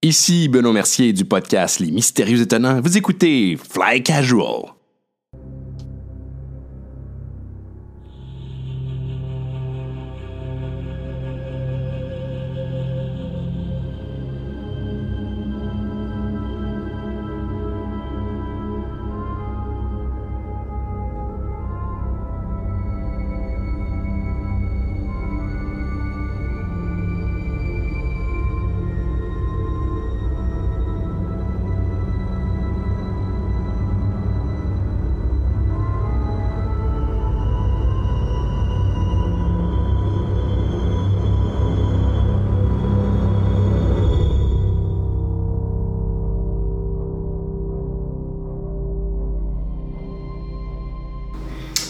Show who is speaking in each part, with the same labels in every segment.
Speaker 1: Ici Benoît Mercier du podcast Les Mystérieux Étonnants. Vous écoutez Fly Casual.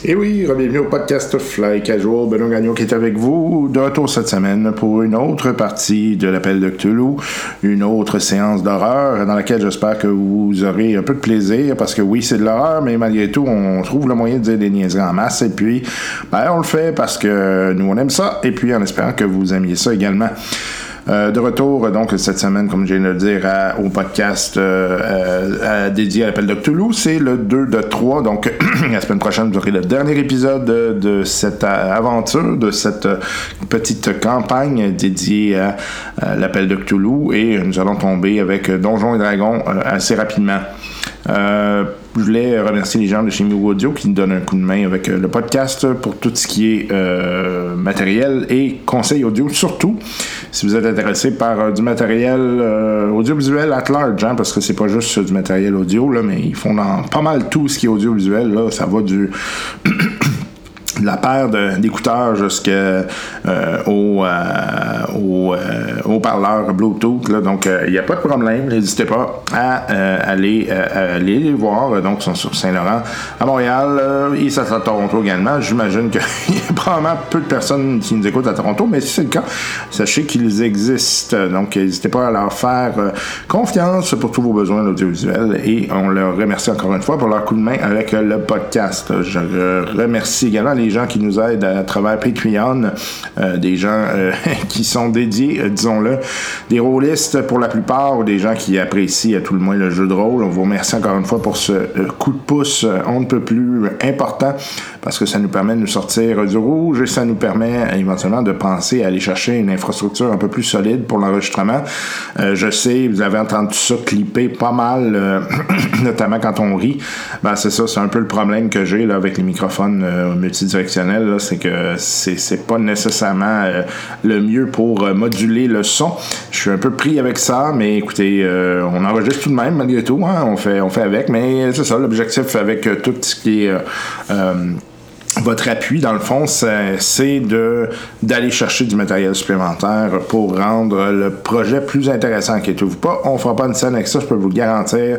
Speaker 2: Et Eh oui, bienvenue au podcast Fly Casual. Benoît Gagnon qui est avec vous de retour cette semaine pour une autre partie de l'appel de Cthulhu, une autre séance d'horreur dans laquelle j'espère que vous aurez un peu de plaisir parce que oui, c'est de l'horreur, mais malgré tout, on trouve le moyen de dire des niaiseries en masse et puis ben, on le fait parce que nous on aime ça et puis en espérant que vous aimiez ça également. Euh, de retour euh, donc cette semaine, comme je viens de le dire, à- au podcast euh, à- à- dédié à l'appel de Cthulhu, c'est le 2 de 3. Donc la semaine prochaine, vous aurez le dernier épisode de, de cette euh, aventure, de cette euh, petite campagne dédiée à, euh, l'appel de Cthulhu. Et nous allons tomber avec euh, Donjons et Dragons euh, assez rapidement. Euh, je voulais remercier les gens de chez Migo Audio qui nous donnent un coup de main avec euh, le podcast pour tout ce qui est euh, matériel et conseils audio, surtout si vous êtes intéressé par euh, du matériel euh, audiovisuel at large, hein, parce que c'est pas juste euh, du matériel audio, là, mais ils font dans pas mal tout ce qui est audiovisuel. Là, ça va du de la paire de- d'écouteurs jusqu'au au, euh, au, euh, haut-parleur Bluetooth. là. donc, il n'y a pas de problème. N'hésitez pas à euh, aller, euh, aller les voir. Donc, ils sont sur Saint-Laurent, à Montréal euh, et ça, c'est à Toronto également. J'imagine qu'il y a probablement peu de personnes qui nous écoutent à Toronto, mais si c'est le cas, sachez qu'ils existent. Donc, n'hésitez pas à leur faire euh, confiance pour tous vos besoins audiovisuels et on leur remercie encore une fois pour leur coup de main avec euh, le podcast. Je euh, remercie également les gens qui nous aident à travers Patreon, euh, des gens euh, qui sont dédiés, euh, disons-le, des rôlistes pour la plupart ou des gens qui apprécient à tout le moins le jeu de rôle. On vous remercie encore une fois pour ce euh, coup de pouce euh, on ne peut plus important parce que ça nous permet de nous sortir euh, du rouge et ça nous permet euh, éventuellement de penser à aller chercher une infrastructure un peu plus solide pour l'enregistrement. Euh, je sais, vous avez entendu ça clipper pas mal, euh, notamment quand on rit. Ben, c'est ça, c'est un peu le problème que j'ai là, avec les microphones euh, multidirectionnels. là, c'est que c'est, c'est pas nécessairement euh, le mieux pour euh, moduler le son. Je suis un peu pris avec ça, mais écoutez, euh, on enregistre tout de même malgré tout. hein, on, fait, on fait avec, mais c'est ça, l'objectif avec euh, tout ce qui est. euh, euh, votre appui, dans le fond, c'est c'est de d'aller chercher du matériel supplémentaire pour rendre le projet plus intéressant. Inquiétez-vous pas, on fera pas une scène avec ça, je peux vous le garantir.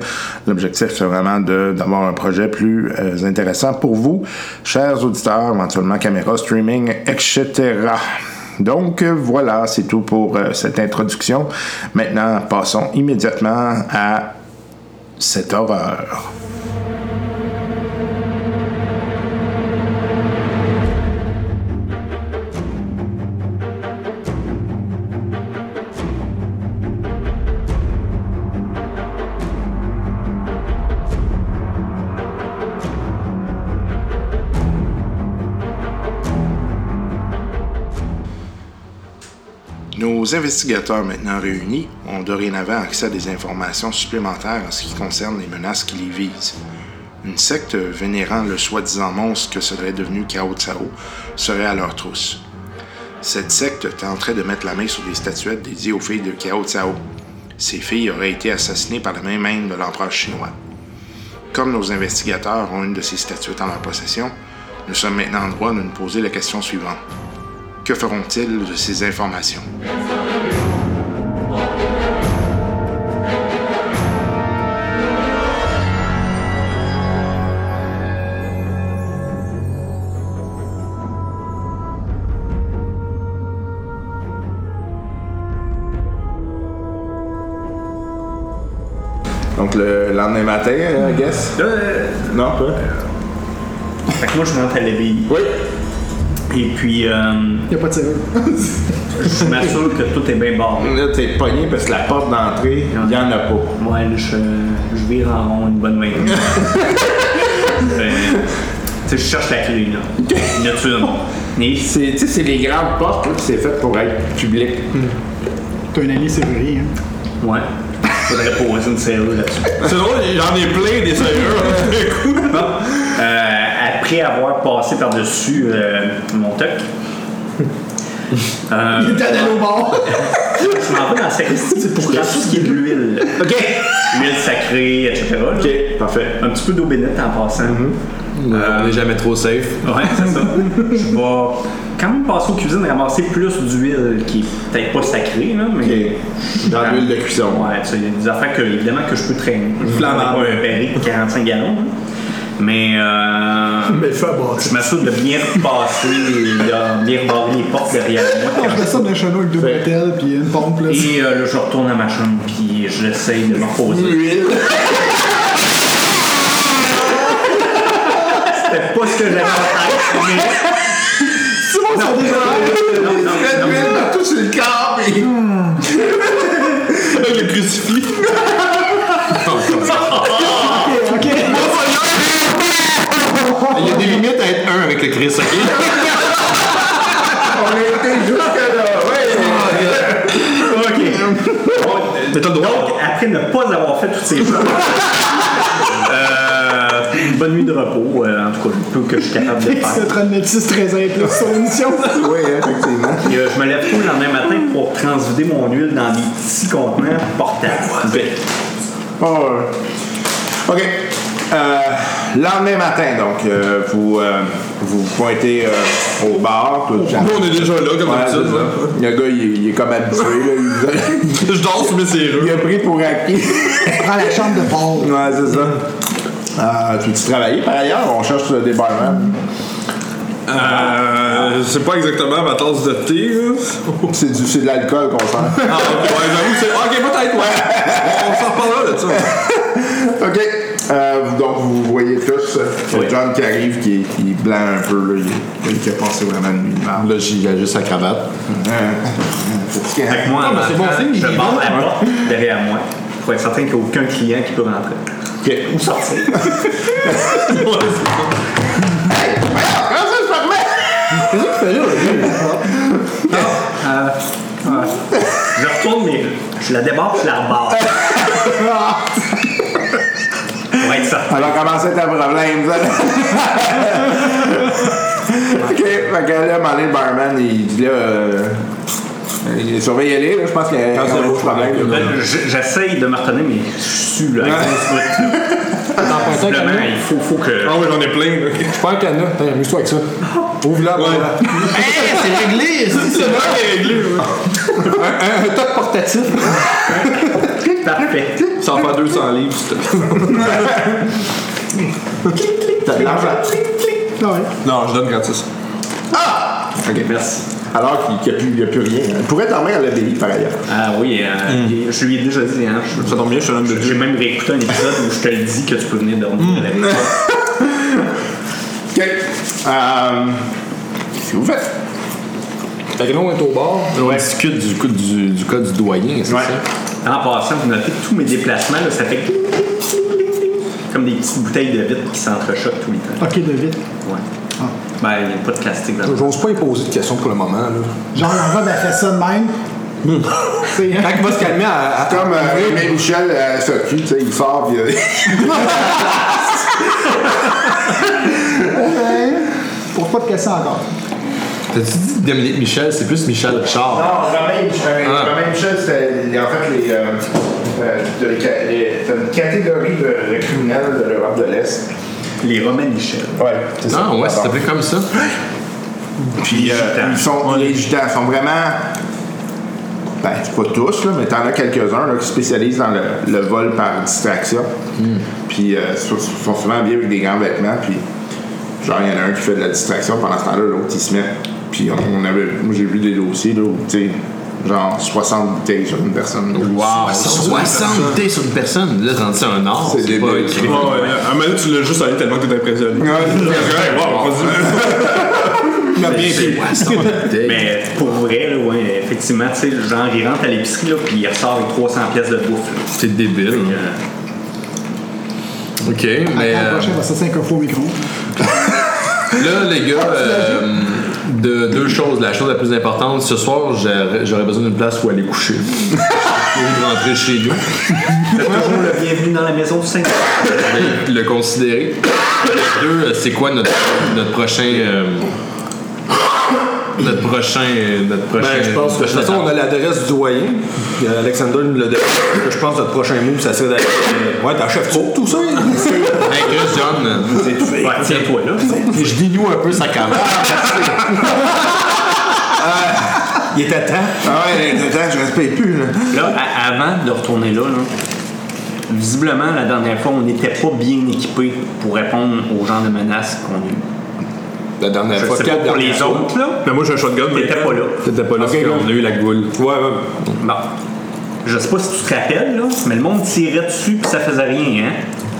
Speaker 2: L'objectif, c'est vraiment de- d'avoir un projet plus euh, intéressant pour vous, chers auditeurs, éventuellement caméra, streaming, etc. Donc euh, voilà, c'est tout pour euh, cette introduction. Maintenant, passons immédiatement à cette horreur. Nos investigateurs maintenant réunis ont dorénavant accès à des informations supplémentaires en ce qui concerne les menaces qui les visent. Une secte vénérant le soi-disant monstre que serait devenu Cao Tsao serait à leur trousse. Cette secte tenterait de mettre la main sur des statuettes dédiées aux filles de Cao Tsao. Ces filles auraient été assassinées par la main même de l'empereur chinois. Comme nos investigateurs ont une de ces statuettes en leur possession, nous sommes maintenant en droit de nous poser la question suivante. Que feront-ils de ces informations? Donc le lendemain matin, euh, I guess? Non, pas?
Speaker 3: Fait que moi, je monte à l'éveil.
Speaker 2: Oui.
Speaker 3: Et puis, euh,
Speaker 4: Il a pas de serrure.
Speaker 3: Je m'assure que tout est bien barré.
Speaker 5: Là, t'es pogné parce que la porte d'entrée, il n'y en a pas.
Speaker 3: Moi, je, je vire en rond une bonne main. Fait, tu sais, je cherche la clé, là. Il y en a-tu une? Ni-
Speaker 5: C'est, tu sais, c'est les grandes portes, là, puis c'est fait pour être public.
Speaker 4: T'as un ami serrurier, hein?
Speaker 3: Ouais. Faudrait poser une serrure là-dessus.
Speaker 2: C'est drôle, j'en ai plein des sérieux.
Speaker 3: Bon, euh, après avoir passé par-dessus euh, mon toc,
Speaker 4: Il était allé au bord!
Speaker 3: je m'en vais dans cette pour tout ce qui est de l'huile.
Speaker 5: OK.
Speaker 3: L'huile sacrée, etc. là.
Speaker 5: OK, parfait. Mm-hmm.
Speaker 3: Un petit peu d'eau bénite en passant. Euh,
Speaker 2: On n'est jamais trop safe.
Speaker 3: Ouais, c'est ça. je vais quand même passer aux cuisines ramasser plus d'huile qui est peut-être pas sacrée, là, mais. Ah.
Speaker 5: OK. Dans l'huile de cuisson. Mm-hmm.
Speaker 3: Ouais, tu sais, il y a des affaires que, évidemment, que je peux traîner.
Speaker 2: Flammable.
Speaker 3: Pas un baril de 45 gallons. hein. Mais. Euh,
Speaker 4: Mais fais bord.
Speaker 3: je m'assure de bien repasser, de bien rebarrer les portes derrière moi.
Speaker 4: Je descends d'un chenon avec deux
Speaker 5: Fait-
Speaker 4: bretelles puis une pompe, là.
Speaker 3: Et euh, là, je retourne à ma chambre, puis j'essaye de me reposer.
Speaker 5: Huile.
Speaker 3: C'était pas ce que j'avais en tête, mais-
Speaker 4: C'est bon, ça déjà
Speaker 3: Non, non, non.
Speaker 5: Huile partout sur le corps. puis-
Speaker 2: Avec le crucifix.
Speaker 4: Ok, ok.
Speaker 2: Il y a des limites à être un avec le Christ, ok?
Speaker 5: On a été jusque-là. Ouais.
Speaker 2: Mais t'as le droit.
Speaker 3: Donc, après ne pas avoir fait toutes ces choses, euh, une bonne nuit de repos, euh, en tout cas, le peu que je suis capable de
Speaker 4: C'est
Speaker 3: faire.
Speaker 4: 36, 13 ans et plus sur l'émission.
Speaker 5: Oui, effectivement.
Speaker 3: Puis, euh, je me lève tôt le lendemain matin pour transvider mon huile dans des petits contenants portables.
Speaker 2: Ben,
Speaker 5: Oh, euh. OK. Euh, lendemain matin, donc, euh, vous, euh, vous vous pointez euh, au bar. Tout le temps.
Speaker 2: Nous, on est déjà là, comme
Speaker 5: Ouais,
Speaker 2: d'habitude.
Speaker 5: c'est
Speaker 2: là.
Speaker 5: ça. Le gars, il, est- il est comme habitué. là. Il,
Speaker 2: Je danse, mais c'est
Speaker 5: il
Speaker 2: heureux.
Speaker 5: a pris pour acquis.
Speaker 4: Prends la chambre de bord.
Speaker 5: ouais, c'est ça. Ah, tu veux-tu travailler par ailleurs? On cherche euh, des barman.
Speaker 2: Euh, c'est pas exactement ma tasse de thé, là.
Speaker 5: C'est du- c'est de l'alcool qu'on sent.
Speaker 2: Ah, ok, ouais, j'avoue, c'est. Ok, peut-être, ouais. On s'en reparlera de ça.
Speaker 5: OK. Euh, donc, vous voyez tous euh, John qui arrive, qui est, qui est blanc un peu. Là. Il, qui a passé vraiment une nuit de marde.
Speaker 2: Là, il a juste sa cravate.
Speaker 5: Hein, fatiguant.
Speaker 3: Fait que moi, en
Speaker 2: mais c'est
Speaker 3: rentrant,
Speaker 2: bon signe,
Speaker 3: je
Speaker 2: il est
Speaker 3: barre
Speaker 2: là.
Speaker 3: la porte derrière moi pour être certain qu'il n'y a aucun client qui peut rentrer.
Speaker 5: OK.
Speaker 3: Ou sortir.
Speaker 5: Comment ça, je me remets?
Speaker 3: Je retourne, mais je la débarque, je la rebarre. pour être certain.
Speaker 5: Alors, comment c'est un problème, ça? ok, fait que là, Mané, le barman, il dit là. Euh, il surveille les, là, je pense qu'il y a
Speaker 2: Quand Ah, c'est
Speaker 5: un
Speaker 2: beau,
Speaker 5: problème.
Speaker 2: je
Speaker 5: là.
Speaker 3: Ben, j- J'essaye de me retenir, mais je suis là. avec mon foot. Simplement, il faut, faut que.
Speaker 2: Ah, ouais, j'en ai plein. là.
Speaker 6: Prends un cadenas. Attends, Amuse-toi avec ça. Ouvre-la.
Speaker 2: Ouais.
Speaker 6: voilà.
Speaker 4: C'est réglé!
Speaker 2: C'est vrai qu'il est réglé, ouais.
Speaker 6: Un, un top portatif.
Speaker 3: Parfait.
Speaker 2: Sans faire 200 livres, s'il te plaît.
Speaker 5: T'as de l'argent.
Speaker 4: Non, ouais.
Speaker 2: Non, je donne gratis.
Speaker 5: Ok.
Speaker 3: Merci.
Speaker 5: Alors qu'il n'y a, plus- il y a plus rien. hein. Il pourrait dormir à l'abbaye, par ailleurs.
Speaker 3: Ah oui, euh, et je lui ai déjà dit, hein. je-
Speaker 2: Mm. Ça tombe bien, je suis un homme de
Speaker 3: J'ai
Speaker 2: Dieu. Mm.
Speaker 3: même réécouté un épisode où je te le dis que tu peux venir dormir à la maison.
Speaker 5: Ok. Euh, Qu'est-ce que vous faites?
Speaker 6: Fait que là, on est au bord. On discute du, coup, du, du code du doyen, c'est
Speaker 5: Ouais.
Speaker 6: ça?
Speaker 3: En passant, vous notez que tous mes déplacements, là, ça fait comme des petites bouteilles de vitre qui s'entrechoquent tous les temps.
Speaker 4: Ok, de vite.
Speaker 3: Ouais. Ben, il n'y a pas de plastique dans le
Speaker 6: J'ose pas y poser de questions pour le moment. Là.
Speaker 4: Genre, la robe, elle fait ça de même. C'est
Speaker 6: Quand il va se calmer à. à-
Speaker 5: Comme euh, Aimé Michel euh, s'occupe, tu sais, il sort, puis il
Speaker 4: Pour pas te casser encore.
Speaker 6: T'as-tu dit Dominique Michel? C'est plus Michel Richard.
Speaker 5: Non, Romain Michel,
Speaker 6: Ah.
Speaker 5: Romain Michel, c'était en fait les, euh, euh, de- les- c'est une catégorie de, de criminels de l'Europe de l'Est.
Speaker 3: Les Romains Michel.
Speaker 5: Ouais, c'est ça.
Speaker 6: Ah ouais, ça s'appelait comme ça.
Speaker 5: Puis euh,
Speaker 3: Gitans.
Speaker 5: ils sont, les gitans sont vraiment. Ben, c'est pas tous, là, mais t'en as quelques-uns là, qui spécialisent dans le, le vol par distraction.
Speaker 6: Hmm.
Speaker 5: Puis euh, sont, sont souvent habillés avec des grands vêtements. Puis, genre, il y en a un qui fait de la distraction pendant ce temps-là, l'autre, il se met. Puis, on, on avait. Moi, j'ai vu des dossiers, là, où, tu sais, genre 60 bouteilles sur une personne.
Speaker 6: Wow! 60 dés sur une personne! Là, j'en dis un or.
Speaker 5: C'est
Speaker 6: pas
Speaker 5: débile.
Speaker 6: un
Speaker 2: Ouais,
Speaker 6: crime.
Speaker 2: ouais. À un moment donné, tu l'as juste allé tellement que t'es impressionné.
Speaker 5: Ouais,
Speaker 2: Ouais, wow, vas-y.
Speaker 7: Il a bien fait.
Speaker 3: Mais Ben, pour vrai, là, ouais, effectivement, tu sais, le genre, il rentre à l'épicerie, là, puis il ressort avec 300 pièces de bouffe. là.
Speaker 7: C'est débile.
Speaker 3: Euh,
Speaker 7: Ok, mais
Speaker 4: La
Speaker 7: euh,
Speaker 4: prochaine va s'asseoir un faux micro.
Speaker 7: là, les gars, euh, de, deux choses. La chose la plus importante, ce soir, j'aurais j'aurais besoin d'une place où aller coucher. Pour rentrer chez nous.
Speaker 3: Bonjour, le bienvenue dans la maison du Seigneur.
Speaker 7: Mais Ben, le considérer. Deux, euh, c'est quoi notre, notre prochain. euh, notre prochain. Notre prochain.
Speaker 8: Ben, je pense que de toute façon, on a l'adresse du doyen. Euh, Alexander nous l'a donné. Je pense que notre prochain move, ça serait d'aller. euh, Ouais, t'achèves trop tout ça.
Speaker 7: Ben, Chris John.
Speaker 3: Ouais, tiens-toi là.
Speaker 7: euh, Je dis nous un peu sa caméra.
Speaker 8: Il est à temps.
Speaker 5: Ah ouais, attends, je respecte plus, là.
Speaker 3: Là, à- avant de retourner là, là, visiblement, la dernière fois, on n'était pas bien équipé pour répondre au genre de menaces qu'on a eu.
Speaker 7: La dernière
Speaker 3: Je
Speaker 7: fois,
Speaker 3: sais Euh, pas
Speaker 7: quatre
Speaker 3: pour
Speaker 7: dernières
Speaker 3: les
Speaker 7: fois.
Speaker 3: autres, là.
Speaker 8: Mais moi, j'ai un shotgun. mais-
Speaker 3: T'étais pas là.
Speaker 7: T'étais pas là
Speaker 8: Ok,
Speaker 7: parce qu'on a eu la goule.
Speaker 8: Ouais, ouais.
Speaker 3: Bon. Je sais pas si tu te rappelles, là, mais le monde tirait dessus puis ça faisait rien, hein?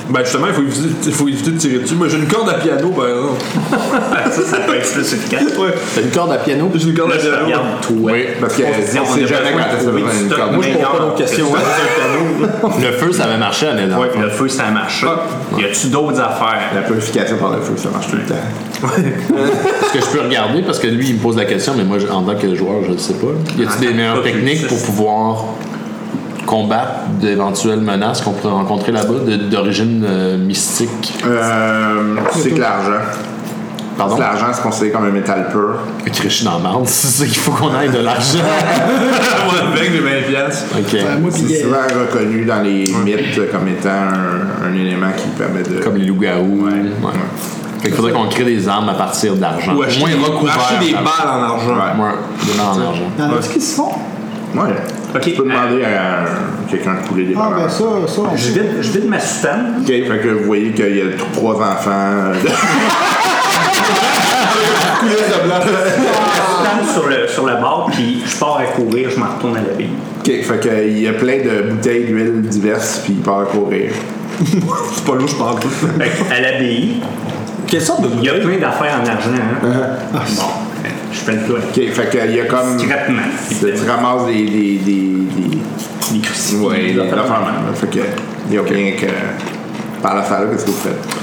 Speaker 8: Ben, justement, il faut éviter, faut éviter de tirer dessus. Moi, j'ai une corde à piano, par exemple.
Speaker 3: Ah, ça, ça peut être plus efficace.
Speaker 8: Ouais.
Speaker 7: T'as une corde à piano?
Speaker 8: J'ai une corde à
Speaker 3: Là, je te
Speaker 8: piano.
Speaker 3: regarde, toi.
Speaker 7: Oui, parce que
Speaker 3: On se dit, on
Speaker 7: on
Speaker 3: a
Speaker 7: sait jamais
Speaker 3: besoin
Speaker 7: quand
Speaker 3: de
Speaker 7: t'as
Speaker 3: trouver
Speaker 7: vraiment
Speaker 3: du
Speaker 7: une
Speaker 3: stock
Speaker 7: corde.
Speaker 8: Moi, je pose pas d'autres questions. hein.
Speaker 7: Le feu, ça avait marché l'année dernière.
Speaker 3: Ouais, le feu, ça a marché. Y a-tu d'autres affaires?
Speaker 8: La purification par le feu, ça marche tout le temps.
Speaker 7: Est-ce que je peux regarder? Parce que lui, il me pose la question, mais moi, je- en tant que joueur, je ne sais pas. Y a-t-il des meilleures
Speaker 3: pas plus,
Speaker 7: techniques
Speaker 3: ça,
Speaker 7: pour
Speaker 3: c'est-
Speaker 7: pouvoir combattre d'éventuelles menaces qu'on pourrait rencontrer là-bas de- d'origine euh, mystique?
Speaker 5: Euh, c'est que l'argent.
Speaker 7: Pardon?
Speaker 5: C'est L'argent, c'est considéré comme un métal pur.
Speaker 7: Criche, je suis dans la merde. C'est ça qu'il faut qu'on aille de l'argent.
Speaker 8: Avec les 20 piastres.
Speaker 7: OK.
Speaker 4: Euh, Moi,
Speaker 5: C'est
Speaker 4: puis euh,
Speaker 5: souvent reconnu dans les mythes comme étant un, un élément qui permet de.
Speaker 7: Comme les loups-garous. Ouais. Fait qu'il faudrait qu'on crée des armes à partir d'argent.
Speaker 8: Ou
Speaker 7: Au moins
Speaker 8: acheter, ou
Speaker 7: recouvert
Speaker 8: acheter des
Speaker 7: d'argent.
Speaker 8: balles en argent.
Speaker 5: Ouais.
Speaker 7: Ouais, des balles en argent.
Speaker 4: dans ce qu'ils se font.
Speaker 5: Ouais.
Speaker 3: Ok,
Speaker 5: Tu peux
Speaker 3: euh,
Speaker 5: demander à quelqu'un de couler des
Speaker 4: Ah,
Speaker 5: bananes.
Speaker 4: ben ça, ça, on
Speaker 3: Je
Speaker 4: sait.
Speaker 3: vide, je vide ma soutane.
Speaker 5: Ok, fait que vous voyez qu'il y a t- trois enfants. euh,
Speaker 3: soutane sur le, sur le bord, puis je pars à courir, je m'en retourne à la ville.
Speaker 5: ok, fait qu'il y a plein de bouteilles d'huile diverses, puis il part courir.
Speaker 8: C'est pas lourd, je parle.
Speaker 3: Fait que à l'abbaye,
Speaker 8: Quelle sorte de Ah.
Speaker 3: il y a plein d'affaires en argent. Hein? Bon, je fais le tour.
Speaker 5: Ok, fait qu'il y a comme.
Speaker 3: Discrètement.
Speaker 5: Tu ramasses des. des, des,
Speaker 3: Les crucifix.
Speaker 5: des... Ouais,
Speaker 3: les
Speaker 5: des
Speaker 3: affaires de
Speaker 5: affaires
Speaker 3: même.
Speaker 5: même, là. Fait que. Il y a rien que. Par la salle, qu'est-ce que vous faites?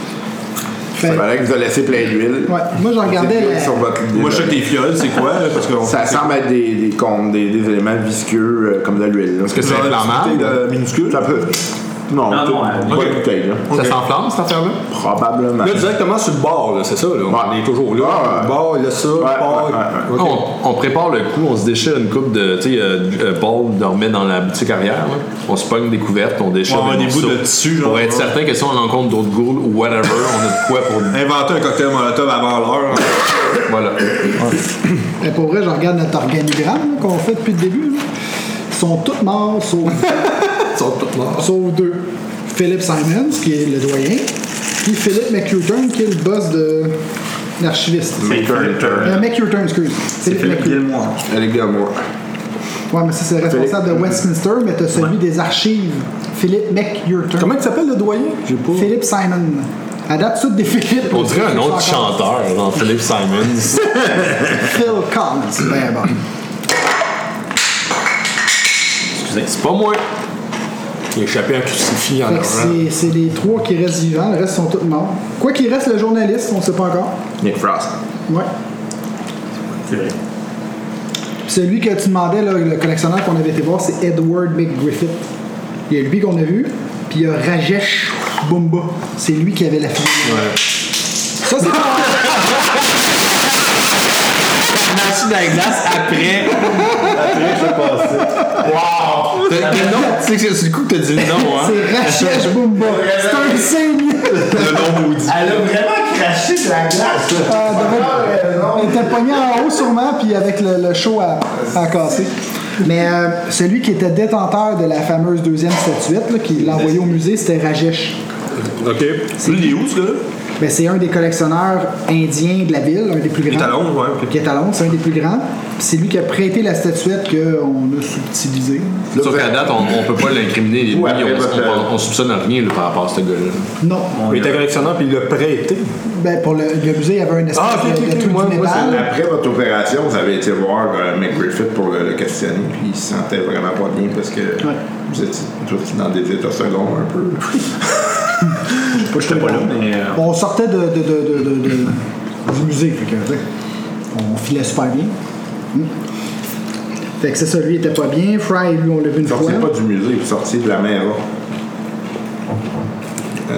Speaker 4: Ben,
Speaker 5: C'est vrai que vous avez laissé plein d'huile.
Speaker 4: Ouais, moi, je regardais
Speaker 5: D'huile
Speaker 4: la-
Speaker 5: sur votre-
Speaker 8: Moi, je sais que tes fioles, c'est quoi? là, Parce que on-
Speaker 5: Ça semble être des, des, con- des, des éléments visqueux euh, comme de l'huile. Parce que
Speaker 7: c'est
Speaker 8: Genre,
Speaker 7: inflammable?
Speaker 8: c'est, euh, minuscule.
Speaker 5: Ça peut. Non,
Speaker 3: Non,
Speaker 5: tout-
Speaker 3: non, euh,
Speaker 5: pas
Speaker 8: ok.
Speaker 5: de bouteille, là.
Speaker 7: Ça
Speaker 8: Ok.
Speaker 7: s'enflamme, cette affaire-là?
Speaker 5: Probablement.
Speaker 8: Là, directement sur le bord, là, c'est ça, là. On
Speaker 5: Ouais.
Speaker 8: est toujours là.
Speaker 5: Ah, ouais.
Speaker 8: Le bord, il y a ça, le
Speaker 5: Ouais,
Speaker 8: bord.
Speaker 5: ouais, ouais,
Speaker 8: Ok.
Speaker 7: Ah, On, on prépare le coup, on se déchire une coupe de. Tu sais, euh, euh, Paul dormait dans la boutique arrière. là. On se pogne des couvertes, on déchire
Speaker 8: Ouais, des
Speaker 7: morceaux.
Speaker 8: bouts de tissu, genre,
Speaker 7: Pour être
Speaker 8: ouais.
Speaker 7: certain que si on rencontre d'autres ghouls ou whatever, on a de quoi pour.
Speaker 8: Inventer un cocktail molotov avant l'heure. hein.
Speaker 7: Voilà.
Speaker 4: Ben, pour vrai, je regarde notre organigramme là, qu'on fait depuis le début. là. Ils sont tous morts, sauf,
Speaker 8: Ils sont tous morts.
Speaker 4: sauf deux. Philip Simons, qui est le doyen, puis Philip McCuturn, qui est le boss de l'archiviste.
Speaker 3: C'est
Speaker 4: Euh, McCuturn, excuse.
Speaker 3: C'est
Speaker 4: Philip
Speaker 3: Philippe
Speaker 4: McCuturn.
Speaker 3: Gilmour.
Speaker 8: hein.
Speaker 5: Allez, Gilmore.
Speaker 4: Ouais, mais ça, c'est responsable de Westminster, mais t'as celui des archives. Philip McCuturn.
Speaker 8: Comment il s'appelle le doyen? J'ai pas.
Speaker 4: Philip Simon. À date, tout des Philippe.
Speaker 7: On dirait un autre
Speaker 4: encore-
Speaker 7: chanteur, genre Philippe Simons.
Speaker 4: Phil Collins. Ben bon.
Speaker 7: Excusez, c'est pas moi.
Speaker 8: Il a échappé un crucifix en
Speaker 4: Fait que
Speaker 8: argent.
Speaker 4: c'est- c'est les trois qui restent vivants, le reste sont tous morts. Quoi qu'il reste, le journaliste, on sait pas encore.
Speaker 5: Nick Frost.
Speaker 4: Ouais.
Speaker 3: C'est vrai.
Speaker 4: Celui que tu demandais, là, le collectionneur qu'on avait été voir, c'est Edward McGriffith. Il y a lui qu'on a vu, puis il y a Rajesh Bumba. C'est lui qui avait la fille. Ça, c'est pas
Speaker 7: Match dans la glace après. Wow! T'as dit non? Tu sais que c'est- c'est le coup que t'as dit non, hein?
Speaker 4: C'est Rajesh Bumba. C'est un signe.
Speaker 7: Le nom maudit.
Speaker 9: Elle a vraiment craché sur la glace.
Speaker 4: Euh, de- on était pogné en haut sûrement, puis avec le, le show à, à casser. Mais euh, celui qui était détenteur de la fameuse deuxième statuette, là, qui l'a envoyé au musée, c'était Rajesh.
Speaker 8: Ok. Lui, il est où, ce gars-là?
Speaker 4: Ben, c'est un des collectionneurs indiens de la ville, un des plus grands.
Speaker 8: est à Londres, ouais, ok.
Speaker 4: Qui est à Londres, c'est un des plus grands. Puis c'est lui qui a prêté la statuette qu'on a subtilisée.
Speaker 7: Sauf qu'à date, on, on peut pas l'incriminer. Lui,
Speaker 5: Ouais,
Speaker 7: on,
Speaker 5: après, votre-
Speaker 7: on- on soupçonne rien là, par rapport à ce gars-là.
Speaker 4: Non.
Speaker 8: Il était collectionneur puis il l'a prêté.
Speaker 4: Ben, pour le, le musée, il y avait un espèce
Speaker 8: Ah, ok,
Speaker 4: de,
Speaker 8: ok,
Speaker 4: de
Speaker 8: ok,
Speaker 4: truc
Speaker 8: moi-
Speaker 4: du
Speaker 8: moi,
Speaker 4: Népal.
Speaker 5: Euh, Après votre opération, vous avez été voir euh, McGriffith pour le, le questionner, puis il se sentait vraiment pas bien parce que vous étiez tous dans des états seconds un peu.
Speaker 3: Moi, j'étais pas là, mais. euh,
Speaker 4: On sortait de, de- de- de- de- de- du musée, fait que, tu sais, on filait super bien. Hmm. Fait que c'est ça, lui, il était pas bien. Fry, lui, on l'a vu une
Speaker 5: Vous
Speaker 4: fois.
Speaker 5: sortiez pas du musée, vous sortiez de la mer.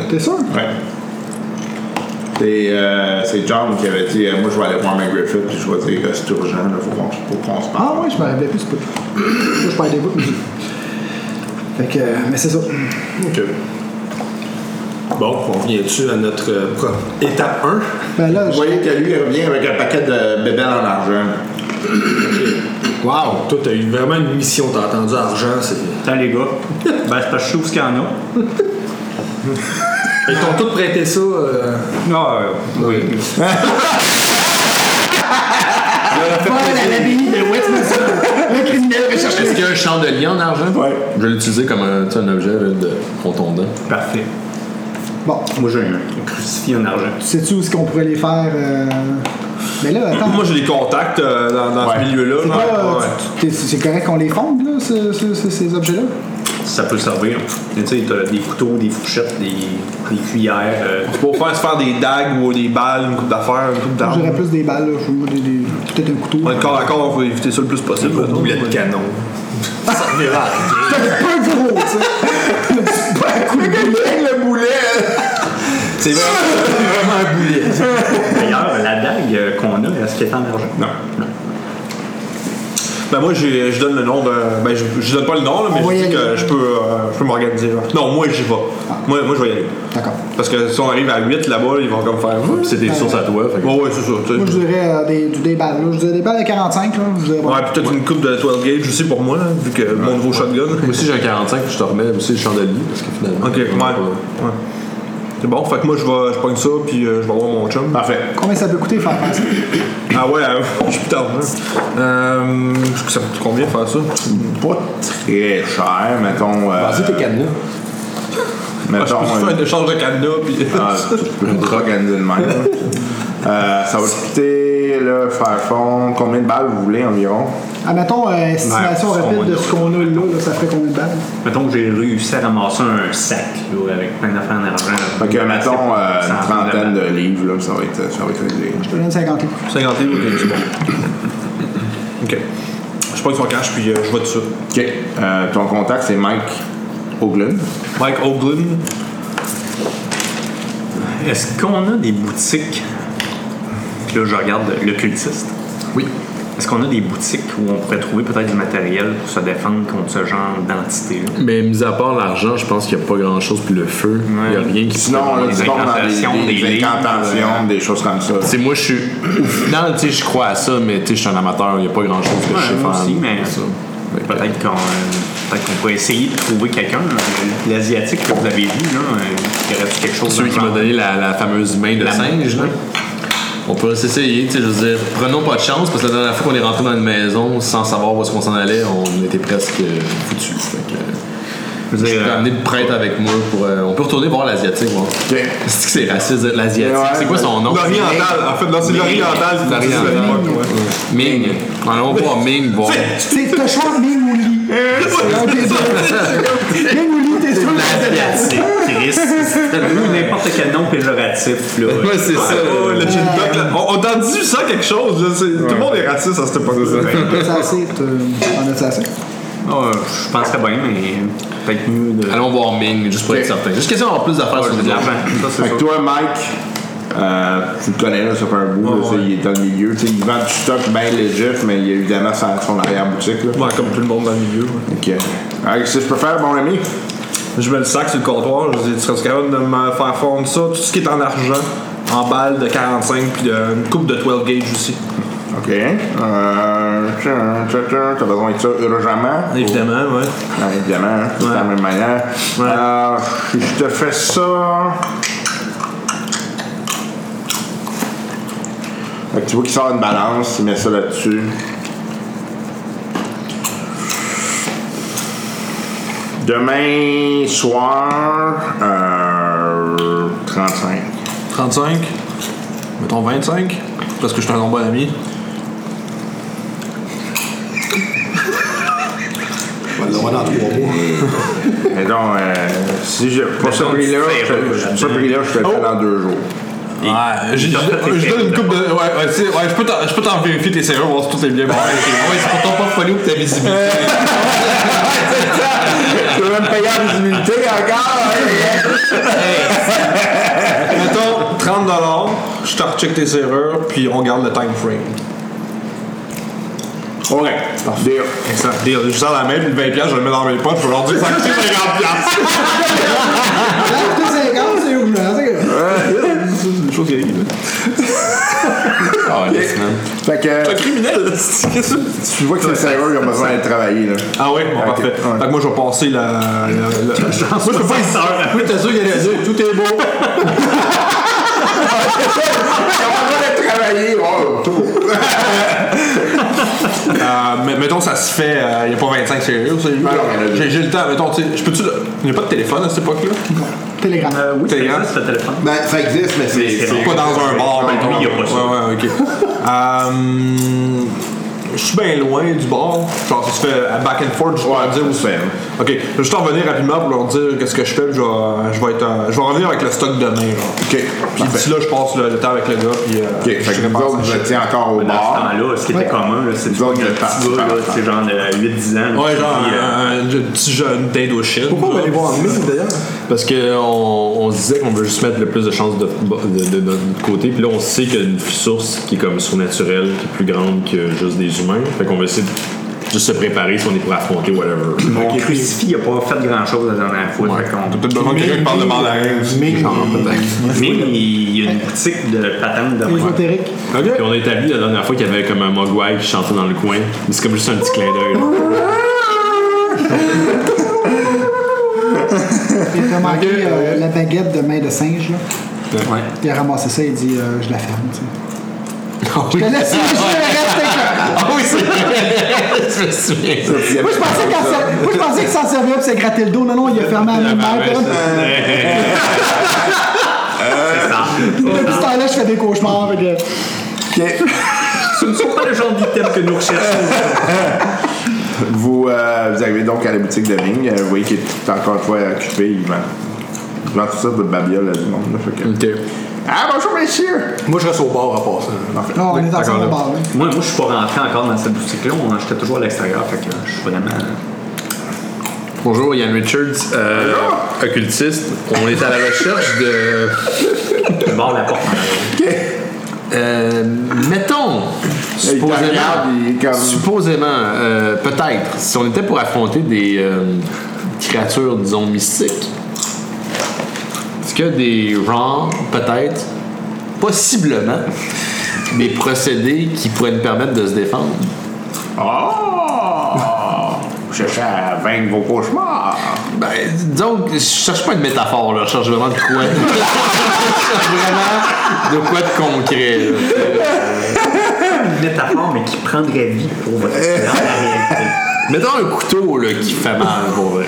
Speaker 4: T'es sûr?
Speaker 5: Ouais. C'est, euh, c'est John qui avait dit euh, Moi, je vais aller voir McGriffith, puis je vais dire euh, C'est urgent, là, faut qu'on, faut qu'on se parle.
Speaker 4: Ah ouais, je me rappelais plus, c'est pas. Moi, je parlais des bouts, mais. Fait que, euh, mais c'est ça.
Speaker 8: Bon, on vient-tu à notre euh, pro- étape 1?
Speaker 4: Ben là,
Speaker 5: Vous
Speaker 4: je-
Speaker 5: voyez que lui, il revient avec un paquet de bébelles en argent.
Speaker 8: Wow! Toi, t'as eu vraiment une mission, t'as entendu argent, c'est.
Speaker 3: Attends, les gars. ben, c'est parce que je trouve ce qu'il y en a.
Speaker 8: Ils t'ont tous prêté ça. euh,
Speaker 3: Non, euh, oui.
Speaker 4: Paul à l'abbaye de Westminster. Le criminel recherche
Speaker 7: Est-ce qu'il y a un chandelier en argent?
Speaker 5: Ouais.
Speaker 7: Je vais l'utiliser comme un, tu sais, un objet là, de contondant.
Speaker 3: Parfait.
Speaker 4: Bon,
Speaker 3: Moi, j'ai un crucifix en argent.
Speaker 4: sais-tu où ce qu'on pourrait les faire? euh, Mais là, attends.
Speaker 8: Moi, j'ai des contacts euh, dans, dans ce milieu-là.
Speaker 4: c'est
Speaker 8: là.
Speaker 4: pas, euh,
Speaker 8: Ouais.
Speaker 4: tu- tu- t'es- c'est correct qu'on les fonde, là, ce- ce- ce- ces objets-là?
Speaker 3: Ça peut servir. Tu sais, t'as des couteaux, des fourchettes, des, des cuillères. euh,
Speaker 8: Pour faire se faire des dagues ou des balles, une coupe d'affaires, une
Speaker 4: Moi,
Speaker 8: coupe d'armes.
Speaker 4: J'aurais plus des balles, là. Faut- moi, des- des- Peut-être un couteau.
Speaker 8: Ouais, de corps à corps, on va éviter ça le plus possible. Une boulet de canon.
Speaker 4: C'est un peu gros, tu sais.
Speaker 8: le boulet! C'est vraiment, c'est vraiment un boulet.
Speaker 3: D'ailleurs, la dague euh, qu'on a, est-ce qu'elle est en argent?
Speaker 8: Non. Ben moi, j'ai- je donne le nom de. Ben, je, je donne pas le nom, là,
Speaker 4: On va
Speaker 8: mais
Speaker 4: y
Speaker 8: je dis
Speaker 4: aller.
Speaker 8: que je peux, euh, je peux m'organiser. là. Non, moi, j'y vais. Moi, moi, je vais y aller.
Speaker 4: D'accord.
Speaker 8: Parce que si on arrive à 8 là-bas, ils vont comme faire.
Speaker 7: Puis C'est des sources à toi. fait que-
Speaker 8: Ouais, ouais, c'est ça. tu sais.
Speaker 4: Moi, je dirais euh, des, du- des balles, là. Je dirais des balles de 45, là. Je dirais, bon,
Speaker 8: Ouais, puis peut-être une coupe de 12 gauge aussi pour moi, là, vu que mon nouveau shotgun.
Speaker 7: Moi aussi, j'ai un 45, je te remets aussi le chandelier parce que finalement.
Speaker 8: Ok, ouais.
Speaker 7: on a pas-
Speaker 8: ouais. C'est bon, fait que moi, je vais, je pogne ça, puis euh, je vais voir mon chum.
Speaker 5: Parfait.
Speaker 4: Combien ça peut coûter faire faire ça?
Speaker 8: Ah ouais, euh, je suis tard. hein. Euh, est-ce que ça coûte combien faire ça?
Speaker 5: Pas très cher, mettons. euh,
Speaker 7: Vas-y, tes cadenas.
Speaker 8: Ah, je
Speaker 5: mettons
Speaker 8: peux faire un échange de cadenas, puis.
Speaker 5: Ah, tu peux te organiser de même. Euh, ça va te coûter le faire fond. Combien de balles vous voulez environ?
Speaker 4: Ah, mettons, euh, estimation
Speaker 3: Ouais,
Speaker 4: rapide de
Speaker 3: c'est
Speaker 4: ce qu'on a là, là, ça ferait combien de balles?
Speaker 3: Mettons que j'ai réussi à ramasser un sac là, avec plein d'affaires en argent.
Speaker 5: Fait que, mettons, euh,
Speaker 3: Ça en
Speaker 5: une
Speaker 3: prend la
Speaker 5: trentaine
Speaker 3: balle.
Speaker 5: de livres, là, ça va être, ça va être réglé.
Speaker 4: Je te donne 50 livres.
Speaker 8: 50 livres, ok, c'est bon. ok. Je pogne son cash, puis euh, je vais dessus.
Speaker 5: OK. Euh, ton contact, c'est Mike Hoagland.
Speaker 8: Mike Oglin.
Speaker 3: Est-ce qu'on a des boutiques? Puis là, je regarde le cultiste.
Speaker 7: Oui.
Speaker 3: Est-ce qu'on a des boutiques où on pourrait trouver peut-être du matériel pour se défendre contre ce genre d'entité-là?
Speaker 7: Mais mis à part l'argent, je pense qu'il n'y a pas grand chose. Puis le feu, il n'y a
Speaker 3: Ouais.
Speaker 7: rien qui
Speaker 5: Sinon, là,
Speaker 3: Des
Speaker 5: tu tombes
Speaker 3: incantations,
Speaker 5: dans
Speaker 3: des
Speaker 5: des, des
Speaker 3: livres,
Speaker 8: euh,
Speaker 5: incantations, des choses comme ça.
Speaker 7: C'est moi, je suis. Au final, tu sais, je crois à ça, mais tu sais, je suis un amateur, il n'y a pas grand chose que je sais
Speaker 3: Ouais,
Speaker 7: faire.
Speaker 3: moi aussi, mais
Speaker 7: Ça. Fait que-
Speaker 3: peut-être qu'on peut pourrait essayer de trouver quelqu'un. euh, L'Asiatique que vous avez vu, là, euh, il y aurait quelque chose
Speaker 7: Celui
Speaker 3: dans
Speaker 7: qui
Speaker 3: le
Speaker 7: m'a
Speaker 3: genre?
Speaker 7: donné la, la fameuse main de
Speaker 3: La main,
Speaker 7: singe, là.
Speaker 3: oui.
Speaker 7: On peut s'essayer, tu sais, je veux dire, prenons pas de chance, parce que la dernière fois qu'on est rentré dans une maison sans savoir où est-ce qu'on s'en allait, on était presque euh, foutus. Fait que,
Speaker 3: Je veux
Speaker 7: Je
Speaker 3: dire,
Speaker 7: peux amener le prêtre avec moi pour. euh, on peut retourner voir l'Asiatique, voir. Est-ce que c'est raciste, l'Asiatique?
Speaker 5: Ouais,
Speaker 7: c'est quoi son nom?
Speaker 8: L'oriental, en fait, non, c'est l'oriental. c'est
Speaker 7: L'oriental.
Speaker 8: c'est l'Orient, ouais.
Speaker 7: Ming. Allons voir Ming, voir.
Speaker 4: C'est t'as le choix Ming ou Lee. C'est un des deux. Ming ou Lee, t'es sûr?
Speaker 3: l'Asiatique, Chris, c'est n'importe quel nom péjoratif, là.
Speaker 7: Ouais, c'est ça.
Speaker 8: Oh, le gin doc, là. On, on t'a dit ça quelque chose, là. c'est- Tout le monde est raciste à cette époque-là.
Speaker 4: T'as ça assez, t'as- t'en as Euh, assez.
Speaker 3: Ah, je penserais bien, mais peut-être mieux de.
Speaker 7: Allons voir Ming, juste pour être certain. Juste question d'avoir plus d'affaires sur
Speaker 3: de
Speaker 7: le
Speaker 3: l'argent. Ça, c'est
Speaker 5: Fait que
Speaker 3: sûr.
Speaker 5: toi, Mike, euh, tu le connais, là, ça fait un bout, là, ça, il est dans le milieu. Tu sais, il vend du stock bien légif, mais il y a évidemment son, son arrière-boutique. Là.
Speaker 8: Ouais, comme tout le monde dans le milieu.
Speaker 5: OK.
Speaker 8: ouais.
Speaker 5: Alors, qu'est-ce que je peux faire, mon ami?
Speaker 8: Je mets le sac sur le comptoir, je dis, tu serais capable de me faire fondre ça, tout ce qui est en argent, en balles de 45, puis de- une coupe de 12 gauge aussi.
Speaker 5: OK. Euh, tchin, tchin, tchin, T'as besoin de ça urgemment?
Speaker 8: Évidemment, ouais.
Speaker 5: Ouais,
Speaker 2: Ah,
Speaker 5: évidemment, hein, c'est de la
Speaker 8: Ouais.
Speaker 5: même
Speaker 2: Euh,
Speaker 5: manière.
Speaker 8: Ouais.
Speaker 5: Euh, je te fais ça.
Speaker 2: Fait que tu vois qu'il sort une balance, il met ça là-dessus. Demain soir, euh, 35.
Speaker 8: 35. Mettons 25. Parce que je suis un bon ami.
Speaker 7: On va le voir dans trois mois.
Speaker 2: Mais donc, euh, si je pas ce prix-là, je te- ce prix-là, je te le fais dans deux jours.
Speaker 8: Ouais, j'ai- j'ai-
Speaker 3: tes
Speaker 8: je donne une coupe de. Ouais, ouais, tu sais, ouais, je peux t'en- je peux t'en vérifier tes serrures, voir si tout est bien. barré.
Speaker 6: Ouais, c'est pour ton portfolio que ta visibilité.
Speaker 2: Euh, Tu veux même payer la visibilité encore?
Speaker 8: Mettons 30$, je te recheck tes serrures, puis on garde le time frame.
Speaker 2: OK. Deal.
Speaker 8: Excellent. Deal. Je sors la main, puis le 20$, je le mets dans mes poches, je vais leur dire ça coûte 50$.
Speaker 4: Tout 50, c'est où? là? C'est que-
Speaker 8: C'est une chose qui arrive.
Speaker 6: Ah, ouais, laisse, man.
Speaker 2: Fait que
Speaker 8: criminel, là, c'est- qu'est-ce que c'est?
Speaker 2: tu vois que c'est sérieux, il a besoin d'être travaillé. Là.
Speaker 8: Ah oui, bon,
Speaker 2: Ok,
Speaker 8: parfait.
Speaker 2: ouais.
Speaker 8: Fait que moi, je vais passer la. la, la- Moi, je peux pas y sortir.
Speaker 7: Oui, t'as sûr qu'il allait dire tout est beau.
Speaker 2: Il a besoin d'être travaillé, wow.
Speaker 8: Euh, mais- mettons, ça se fait. euh, Il n'y a pas 25 sérieux, c'est
Speaker 2: Ah non, il y en a deux.
Speaker 8: J'ai j'ai le temps, mettons, tu sais. Je peux-tu. Il n'y a pas de téléphone à cette époque-là?
Speaker 2: Ben,
Speaker 4: Télégramme.
Speaker 3: Euh, oui, c'est
Speaker 8: Télégramme.
Speaker 3: ça, c'est le téléphone.
Speaker 7: Ben, ça existe, mais c'est.
Speaker 3: c'est-
Speaker 8: Pas dans un bar,
Speaker 3: Ben,
Speaker 8: mettons.
Speaker 3: lui, il y a pas ça.
Speaker 8: Ouais, ouais, ok. Euh, Je suis bien loin du bar. Genre, ça se fait à back and forth, je vais dire où c'est. Ok, je vais juste en revenir rapidement pour leur dire qu'est-ce que je fais, puis je vais, je vais être. euh, Je vais revenir avec le stock demain, genre.
Speaker 2: OK.
Speaker 8: Puis d'ici là, je passe le, le temps avec le gars, puis. euh,
Speaker 2: OK. Fait
Speaker 8: je
Speaker 2: que vous
Speaker 8: répense
Speaker 2: autres,
Speaker 8: à
Speaker 2: vous
Speaker 8: ça.
Speaker 2: étiez encore au
Speaker 3: Dans
Speaker 5: Ah.
Speaker 3: ce
Speaker 2: bar.
Speaker 3: temps-là, ce qui était commun, là, c'est
Speaker 2: Nous
Speaker 3: du
Speaker 2: autres,
Speaker 3: petit
Speaker 2: le parti
Speaker 3: gars, là,
Speaker 2: parti.
Speaker 3: c'est genre de 8-10 ans.
Speaker 8: Ouais, genre
Speaker 3: puis, euh,
Speaker 8: un, un- un petit jeune d'Indochine.
Speaker 7: Pourquoi on va aller voir Miss d'ailleurs
Speaker 6: Parce qu'on on se disait qu'on veut juste mettre le plus de chances de, de, de notre côté. Puis là, on sait qu'il y a une source qui est comme surnaturelle, qui est plus grande que juste des humains. Fait qu'on va essayer de juste se préparer si on est pour affronter whatever.
Speaker 8: euh,
Speaker 3: Mon crucifix il a pas fait grand chose la dernière fois. fait qu'on-
Speaker 8: Peut-être besoin de quelqu'un qui parle de mandarin aussi.
Speaker 6: Genre, peut-être.
Speaker 3: Mais il y a une boutique de patentes de main.
Speaker 4: Ésotérique.
Speaker 6: Puis on a établi la dernière fois qu'il y avait comme un mogwai qui chantait dans le coin. Mais c'est comme juste un petit clin d'œil. là.
Speaker 4: Il a remarqué euh, la baguette de main de singe, là. Il a ramassé ça, il dit euh, Je la ferme, tu sais. Je te laisse, je reste avec ça.
Speaker 6: Ah oui, c'est vrai! Je me souviens.
Speaker 4: Moi, je pensais qu'elle ser- moi, je pensais que ça servait pour se gratter le dos. Non, non, il a fermé la même mère.
Speaker 6: ouais,
Speaker 4: puis
Speaker 3: C'est ça.
Speaker 4: Depuis ce temps-là, je fais des cauchemars. Fait que...
Speaker 3: Ce ne sont pas le genre d'items que nous recherchons.
Speaker 2: Vous, euh, vous arrivez donc à la boutique de Bing. euh, Vous voyez qu'il est encore une fois occupé. Il vend, il vend tout ça pour le babiole là, du monde. là, fait que-
Speaker 6: Ok.
Speaker 2: Ah, bonjour, messieurs!
Speaker 7: Moi, je reste au bar à passant.
Speaker 4: Non, on est dans son bar. hein.
Speaker 3: moi, moi, je suis pas rentré encore dans cette boutique-là. On achetait toujours à l'extérieur. Fait que je suis vraiment.
Speaker 6: Bonjour, Yann Richards, euh, occultiste. On est à la recherche de.
Speaker 3: Je barre la porte. en arrière.
Speaker 6: Euh, mettons,
Speaker 2: Il te regarde, il est
Speaker 6: supposément,
Speaker 2: comme-
Speaker 6: supposément euh, peut-être, si on était pour affronter des euh, créatures, disons, mystiques, est-ce que des genres, peut-être, possiblement, des procédés qui pourraient nous permettre de se défendre?
Speaker 4: Ah!
Speaker 2: Oh! Vous cherchez à vaincre vos cauchemars!
Speaker 6: Ben, donc, je cherche pas une métaphore, là. Je cherche vraiment de quoi. je cherche vraiment de quoi de concret, là.
Speaker 3: Une métaphore, mais qui prendrait vie pour votre expérience de la réalité.
Speaker 6: Mettons un couteau, là, qui fait mal, pour vrai.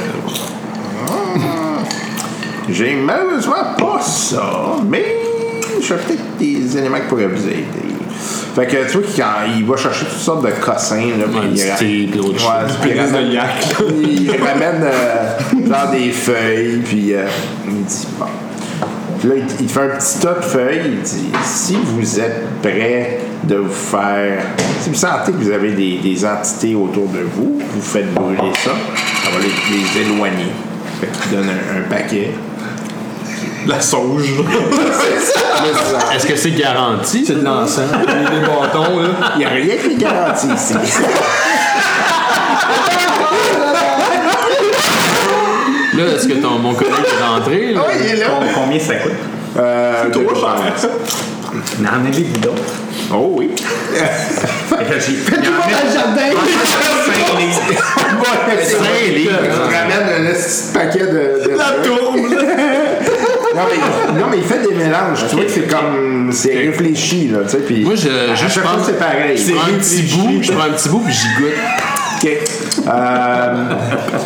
Speaker 2: J'ai malheureusement pas ça, mais j'ai peut-être des éléments qui pourraient vous aider. Fait que tu vois qu'il quand il va chercher toutes sortes de cossins. Là,
Speaker 6: Ouais,
Speaker 2: puis
Speaker 6: du
Speaker 2: il ra-
Speaker 6: thé, puis d'autres
Speaker 2: Ouais,
Speaker 6: choses.
Speaker 2: puis il
Speaker 8: Pénis de
Speaker 2: ramène-
Speaker 8: yak, là.
Speaker 2: il ramène euh, genre des feuilles, puis euh, il dit bon. Puis là, il- il fait un petit tas de feuilles, il dit si vous êtes prêt de vous faire. Si vous sentez que euh, vous avez des, des entités autour de vous, vous faites brûler ça, ça va les, les éloigner. Fait qu'il donne un, un paquet.
Speaker 8: La sauge.
Speaker 6: Est-ce que c'est garanti?
Speaker 7: C'est de l'encens.
Speaker 8: Les bâtons, là.
Speaker 2: Il n'y a rien qui est garanti ici.
Speaker 6: Là, est-ce que ton, mon collègue est rentré? là?
Speaker 2: il est là.
Speaker 3: Com- Combien ça coûte?
Speaker 2: Euh, deux dollars.
Speaker 3: Mais emmenez-les vous d'autres.
Speaker 2: Oh oui.
Speaker 3: Fait que J'ai fait
Speaker 4: Tout le monde dans le jardin.
Speaker 3: cinq livres.
Speaker 2: Cinq livres. Il ramène un petit paquet de. de-
Speaker 8: La tourbe, là.
Speaker 2: Non mais, non, mais mais il fait des mélanges. tu vois que c'est comme. C'est
Speaker 6: Ok.
Speaker 2: réfléchi, là, tu sais. Puis.
Speaker 6: Moi, je,
Speaker 2: à
Speaker 6: je
Speaker 2: chaque
Speaker 6: prends-
Speaker 2: fois, c'est pareil.
Speaker 6: Je prends un petit bout, je prends un petit bout, puis j'y goûte.
Speaker 2: Ok. Euh,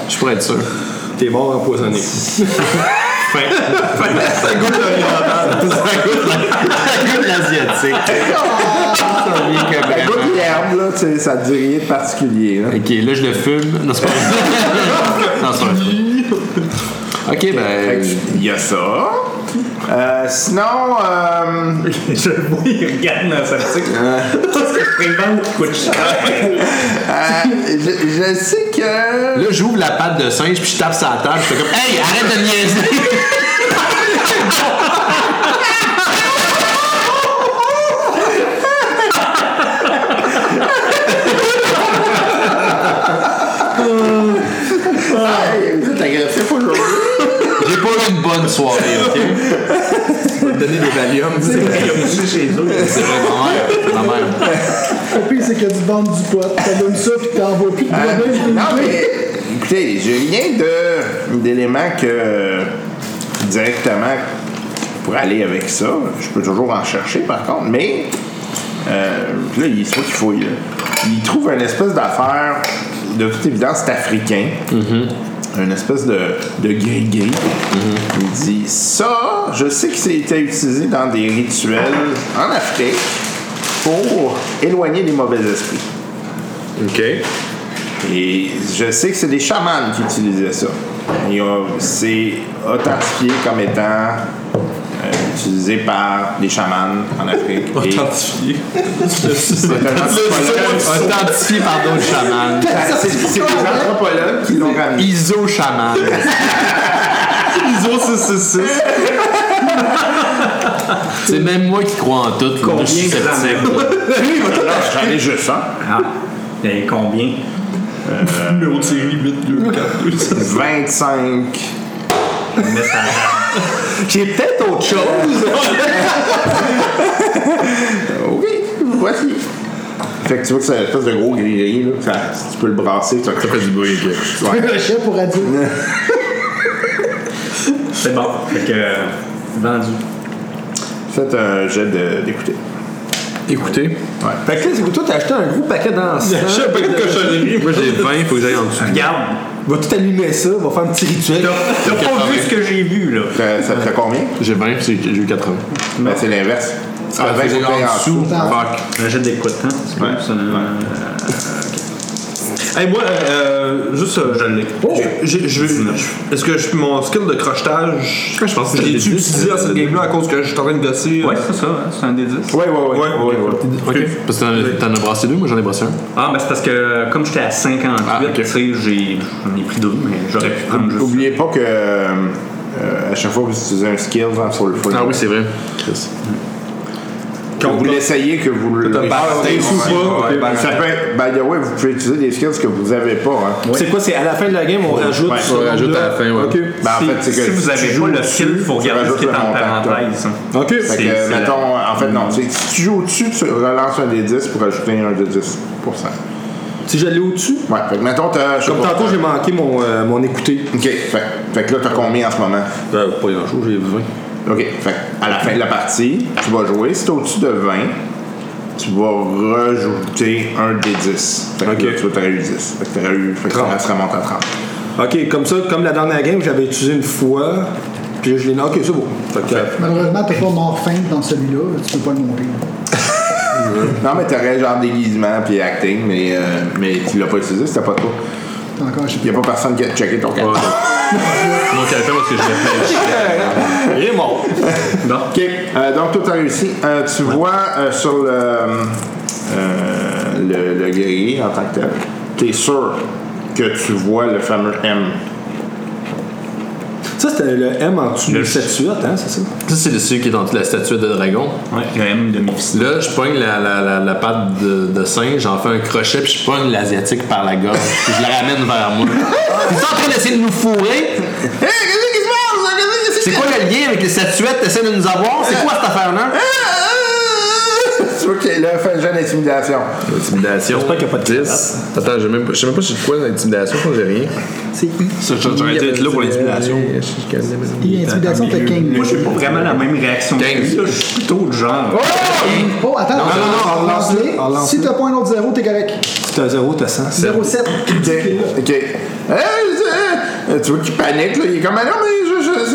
Speaker 6: Je pourrais être sûr.
Speaker 8: T'es mort empoisonné.
Speaker 6: Ça goûte l'oriental. Ça goûte ça goûte l'asiatique. Ça vient que
Speaker 2: la
Speaker 6: vraiment.
Speaker 2: goutte d'herbe, là, tu sais, ça ne dit rien de particulier, là.
Speaker 6: Ok, là je le fume. Non, c'est pas vrai. Non, c'est pas vrai. Ok,
Speaker 2: Fait
Speaker 6: ben.
Speaker 2: que, Il y a ça. Euh, sinon, euh,
Speaker 3: Je le vois, il regarde dans sa boutique. Qu'est-ce que je prévends qui coûte cher?
Speaker 2: euh, je, je sais que.
Speaker 6: Là, j'ouvre la patte de singe, puis je tape sa table, je fais comme Hey, arrête de niaiser!
Speaker 2: Hey, vous êtes agressif aujourd'hui.
Speaker 6: J'ai pas eu une bonne soirée, ok?
Speaker 7: Donner des valiums.
Speaker 3: Il a poussé chez eux.
Speaker 6: C'est vrai, ma mère, ma mère.
Speaker 4: Le pire, c'est que tu bandes du pot. T'as donné ça, puis t'en vois plus de problème.
Speaker 2: Ah, Non, mais écoutez, j'ai rien de- d'éléments que directement pour aller avec ça. Je peux toujours en chercher par contre, mais euh, là, il faut qu'il fouille. là. Il trouve une espèce d'affaire, de toute évidence, c'est africain. Une espèce de, de gris-gris. Il dit Ça, je sais que c'était utilisé dans des rituels en Afrique pour éloigner les mauvais esprits.
Speaker 8: Ok.
Speaker 2: Et je sais que c'est des chamans qui utilisaient ça. Ils ont- C'est authentifié comme étant euh, utilisé par des chamans en Afrique. Et
Speaker 8: Authentifié.
Speaker 2: c'est un anthropologue.
Speaker 6: Authentifié par d'autres chamans.
Speaker 2: Ah, c'est- C'est des anthropologues qui l'ont ramené.
Speaker 6: Iso-chaman.
Speaker 8: ISO 666.
Speaker 6: C'est même moi qui crois en tout. là, je suis
Speaker 3: Combien
Speaker 6: sceptique.
Speaker 3: de
Speaker 2: J'en ai juste un.
Speaker 3: Ah, ben, combien? Euh,
Speaker 8: Numéro de série 8242.
Speaker 2: 25.
Speaker 3: Mais ça
Speaker 2: J'ai peut-être autre chose. oui, voici. Fait que tu vois que c'est une espèce de gros grillerie, là. Ça- si tu peux le brasser, ça fait du bruit.
Speaker 4: Un chef pour adieu.
Speaker 3: C'est bon. Fait que. euh, Vendu.
Speaker 2: Faites un jet de- d'écouter.
Speaker 6: Écoutez,
Speaker 2: Ouais.
Speaker 7: Fait que là, c'est que toi, t'as acheté un gros paquet d'encens.
Speaker 8: Je sais pas de cochonnerie.
Speaker 6: moi j'ai 20, faut que j'aille en dessous.
Speaker 3: Regarde,
Speaker 7: Va tout allumer ça, va faire un petit rituel.
Speaker 3: t'as t'as pas vu
Speaker 6: 80.
Speaker 3: ce que j'ai vu, là.
Speaker 2: Ça, ça te fait combien?
Speaker 6: J'ai 20, puis c'est- j'ai eu 80.
Speaker 2: Ben, c'est l'inverse. Ah, ben,
Speaker 6: j'ai
Speaker 2: faut payer en dessous.
Speaker 6: Fuck.
Speaker 3: Un jet d'écoute, hein? C'est bon, ça, euh,
Speaker 8: Hey, moi, euh, juste. euh, je l'ai. J'ai- je- je- Est-ce que je- mon skill de crochetage.
Speaker 6: Je pense que
Speaker 8: Je
Speaker 6: c'est
Speaker 8: l'ai
Speaker 6: le dix,
Speaker 8: utilisé à cette game-là à cause que je suis en train de gosser.
Speaker 3: Ouais, c'est ça, hein, c'est un des 10.
Speaker 2: Ouais, ouais, ouais.
Speaker 8: Ouais,
Speaker 2: ouais, ouais.
Speaker 6: Ok. Parce que t'en- t'en as brassé deux, moi j'en ai brassé un.
Speaker 3: Ah, mais c'est parce que comme j'étais à 58,
Speaker 6: Ah, ok.
Speaker 3: tu sais, j'ai- j'en ai pris deux, mais j'aurais pu prendre juste.
Speaker 2: Oubliez pas que euh, euh, à chaque fois que vous utilisez un skill hein, sur le feu,
Speaker 6: Ah oui, c'est vrai. Chris.
Speaker 2: quand vous l'essayez, que vous le.
Speaker 8: T'as
Speaker 2: Ouais,
Speaker 8: balancé ou pas,
Speaker 2: ouais,
Speaker 8: ok,
Speaker 2: ben, Ça peut être. By the way, vous pouvez utiliser des skills que vous avez pas. Hein.
Speaker 7: C'est quoi, c'est à la fin de la game, on rajoute.
Speaker 2: Ouais,
Speaker 7: ce
Speaker 6: on rajoute
Speaker 7: nombre-là?
Speaker 6: à la fin, ouais.
Speaker 7: Ok.
Speaker 2: Ben, en
Speaker 3: si,
Speaker 2: fait, c'est que
Speaker 3: si vous
Speaker 2: tu
Speaker 3: avez
Speaker 2: joues
Speaker 3: pas le
Speaker 2: dessus,
Speaker 3: skill, il faut
Speaker 2: tu
Speaker 3: regarder ce
Speaker 2: rajoutes
Speaker 3: qui est
Speaker 2: le
Speaker 3: en
Speaker 2: montant, toi.
Speaker 3: parenthèse. hein.
Speaker 7: Ok.
Speaker 2: Fait que,
Speaker 3: C'est-
Speaker 2: euh,
Speaker 3: c'est
Speaker 2: mettons, en fait, non. tu sais, Si tu joues au-dessus, tu relances un des 10 pour ajouter un de 10 Ouais.
Speaker 7: Si j'allais au-dessus,
Speaker 2: Fait que, mettons, t'as. je sais
Speaker 7: comme
Speaker 2: pas.
Speaker 7: tantôt, j'ai manqué mon, euh, mon écouté.
Speaker 2: Ok. Fait, fait que là, t'as combien en ce moment?
Speaker 7: Ben, pas grand-chose, j'ai 20.
Speaker 2: OK. Fait que à la fin de la partie, tu vas jouer. Si t'es au-dessus de 20, tu vas rajouter un des 10. Fait que
Speaker 7: OK.
Speaker 2: là, tu vas t'aurais eu 10. Fait que t'aurais eu. Fait que ça
Speaker 7: 30.
Speaker 2: reste- ça remonte à 30.
Speaker 7: Ok, comme ça, comme la dernière game, j'avais utilisé une fois, puis là, je l'ai. non, Ok, c'est bon. Fait que.
Speaker 4: Malheureusement, t'as pas mort fin dans celui-là. Tu peux pas le monter.
Speaker 2: Non, mais t'aurais genre déguisement puis acting, mais, euh, mais tu l'as pas utilisé, c'était pas toi.
Speaker 4: T'as encore, je sais
Speaker 2: Y a pas personne qui a checké ton carton.
Speaker 6: Mon calepin, parce que je l'ai fait.
Speaker 7: Il est mort.
Speaker 2: OK. Euh, donc, toi, t'as réussi. Euh, tu vois euh, sur le, euh, le, le guerrier en tant que tel, t'es sûr que tu vois le fameux M.
Speaker 7: Ça, c'était le M en dessous
Speaker 3: Le
Speaker 7: du
Speaker 3: ch-
Speaker 7: 7-8, hein, c'est ça?
Speaker 6: Ça, c'est le celui qui est dans la statue de dragon.
Speaker 3: Ouais, quand même, de mix.
Speaker 6: Là, je pogne la, la, la, la patte de, de singe, j'en fais un crochet, puis je pogne l'asiatique par la gorge, puis je la ramène vers moi. Ils sont en train d'essayer de nous fourrer. C'est quoi le lien avec les statuettes? T'essaies de nous avoir? C'est quoi cette affaire-là?
Speaker 2: tu veux que le fait le jeu d'intimidation.
Speaker 6: Intimidation.
Speaker 7: J'espère qu'il n'y a pas de
Speaker 6: 10. Attends, j'ai même pas- je sais même pas si c'est quoi l'intimidation, je sais rien.
Speaker 4: C'est I.
Speaker 8: Ça, J'aurais dû être là pour l'intimidation.
Speaker 6: Je sais que-
Speaker 4: I, intimidation, fait 15.
Speaker 3: Moi, j'ai pas vraiment la même réaction. que lui, là. Je suis plutôt le genre.
Speaker 4: Oh, attends, non,
Speaker 7: non, relance-les, relance-les.
Speaker 4: Si t'as pas un autre zéro, t'es correct.
Speaker 7: Si t'as 0, t'as 100.
Speaker 4: 0,7.
Speaker 2: Ok. Ok. Eh, je- eh, tu vois qu'il panique, là. Il est comme, ah non, mais je, je, je, je,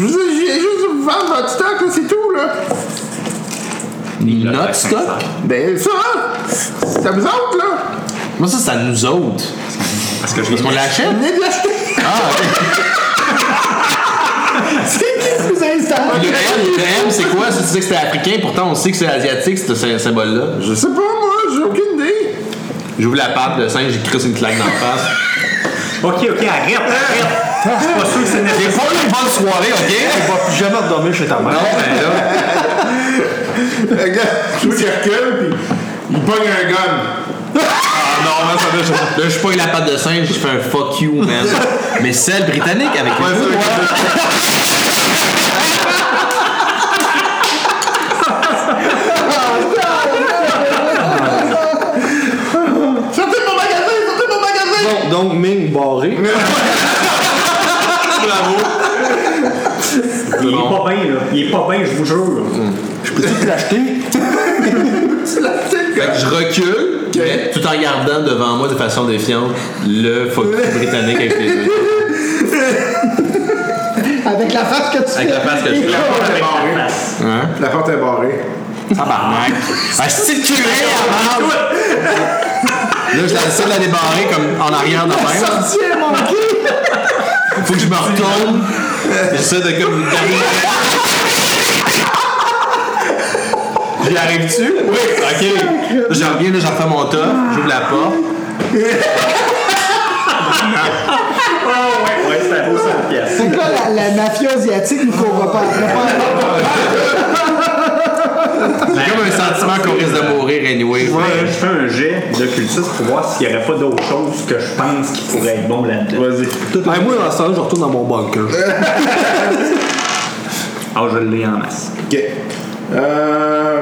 Speaker 2: vous ai- j'ai juste vous vendre votre stock, là, c'est tout, là.
Speaker 6: Notre stock?
Speaker 2: Ben, ça, ça vous autres, là.
Speaker 6: Moi, ça, ça nous autres.
Speaker 3: Parce que je
Speaker 6: Parce qu'on l'achète?
Speaker 2: Venez de l'acheter.
Speaker 6: Ah, ok.
Speaker 4: Qu'est-ce que vous avez installé?
Speaker 6: Le M, le M, c'est quoi? Si tu sais que c'était africain, pourtant on sait que c'est asiatique, ce sy- symbole-là.
Speaker 2: Je sais pas, moi, j'ai aucune idée.
Speaker 6: J'ouvre la pape de singe, j'ai crissé une claque dans la face.
Speaker 3: Ok, ok, arrête, arrête. Je suis pas sûr que c'est nécessaire.
Speaker 6: pas une bonne soirée, ok?
Speaker 7: Tu vas plus jamais redormir chez ta mère.
Speaker 6: Non, mais là.
Speaker 2: Fait que là, tu vois qu'il recule, puis il pogne un gun.
Speaker 6: Ah non, man, ça va, je- Là, je suis pas une la patte de singe, je fais un fuck you, man. Mais celle britannique avec le feu, moi.
Speaker 2: Sortez de mon magasin, sortez de mon magasin.
Speaker 7: Donc, donc, Ming barré.
Speaker 3: Il est pas bien, là. Il est pas bien, je vous jure.
Speaker 7: Tu l'acheter?
Speaker 6: Fait que je recule, mais tout en regardant devant moi de façon défiante le fuck you britannique avec les deux.
Speaker 4: Avec la face que tu fais.
Speaker 6: Avec la face que je fais.
Speaker 2: La porte est barrée.
Speaker 6: Hein?
Speaker 2: La porte est barrée.
Speaker 6: Tabarnak! Ah, c'est le curé, la merde! Là, je j'essaie de la débarrer comme en arrière de même.
Speaker 2: Sorti, mon cul.
Speaker 6: Faut que je me retourne. J'essaie de comme. J'y arrive-tu? Oui! Ok! Là, j'en reviens, là, j'en fais mon top, j'ouvre la porte.
Speaker 3: Ouais, ouais, c'est à vous, 100 pièces.
Speaker 4: Fait que là, la, la mafia asiatique nous courra pas. après.
Speaker 6: J'ai comme un sentiment qu'on risque de mourir anyway.
Speaker 3: Ouais, je fais un jet de cultisme pour voir s'il n'y aurait pas d'autre chose que je pense qui pourrait être bon là-dedans. Vas-y.
Speaker 8: Ben,
Speaker 7: Ah, moi, dans ce temps-là, je retourne dans mon bunker.
Speaker 3: Ah, je l'ai en masse.
Speaker 2: Ok. Euh...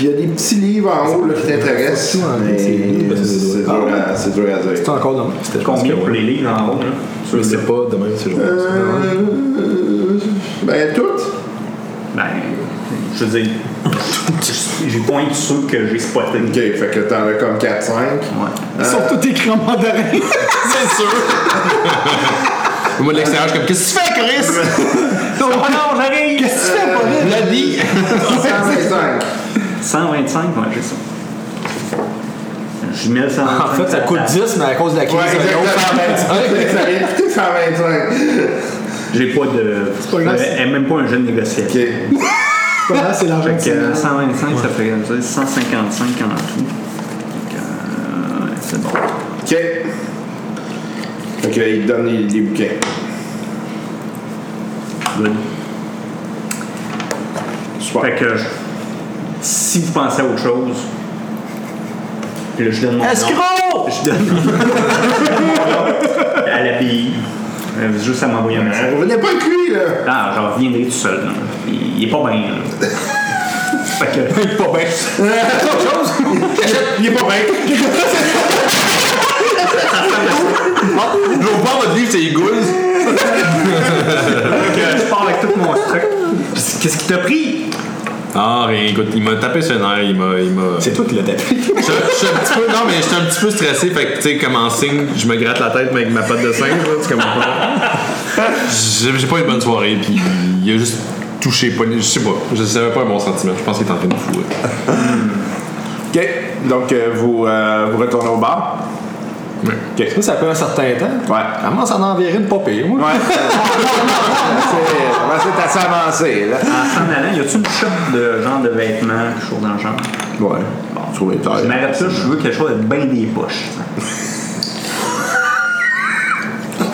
Speaker 2: Il y a des petits livres en haut là, qui t'intéressent. mais
Speaker 7: hein.
Speaker 2: C'est dur à- c'est dur à dire.
Speaker 7: T'es encore dans
Speaker 3: Combien pour les livres en haut, là?
Speaker 6: Je sais pas, demain, c'est genre.
Speaker 2: Euh, Ben, toutes.
Speaker 3: Ben, je veux dire, j'ai point de ceux que j'ai spoté.
Speaker 2: Ok, fait que t'en as comme 4-5.
Speaker 3: Ouais.
Speaker 4: Ils sont tous écrits en mandarin.
Speaker 6: C'est sûr! Moi de l'extérieur, je suis comme, qu'est-ce que tu fais, Chris?
Speaker 3: Oh non, j'arrive!
Speaker 4: Qu'est-ce que tu fais, Pauline?
Speaker 6: L'a dit!
Speaker 4: Ah,
Speaker 2: 125.
Speaker 3: 125, ouais, j'ai ça. Je mets le 125.
Speaker 7: En fait, ça coûte 10, mais à cause de la crise,
Speaker 2: Ouais,
Speaker 7: ça vient au
Speaker 2: exactement. Ça vient coûter 125.
Speaker 3: J'ai pas de.
Speaker 4: pas grave.
Speaker 3: euh, même pas un jeu de négociation.
Speaker 2: Ok.
Speaker 4: Voilà, c'est l'argent
Speaker 3: Fait
Speaker 4: que
Speaker 3: que
Speaker 4: c'est.
Speaker 3: euh, 125, ça fait euh, ça fait 155 en tout. Fait que, euh, ouais, C'est bon.
Speaker 2: Ok. Fait que là, il te donne les, les bouquins.
Speaker 3: Good.
Speaker 2: Super.
Speaker 3: Fait que je- si vous pensez à autre chose, puis là, je donne mon nom. Je donne mon nom à la BI. Euh, juste à m'envoyer un message.
Speaker 2: On venait pas avec lui, là.
Speaker 3: Ah, j'en reviendrai tout seul. là. Il, il est pas bien. là. fait que. Il est pas bien.
Speaker 2: Il est pas bien.
Speaker 6: Je vous parle votre livre, c'est Eagles.
Speaker 3: je pars avec tout mon stock. Qu'est-ce qui t'a pris?
Speaker 6: Ah, rien, écoute, il m'a tapé sur nerf, il m'a. il m'a-
Speaker 7: C'est toi qui l'as tapé.
Speaker 6: Je je suis un petit peu. Non, mais j'étais un petit peu stressé, fait que, tu sais, comme en signe, je me gratte la tête mais avec ma patte de singe, là, tu comprends pas. J'ai j'ai pas eu une bonne soirée, puis il a juste touché, pas, je sais pas, je savais pas un bon sentiment, je pense qu'il est en train de hein. foutre.
Speaker 2: Ok. Donc, euh, vous, euh, vous retournez au bar.
Speaker 7: Ça, ça fait un certain temps.
Speaker 2: Ouais.
Speaker 7: Ah, moi, ça en enverrait une pas pire, moi.
Speaker 2: Ouais. c'est, c'est assez avancé, là.
Speaker 3: En s'en allant, y a-tu une shop de genre de vêtements, quelque chose dans le genre?
Speaker 2: Ouais. Sur les
Speaker 3: Je
Speaker 2: tailles.
Speaker 3: m'arrête ça, je veux quelque chose avec bien des poches.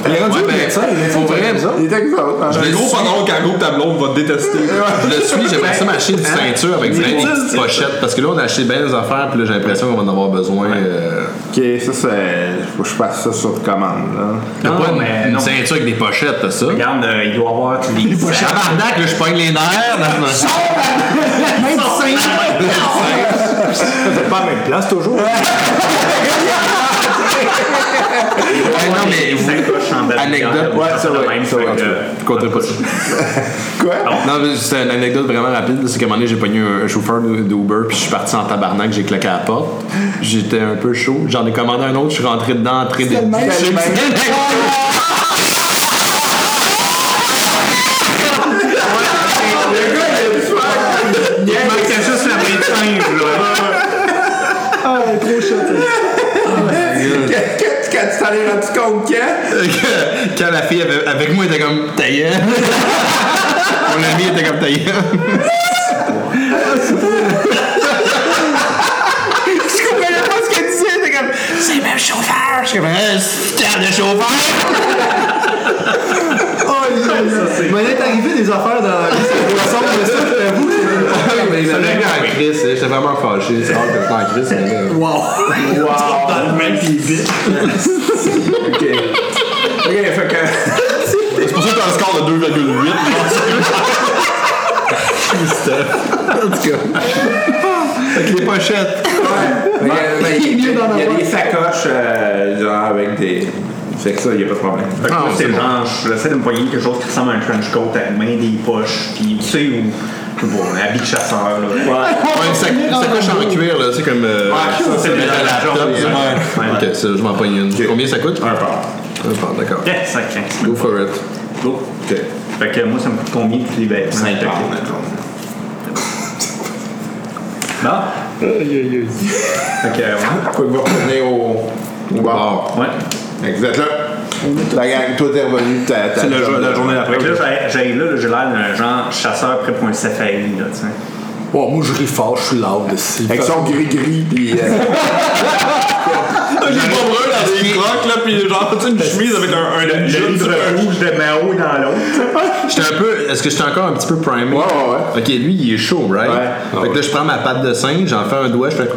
Speaker 7: Il est rendu
Speaker 6: Ouais,
Speaker 7: au
Speaker 6: ben,
Speaker 7: médecin, il est
Speaker 6: pour
Speaker 7: rendu
Speaker 6: vrai,
Speaker 7: au médecin.
Speaker 2: Il était avec vous autres.
Speaker 8: Le gros pantalon cargo que ta blonde va te détester.
Speaker 6: Je le suis, j'aimerais ça m'acheter
Speaker 3: Hein?
Speaker 6: une ceinture avec des petites pochettes parce que là, on a acheté bien des affaires, puis là, j'ai l'impression qu'on va en avoir besoin. euh,
Speaker 2: Ok, ça c'est. Faut que je passe ça sur commande, là.
Speaker 6: T'as
Speaker 3: Non,
Speaker 6: pas
Speaker 3: non,
Speaker 6: une,
Speaker 3: mais
Speaker 6: une
Speaker 3: non.
Speaker 6: ceinture avec des pochettes, t'as ça?
Speaker 3: Regarde, euh, il doit avoir tous les.
Speaker 6: Tabarnak, là, je pogne les nerfs dans un.
Speaker 7: Pas à la même place, toujours.
Speaker 6: Ouais, non, mais vous.
Speaker 3: sacoches en bas
Speaker 6: Anecdote, ouais, ça va.
Speaker 3: même.
Speaker 6: ça va, en tout cas, tu compterais pas ça.
Speaker 2: Quoi?
Speaker 6: Non, mais c'est une anecdote vraiment rapide. là, C'est qu'à un moment donné, j'ai pogné un, un chauffeur de- d'Uber, puis je suis parti en tabarnak, j'ai claqué à la porte. J'étais un peu chaud. J'en ai commandé un autre, je suis rentré dedans, entrée des.
Speaker 4: C'est le même.
Speaker 6: J'ai dit,
Speaker 3: Il manquait juste la médecin,
Speaker 4: Ah, elle est trop chouette. ça.
Speaker 2: Quand tu t'en es rendu compte quand?
Speaker 6: que- Quand la fille avait- avec moi était comme taillée. Mon ami était comme taillée.
Speaker 2: Je comprenais pas ce que tu disais, t'es comme.
Speaker 6: C'est le même chauffeur! Je suis comme, Hein, putain de chauffeur!
Speaker 7: Oh, Mais il est arrivé des affaires dans la liste de boissons, mais ça, je t'avoue, c'est-
Speaker 6: Mais il m'avait mis en crise, j'étais vraiment fâché. C'est rare que j'étais en crise, mais là.
Speaker 2: Ok, fait que.
Speaker 8: C'est pour ça que t'as un score de 2,8.
Speaker 6: Avec les pochettes!
Speaker 2: Mais, mais il
Speaker 4: Il est mieux
Speaker 2: y
Speaker 4: d'en
Speaker 2: a- il y a
Speaker 4: avoir.
Speaker 2: des sacoches, euh, genre avec des. Fait que ça, il y a pas de problème.
Speaker 3: Fait que
Speaker 6: Ah,
Speaker 3: moi,
Speaker 6: c'est
Speaker 3: c'est genre, j'essaie de me poigner quelque chose qui ressemble à un trench coat avec main des poches, puis tu sais, ou je sais pas, un habit de chasseur, là.
Speaker 6: Ah, Ouais, une sac- une sacoche en cuir, là, c'est comme. euh,
Speaker 3: ça, c'est
Speaker 6: le
Speaker 3: bien la
Speaker 6: laptop,
Speaker 3: jambe,
Speaker 6: ça.
Speaker 3: ouais.
Speaker 6: Ok, ça, je m'en pogne une. Combien ça coûte?
Speaker 3: Un port.
Speaker 6: Un pound, d'accord.
Speaker 3: Yeah, 5
Speaker 6: Go for it.
Speaker 3: Go. Fait que moi, ça me coûte combien tous les vêtements? 5 Bon? Fait que, ouais.
Speaker 2: Faut que vous retourniez au. au bar.
Speaker 3: ouais.
Speaker 2: Fait que vous êtes là. La gang, toi t'es revenu, t'as. t'as-
Speaker 8: C'est le jeu- la journée
Speaker 3: Fait
Speaker 8: après.
Speaker 3: que là, j'arrive- j'arrive là, là, j'ai l'air d'un genre chasseur prêt pour un safari, là, tu sais.
Speaker 7: Ouais, Oh, moi, je ris fort, je suis loud ici.
Speaker 2: Avec son gris-gris, pis. euh,
Speaker 8: J'ai pas brûlé dans des crocs, là, pis genre, tu sais, une chemise avec un, un,
Speaker 3: Le
Speaker 8: jean sur un-
Speaker 3: livre rouge de Mao dans l'autre.
Speaker 6: J'étais un peu. Est-ce que j'étais encore un petit peu primé?
Speaker 2: Ouais, ouais,
Speaker 6: Ok, lui, il est chaud, right?
Speaker 2: Ouais.
Speaker 6: Fait que là, je prends ma patte de singe, j'en fais un doigt, je fais.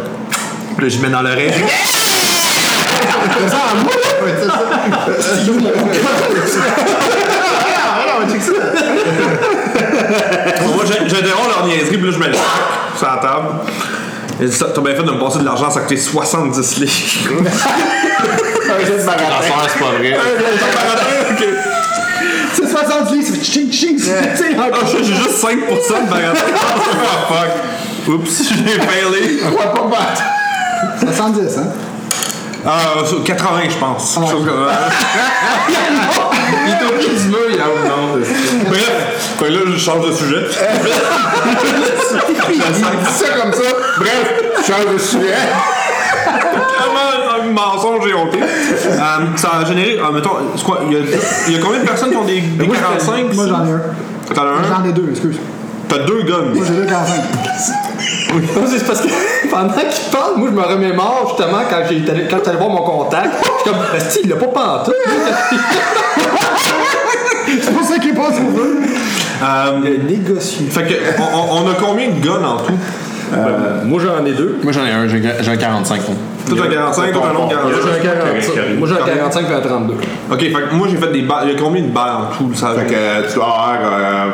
Speaker 6: Puis Là, je mets dans l'oreille.
Speaker 8: Moi, j'ai- j'interromps leur niaiserie, puis là, je mets le sac sur la table. Et ça, T'as bien fait de me passer de l'argent, ça a coûté 70 livres.
Speaker 6: La soeur, c'est pas vrai.
Speaker 4: C'est 60 livres, c'est ching ching. C'est
Speaker 8: Ah, j'ai j'ai juste 5% de baratin. Ah, fuck. Oups, j'ai failé.
Speaker 6: bah.
Speaker 4: 70, hein?
Speaker 8: Ah, euh, 80, je pense. Quelque chose comme ça.
Speaker 6: Il est au pied du mur, il a un nom.
Speaker 8: Bref, fait que là, je change de sujet.
Speaker 2: Dis ça comme ça. Bref, change de sujet.
Speaker 8: Tellement un mensonge et honté. Euh, ça a généré, euh, mettons, c'est quoi, il y, a- il y a combien de personnes qui ont des, des
Speaker 4: Moi,
Speaker 8: 45
Speaker 4: Moi, j'en ai un. Hein?
Speaker 8: T'en as un
Speaker 4: J'en ai deux, excuse.
Speaker 8: T'as deux guns.
Speaker 4: Moi, j'ai deux 45.
Speaker 7: Non, c'est parce que pendant qu'il parle, moi je me remémore justement quand j'étais allé- quand j'étais allé voir mon contact. Je suis comme, Esti, il l'a pas pantoute.
Speaker 4: C'est pour ça qu'il est pas sur deux.
Speaker 8: Euh,
Speaker 7: Négocier.
Speaker 8: fait que, on- on, on a combien de guns en tout
Speaker 7: Moi j'en ai deux.
Speaker 6: Moi, j'en ai un, j'ai j'ai un 45. hein.
Speaker 8: Toi, t'as 45, toi, t'as un autre
Speaker 7: Moi
Speaker 8: 45.
Speaker 7: j'ai un 45.
Speaker 3: correct.
Speaker 7: Moi j'ai un 45 puis un 32.
Speaker 8: Ok, fait que moi j'ai fait des balles. Il y a combien de balles en tout ça
Speaker 2: Fait que tu dois avoir euh,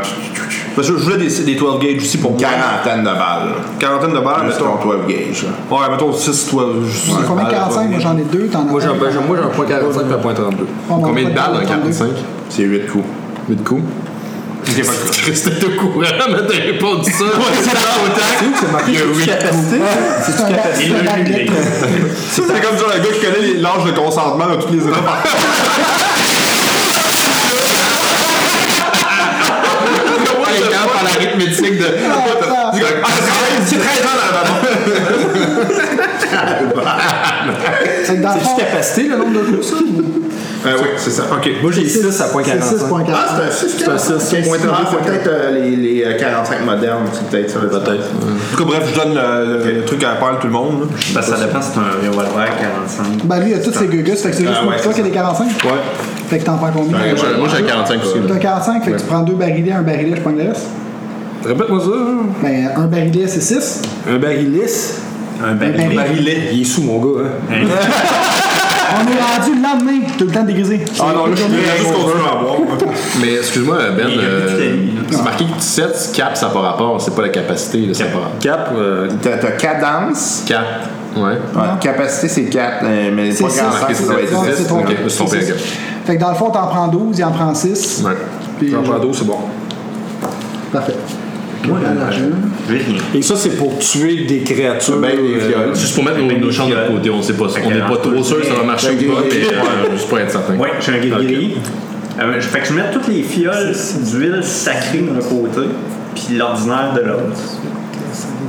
Speaker 8: Parce que je voulais des, des 12 gauge aussi pour
Speaker 2: une
Speaker 8: moi.
Speaker 2: quarantaine de balles.
Speaker 8: Quarantaine de
Speaker 2: là.
Speaker 8: balles,
Speaker 2: Juste
Speaker 8: mettons.
Speaker 2: ton 12 gauge. là.
Speaker 8: Ouais, mettons 6, 12. juste
Speaker 4: C'est
Speaker 8: six
Speaker 4: combien de
Speaker 8: balles,
Speaker 4: 45?
Speaker 8: quoi.
Speaker 4: Moi, j'en ai deux. T'en as
Speaker 7: Moi j'ai
Speaker 4: un.
Speaker 7: un, ben, moi, j'ai un point 45 puis un point 32.
Speaker 4: Oh, mon
Speaker 6: Combien de
Speaker 4: frère,
Speaker 6: balles dans
Speaker 4: il en a
Speaker 6: 45?
Speaker 2: C'est 8 coups.
Speaker 6: 8 coups.
Speaker 8: Ok, fait que-
Speaker 6: C'était au courant, mais t'avais pas dit ça.
Speaker 7: C'est marqué
Speaker 6: Il y a huit
Speaker 7: capacité.
Speaker 4: C'est un bac- c'est un bac lettres.
Speaker 8: Ça, c'est comme genre le gars qui connaît les- l'âge de consentement de toutes les étapes.
Speaker 6: Cinq ans par l'arithmétique de.
Speaker 4: Ah,
Speaker 8: C'est comme, ah, c'est 13 c'est 13 ans là, là, là.
Speaker 4: C'est que dans le
Speaker 7: C'est
Speaker 4: fond,
Speaker 7: capacité le nombre de coups ça?
Speaker 2: Euh, oui, c'est ça.
Speaker 8: Ok, moi j'ai 6 à point
Speaker 4: C'est
Speaker 8: 45.
Speaker 4: 6.45.
Speaker 5: Ah, c'est un 6
Speaker 8: C'est un six.
Speaker 5: Ok,
Speaker 8: Point
Speaker 5: sinon, c'est
Speaker 8: trente-deux, point
Speaker 5: peut-être euh, les, les, euh, 45 modernes, c'est peut-être ça. Peut-être.
Speaker 8: En tout cas, bref, je donne le, le- le truc à Paul tout le monde. là.
Speaker 3: Parce que ça dépend si c'est un revolver 45.
Speaker 4: Ben lui, il a toutes ses gugus, fait que c'est juste
Speaker 5: Ah,
Speaker 4: pour
Speaker 5: ouais,
Speaker 4: toi
Speaker 5: c'est
Speaker 4: qu'il y a des 45.
Speaker 8: Ouais.
Speaker 4: Fait que t'en prends combien
Speaker 5: Ouais, ouais.
Speaker 6: Moi, j'ai un 45 aussi.
Speaker 4: T'as 45, fait que tu prends deux barilets, un barillet, je prends le reste.
Speaker 8: Répète-moi ça.
Speaker 4: Ben, un barillet, c'est Ben, 6.
Speaker 8: Un baril lisse.
Speaker 3: Un
Speaker 4: Un
Speaker 3: barillet.
Speaker 8: Barillet. Il est sous, mon gars. Hein.
Speaker 4: On est rendu le lendemain, tout le temps déguisé.
Speaker 8: Ah non, là, je suis
Speaker 2: Il a juste continué à boire.
Speaker 6: Mais excuse-moi, Ben,
Speaker 3: Il y a
Speaker 6: euh,
Speaker 3: plus de cahier, là.
Speaker 6: c'est marqué que tu sets cap, ça n'a pas rapport, c'est pas la capacité, là, ça n'a pas rapport.
Speaker 8: Cap. euh,
Speaker 2: T'as t'as cadence.
Speaker 6: Cap, ouais.
Speaker 2: Ah, capacité, c'est 4, mais
Speaker 4: C'est
Speaker 2: pas
Speaker 4: six.
Speaker 6: marqué,
Speaker 2: 45, ça
Speaker 6: c'est
Speaker 2: doit être
Speaker 4: Non,
Speaker 6: six.
Speaker 4: c'est
Speaker 2: 10.
Speaker 4: trompé.
Speaker 6: Ok, je me suis trompé,
Speaker 4: C'est
Speaker 6: ok.
Speaker 4: six. Fait que dans le fond, t'en prends 12, il en prend 6.
Speaker 6: ouais.
Speaker 4: Puis,
Speaker 8: Jean Jadot, c'est bon.
Speaker 4: Parfait.
Speaker 3: Moi, euh, j'ai rien.
Speaker 8: Et ça, c'est pour tuer des créatures.
Speaker 6: Ben, les viols. Juste pour mettre nos, nos champs de
Speaker 3: viols.
Speaker 6: côté, on sait pas.
Speaker 3: Fait
Speaker 6: On
Speaker 3: que
Speaker 6: n'est pas
Speaker 3: entre
Speaker 6: trop
Speaker 3: le
Speaker 6: sûr que ça va
Speaker 3: gris-
Speaker 6: marcher
Speaker 8: le
Speaker 6: ou pas,
Speaker 8: gris-
Speaker 6: mais euh, juste pour être certain.
Speaker 3: Ouais, j'ai un guéguerrier. Euh, fait que je mets toutes les fioles d'huile sacrée d'un côté, puis l'ordinaire de l'autre.
Speaker 4: Ben,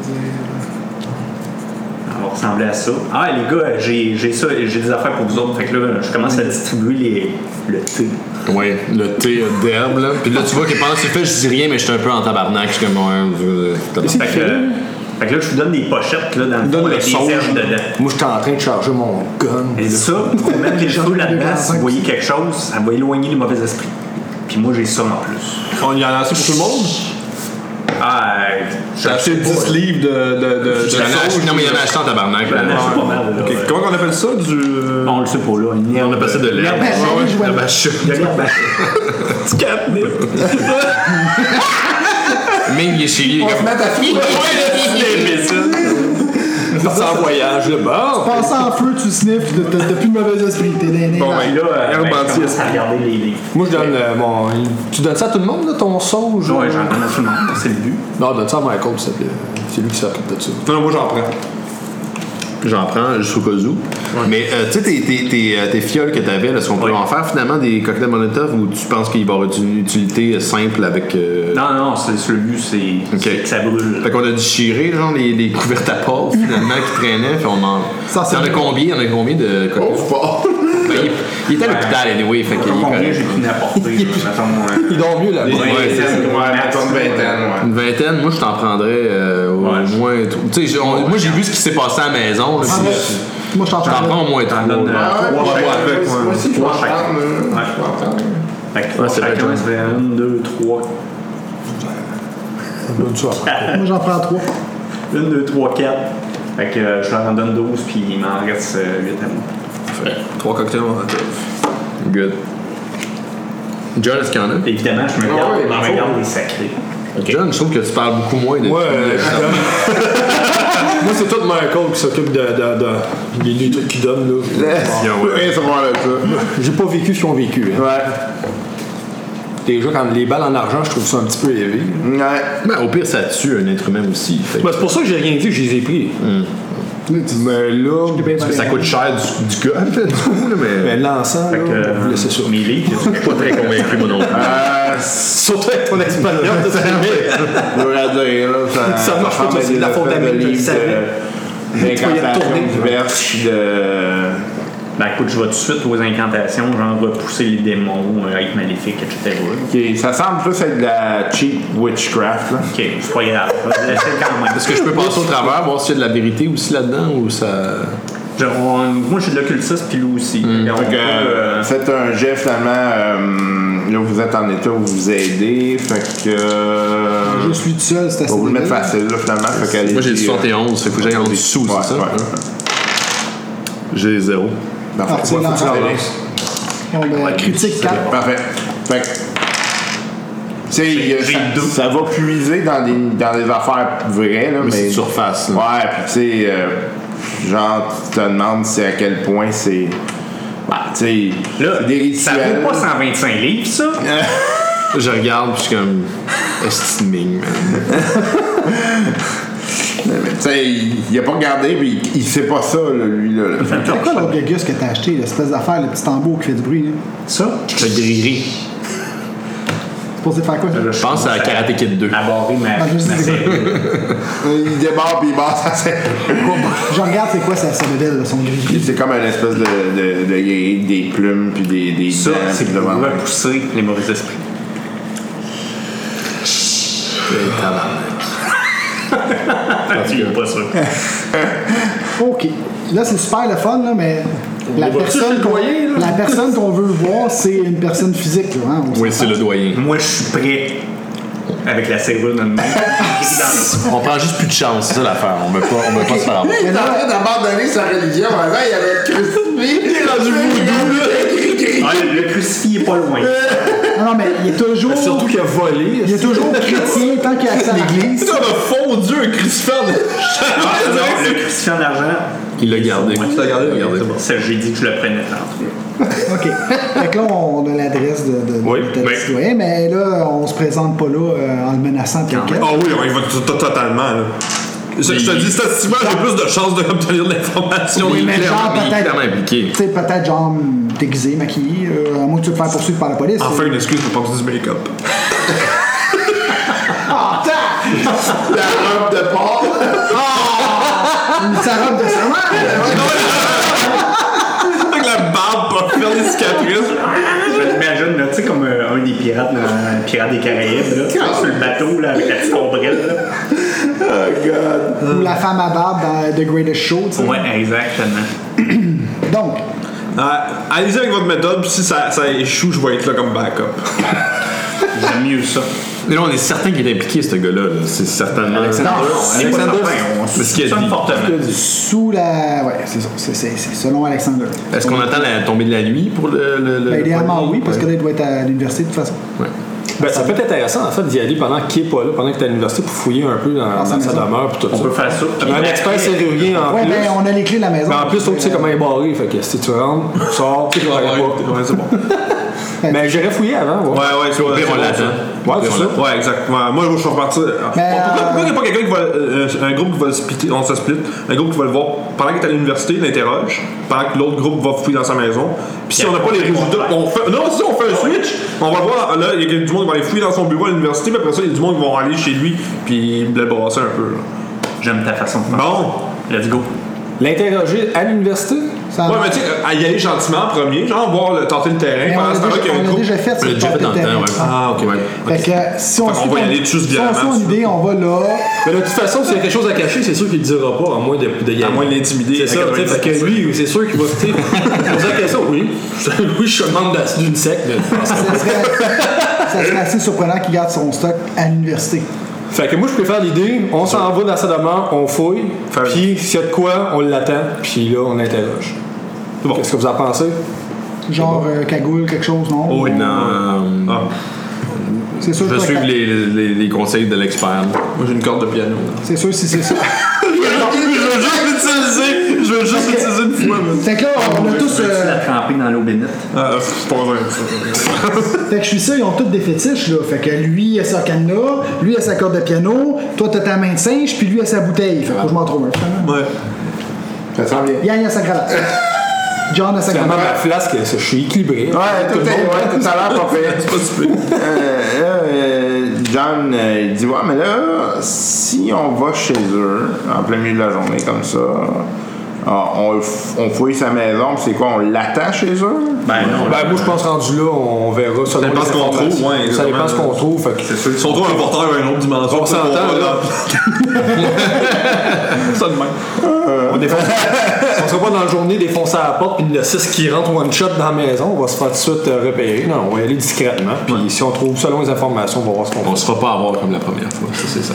Speaker 3: Ça va ressembler à ça. Ah, les gars, j'ai j'ai ça, j'ai des affaires pour vous autres. Fait que là, je commence à distribuer les, le thé.
Speaker 6: Ouais, le thé euh, d'herbe, là. Puis là, tu vois que pendant que tu le fais, je dis rien, mais j'étais un peu en tabarnak. Je suis comme, ouais, euh, tabarnak.
Speaker 3: Fait que, euh, fait que là, je vous donne des pochettes là, dans le fond
Speaker 8: Donne le
Speaker 3: avec des
Speaker 8: sauge.
Speaker 3: herbes dedans.
Speaker 8: Moi, j'étais en train de charger mon gun.
Speaker 3: Et ça, pour mettre les cheveux là-dedans, si vous voyez quelque chose, ça va éloigner les mauvais esprits. Puis moi, j'ai ça en plus.
Speaker 8: On y a lancé pour tout le monde?
Speaker 3: Ah, euh, je
Speaker 8: T'as acheté 10 livres de, de, de, de
Speaker 6: J'en ai acheté-
Speaker 8: sauge.
Speaker 6: Non, mais il y en a acheté en tabarnak, là.
Speaker 3: Ouais.
Speaker 8: Ah,
Speaker 3: pas mal, là,
Speaker 8: ok.
Speaker 3: ouais.
Speaker 8: Comment on appelle ça? Du.
Speaker 3: Bon, on le sait pas là. Euh, Une
Speaker 6: On a passé de l'herbe.
Speaker 3: Merde,
Speaker 6: Ouais, ouais,
Speaker 4: joué.
Speaker 6: de la bâche.
Speaker 3: Il y a l'herbe à- Du catnip.
Speaker 6: Même il est chez lui, il est comme.
Speaker 8: C'est en voyage, là. Bon!
Speaker 4: Passe en feu, tu sniffes, t'as- t'as plus de mauvais esprit, t'es né.
Speaker 8: Bon,
Speaker 3: Puis
Speaker 8: ben,
Speaker 3: là, euh,
Speaker 8: Herbe
Speaker 3: ben, je
Speaker 8: anti-esprit.
Speaker 3: commence à regarder les livres.
Speaker 8: Moi, je donne euh, mon. Tu donnes ça à tout le monde, là, ton sauge?
Speaker 3: Ouais,
Speaker 8: ou-
Speaker 3: j'en donne à tout le monde, c'est le but.
Speaker 8: Non, donne ça à Michael, s'il te plaît. C'est lui qui s'occupe de ça. Non, non, moi, j'en prends.
Speaker 6: J'en prends juste au cas où. Mais euh, tu sais, tes, tes, tes, euh, tes fioles que t'avais, est-ce qu'on peut en faire finalement des cocktails Molotov ou tu penses qu'il va y avoir une utilité euh, simple avec. euh,
Speaker 3: Non, non, c'est c'est le but, c'est
Speaker 6: Ok.
Speaker 3: c'est que ça brûle.
Speaker 6: Fait qu'on a déchiré, genre, les, les couvertes à porc finalement qui traînaient. Puis on en.
Speaker 4: Ça, c'est
Speaker 6: Y'en a
Speaker 4: bon.
Speaker 6: combien Y'en a combien de cocktails? Ben, il, il était à l'hôpital, anyway. Fait qu'il est
Speaker 3: Combien
Speaker 6: correct.
Speaker 3: j'ai pu n'apporter, là, mettons, euh,
Speaker 8: Il dort mieux là-bas.
Speaker 6: Ouais,
Speaker 3: vingt,
Speaker 6: c'est-
Speaker 2: Ouais,
Speaker 3: max,
Speaker 2: mettons une vingtaine, ouais.
Speaker 6: Une vingtaine, moi je t'en prendrais euh, au
Speaker 3: Ouais.
Speaker 6: moins. trois. Tu sais, j'ai- on- moi j'ai vu ce qui s'est passé à la maison. là, puis
Speaker 4: Moi, je t'en
Speaker 6: J'en prends au moins trois.
Speaker 3: Ah, T'en donnes euh,
Speaker 2: Ah ouais,
Speaker 3: trois
Speaker 2: moi,
Speaker 3: chacun.
Speaker 2: chacun, moi, moi aussi, je vais
Speaker 3: Trois
Speaker 2: en
Speaker 3: chacun.
Speaker 2: prendre, euh, je
Speaker 3: Ouais.
Speaker 2: vais en prendre.
Speaker 3: Fait que trois
Speaker 6: c'est vrai,
Speaker 3: chacun,
Speaker 6: ouais.
Speaker 3: ça fait une, deux, trois.
Speaker 8: Donne ça après.
Speaker 4: Moi, j'en prends 3.
Speaker 3: Une, deux, trois, quatre. Fait que euh, je leur en donne 12, puis il m'en reste 8 à moi.
Speaker 8: Trois cocktails Molotov.
Speaker 6: Good. John, est-ce qu'il y en a
Speaker 3: Évidemment, je
Speaker 2: Ah
Speaker 3: me garde, je me garde les sacrés.
Speaker 6: John, je trouve que tu parles beaucoup moins de.
Speaker 8: Moi,
Speaker 6: de-
Speaker 8: euh, moi c'est tout Michael qui s'occupe de, de, de- des- des trucs qu'il donne. Là.
Speaker 2: Rien savoir de ça.
Speaker 8: J'ai pas vécu ce qu'ils ont vécu. hein. Déjà, quand les balles en argent, je trouve ça un petit peu élevé.
Speaker 2: Ouais.
Speaker 6: Ben, au pire, ça tue un être humain aussi. Fait que-
Speaker 8: Ben, c'est pour ça que j'ai rien dit, je les ai pris. Mais là,
Speaker 6: Parce que ça coûte cher du, du gars, du coup, là, mais.
Speaker 8: ben, l'encens, là,
Speaker 3: Fait que
Speaker 8: on
Speaker 3: euh,
Speaker 8: vous laissez ça.
Speaker 3: mes livres,
Speaker 6: Je suis pas très convaincu, moi non plus.
Speaker 8: Surtout avec ton expérience de
Speaker 2: Je veux la dire, là, ça,
Speaker 8: Ça marche pas, toi, c'est de la faute d'Amérique, je Euh, le savais. Tu vas y retourner.
Speaker 2: D'incantation diverses, puis de...
Speaker 3: Ben écoute, je vais tout de suite aux incantations, genre repousser les démons, euh, être maléfique, etc. Ok,
Speaker 2: Ok, ça semble plus être de la cheap witchcraft, là.
Speaker 3: c'est pas grave. Je vais laisser quand même.
Speaker 6: Est-ce que je peux passer au travers, voir s'il y a de la vérité aussi là-dedans ou ça.
Speaker 3: Je- on- moi, j'ai de l'occultisme, puis lui aussi. Fait qu'on
Speaker 2: Fait que,
Speaker 3: peut, euh,
Speaker 2: faites un jet, finalement, euh, là, vous êtes en état, vous vous aidez, fait que... euh,
Speaker 4: Je suis tout seul, c'est assez.
Speaker 2: On va vous le mettre
Speaker 4: débile.
Speaker 2: facile, là, finalement, fait qu'allez-y,
Speaker 6: Moi j'ai le
Speaker 2: euh,
Speaker 6: 71, fait que faut que j'aille en dessous,
Speaker 2: Ouais,
Speaker 6: c'est ça
Speaker 2: ouais.
Speaker 6: J'ai zéro.
Speaker 4: Ah,
Speaker 2: Parfait.
Speaker 4: c'est
Speaker 2: Ouais, faut que tu
Speaker 4: l'enfer.
Speaker 2: l'enlèves.
Speaker 4: Bon, ben, critique 4.
Speaker 2: Parfait. Fait que, tu sais, il y a-
Speaker 3: J'ai
Speaker 2: ça,
Speaker 3: deux.
Speaker 2: ça va puiser dans des, dans des affaires vraies, là, mais...
Speaker 6: c'est de surface, là.
Speaker 2: Ouais, puis tu sais, euh, genre, tu te demandes c'est à quel point c'est... Bah, tu sais, c'est des
Speaker 3: Là, ça
Speaker 2: rituels.
Speaker 3: vaut pas 125 livres, ça.
Speaker 6: Je regarde, puis je suis comme. Estiming, man.
Speaker 2: Tu sais, il, il a pas regardé, puis il, il sait pas ça, là, lui, là. là.
Speaker 4: C'est quoi l'autre gugus que t'as acheté, l'espèce d'affaire, le petit tambour qui fait du bruit? là?
Speaker 3: Ça?
Speaker 6: Le gris-gris.
Speaker 4: Supposé faire quoi? ça?
Speaker 6: Je pense à Karate Kid 2.
Speaker 3: À barrer ma,
Speaker 4: Ah, je
Speaker 3: ma
Speaker 4: sais pas.
Speaker 3: cellule.
Speaker 2: Il débarque puis il passe à sa-
Speaker 4: Je regarde c'est quoi sa, sa bébelle, là, son gris.
Speaker 2: C'est comme une espèce de, de, de gay, des plumes puis des, des
Speaker 3: Ça,
Speaker 2: dents,
Speaker 3: c'est
Speaker 2: puis
Speaker 3: pour
Speaker 2: devant.
Speaker 3: repousser les mauvais esprits. Tu veux pas ça.
Speaker 4: Ok. Là, c'est super le fun, là, mais la personne, qu'on- la personne qu'on veut voir, c'est une personne physique. Là, hein, on
Speaker 6: Oui, c'est
Speaker 4: s'entend.
Speaker 6: le doyen.
Speaker 3: Moi, je suis prêt. Avec la serrure dans le main. Ah, Dans-
Speaker 6: On prend juste plus de chance, c'est ça l'affaire. On veut pas, on veut pas se faire avoir.
Speaker 5: Il est en train d'abandonner sa religion. Avant, il avait crucifié. Il est
Speaker 8: Ah,
Speaker 5: rendu voodoo.
Speaker 3: Ah, le, le crucifix est pas loin.
Speaker 6: Euh,
Speaker 4: Ah Non, non, mais il est toujours.
Speaker 8: Surtout qu'il a volé.
Speaker 4: Il est toujours chrétien tant qu'il accède à l'église.
Speaker 6: Ça m'a fondu un crucifère de
Speaker 3: Ah, non, le crucifix en argent,
Speaker 6: Il l'a gardé.
Speaker 3: Ouais.
Speaker 6: Il l'a gardé, il l'a gardé.
Speaker 3: ça, j'ai dit que je le prenais tard.
Speaker 4: OK. Fait que là, on a l'adresse de, de, de
Speaker 8: Oui,
Speaker 4: notre
Speaker 3: mais-
Speaker 4: citoyen, mais là, on se présente pas là euh, en le menaçant tel quel.
Speaker 8: Ah oui, on y va t- t- totalement, là. Je, je te dis, statistiquement, j'ai plus de chances de obtenir de l'information.
Speaker 6: Il est
Speaker 4: mais
Speaker 6: clairement
Speaker 4: genre,
Speaker 6: il est
Speaker 4: peut-être-
Speaker 6: clairement impliqué.
Speaker 4: Tu sais, peut-être genre déguisé, maquillé, euh, à moins que tu te fasses poursuivre par la police.
Speaker 8: Enfin, une excuse pour pas que tu dises make-up.
Speaker 5: La robe de porc.
Speaker 4: Une sa robe de serment!
Speaker 8: Avec la barbe pour faire des cicatrices.
Speaker 3: Je l'imagine, là, tu sais, comme euh, un des pirates dans le Pirate des Caraïbes, là, tu sais, sur le bateau, là, avec la petite ombrelle, là.
Speaker 4: Ou la femme à barbe dans The Greatest Show, tu sais.
Speaker 3: Ouais, exactement.
Speaker 4: Donc,
Speaker 8: Ah, Allez-y avec votre méthode, puis si ça, ça échoue, je vais être là comme backup.
Speaker 3: J'aime mieux ça.
Speaker 6: Mais là, on est certain qu'il est impliqué, ce gars-là. là. C'est certainement.
Speaker 3: Alexander, on-
Speaker 6: c'est
Speaker 3: Alexander,
Speaker 6: pas certain.
Speaker 3: on- on
Speaker 6: C'est ce qu'il a
Speaker 3: soupçonne
Speaker 6: dit.
Speaker 3: fortement.
Speaker 4: sous la. Ouais, c'est ça. C'est, c'est- c'est selon Alexander.
Speaker 7: Euh,
Speaker 6: Est-ce qu'on attend la tombée de la nuit pour le. le, le-
Speaker 4: Ben, idéalement, oui, parce que là, il doit être à l'université de toute façon.
Speaker 10: Ben, ça peut être intéressant, en fait, d'y aller pendant qu'il n'est pas là, pendant que tu es à l'université, pour fouiller un peu
Speaker 3: Ah,
Speaker 10: dans,
Speaker 4: Dans sa
Speaker 10: dans sa
Speaker 4: maison.
Speaker 10: demeure, puis tout
Speaker 3: On peut
Speaker 10: ça.
Speaker 3: faire ça. puis-
Speaker 10: Un expert serrurier en
Speaker 4: Ouais,
Speaker 10: plus.
Speaker 4: ben, on a les clés de la maison. Euh,
Speaker 10: Mais en plus, l'autre, tu sais comment il est barré. Fait que si tu rentres, tu sors, tu travailles pas.
Speaker 8: Ouais, c'est bon.
Speaker 10: Mais j'irais fouiller avant. Ouais.
Speaker 8: Ouais, ouais, c'est
Speaker 6: pire, on l'attend.
Speaker 8: Ouais,
Speaker 10: Au pire,
Speaker 8: c'est
Speaker 10: on
Speaker 8: ça.
Speaker 10: l'attend.
Speaker 8: Ouais, exactement. Moi, je vais repartir.
Speaker 4: Mais,
Speaker 8: Pourquoi, pourquoi il n'y a pas quelqu'un qui va. euh, un groupe qui va le splitter. On se split. Un groupe qui va le voir pendant qu'il est à l'université, l'interroge. Pendant que l'autre groupe va fouiller dans sa maison. Puis si on n'a pas les résultats, on fait. Non, si on fait un switch, on va le voir. Là, il y a du monde qui va aller fouiller dans son bureau à l'université. Puis après ça, il y a du monde qui va aller chez lui. Puis le brasser un peu. là.
Speaker 3: J'aime ta façon de faire.
Speaker 8: Bon.
Speaker 3: Let's go.
Speaker 10: L'interroger à l'université.
Speaker 4: Ça
Speaker 8: Ouais,
Speaker 4: marche.
Speaker 8: mais tu sais, euh, y aller gentiment en premier. Genre, voir le, tenter le terrain.
Speaker 4: Mais on
Speaker 8: Pendant
Speaker 4: l'a
Speaker 8: ce temps-là, qu'il y
Speaker 4: déjà,
Speaker 8: a un
Speaker 4: on l'a
Speaker 8: groupe.
Speaker 4: déjà fait,
Speaker 6: On
Speaker 4: c'est
Speaker 6: l'a déjà
Speaker 4: le
Speaker 6: fait dans le
Speaker 4: terrain.
Speaker 6: temps, ouais.
Speaker 8: Ah, ok.
Speaker 4: Fait que euh, si on
Speaker 8: Fait qu'on
Speaker 4: suit
Speaker 8: va y
Speaker 4: ton-
Speaker 8: aller dessus
Speaker 4: si on
Speaker 8: violemment,
Speaker 4: suit ton
Speaker 8: si tu
Speaker 4: idée, on va là.
Speaker 10: Mais de toute façon, s'il y a quelque chose à cacher, c'est sûr qu'il ne dira pas, à moins de, de y
Speaker 8: À
Speaker 10: aller.
Speaker 8: moins de l'intimider. à
Speaker 10: C'est ça, tu sais,
Speaker 8: 90%.
Speaker 10: fait que lui, c'est sûr qu'il va tu sais, poser la question. Oui, je- oui, je suis membre d'un- d'une secte. mais-
Speaker 4: Ça serait, ça serait assez surprenant qu'il garde son stock à l'université.
Speaker 10: Fait que moi, je préfère l'idée, on s'en va dans sa demeure, on fouille,
Speaker 8: Faire-
Speaker 10: puis s'il y a de quoi, on l'attend, puis là, on l'interroge.
Speaker 8: bon.
Speaker 10: Qu'est-ce que vous en pensez?
Speaker 4: Genre euh, cagoule, quelque chose, non?
Speaker 8: Oh,
Speaker 6: Non. euh,
Speaker 8: Ah.
Speaker 4: C'est sûr
Speaker 6: Je
Speaker 4: que
Speaker 6: vais
Speaker 4: toi,
Speaker 6: suivre
Speaker 4: t'as-
Speaker 6: les, les, les conseils de l'expert.
Speaker 8: Moi, j'ai une corde de piano.
Speaker 4: C'est sûr si c'est ça.
Speaker 8: Je veux juste l'utiliser. Je veux juste l'utiliser une fois. mais-
Speaker 4: fait que là, on a tous.
Speaker 3: Veux-tu
Speaker 4: euh,
Speaker 3: la tremper dans l'eau bénite?
Speaker 8: Ah, pff, je suis pas convaincu.
Speaker 4: fait que je suis sûr, ils ont tous des fétiches, là. Fait que lui, il a sa canne là, lui, il a sa corde de piano, toi, t'as ta main de singe, puis lui, il a sa bouteille. Fait que faut que je m'en trouve un. finalement.
Speaker 8: Ouais.
Speaker 2: Ça sent bien.
Speaker 4: Yann, il a sa cravate. John a sa
Speaker 10: Vraiment,
Speaker 4: cravate.
Speaker 10: ma flasque, je suis équilibré.
Speaker 2: Ouais, tout, est, ouais, tout à l'heure, pas fait.
Speaker 8: C'est pas super.
Speaker 2: Euh, John, euh, il dit Ouais, mais là, si on va chez eux, en plein milieu de la journée, comme ça, ah, on, on fouille sa maison, puis c'est quoi On l'attend chez eux
Speaker 3: Ben non.
Speaker 10: Ben, moi, je pense rendu là, on verra. Ça
Speaker 8: dépend ce qu'on trouve, ouais,
Speaker 10: Ça
Speaker 8: exactement.
Speaker 10: dépend ce qu'on trouve. Fait que
Speaker 8: C'est sûr. Ils sont trop un porteur à une autre dimension. On
Speaker 10: s'entend, là.
Speaker 8: Ça de même. Euh.
Speaker 10: on défonce- on sera pas dans la journée défoncer à la porte, puis le 6 qui rentre one shot dans la maison, on va se faire tout de suite euh, repérer. Non, on va y aller discrètement. Puis si on trouve, selon les informations, on va voir ce qu'on
Speaker 6: On
Speaker 10: trouve.
Speaker 6: se fera pas avoir comme la première fois, ça c'est ça.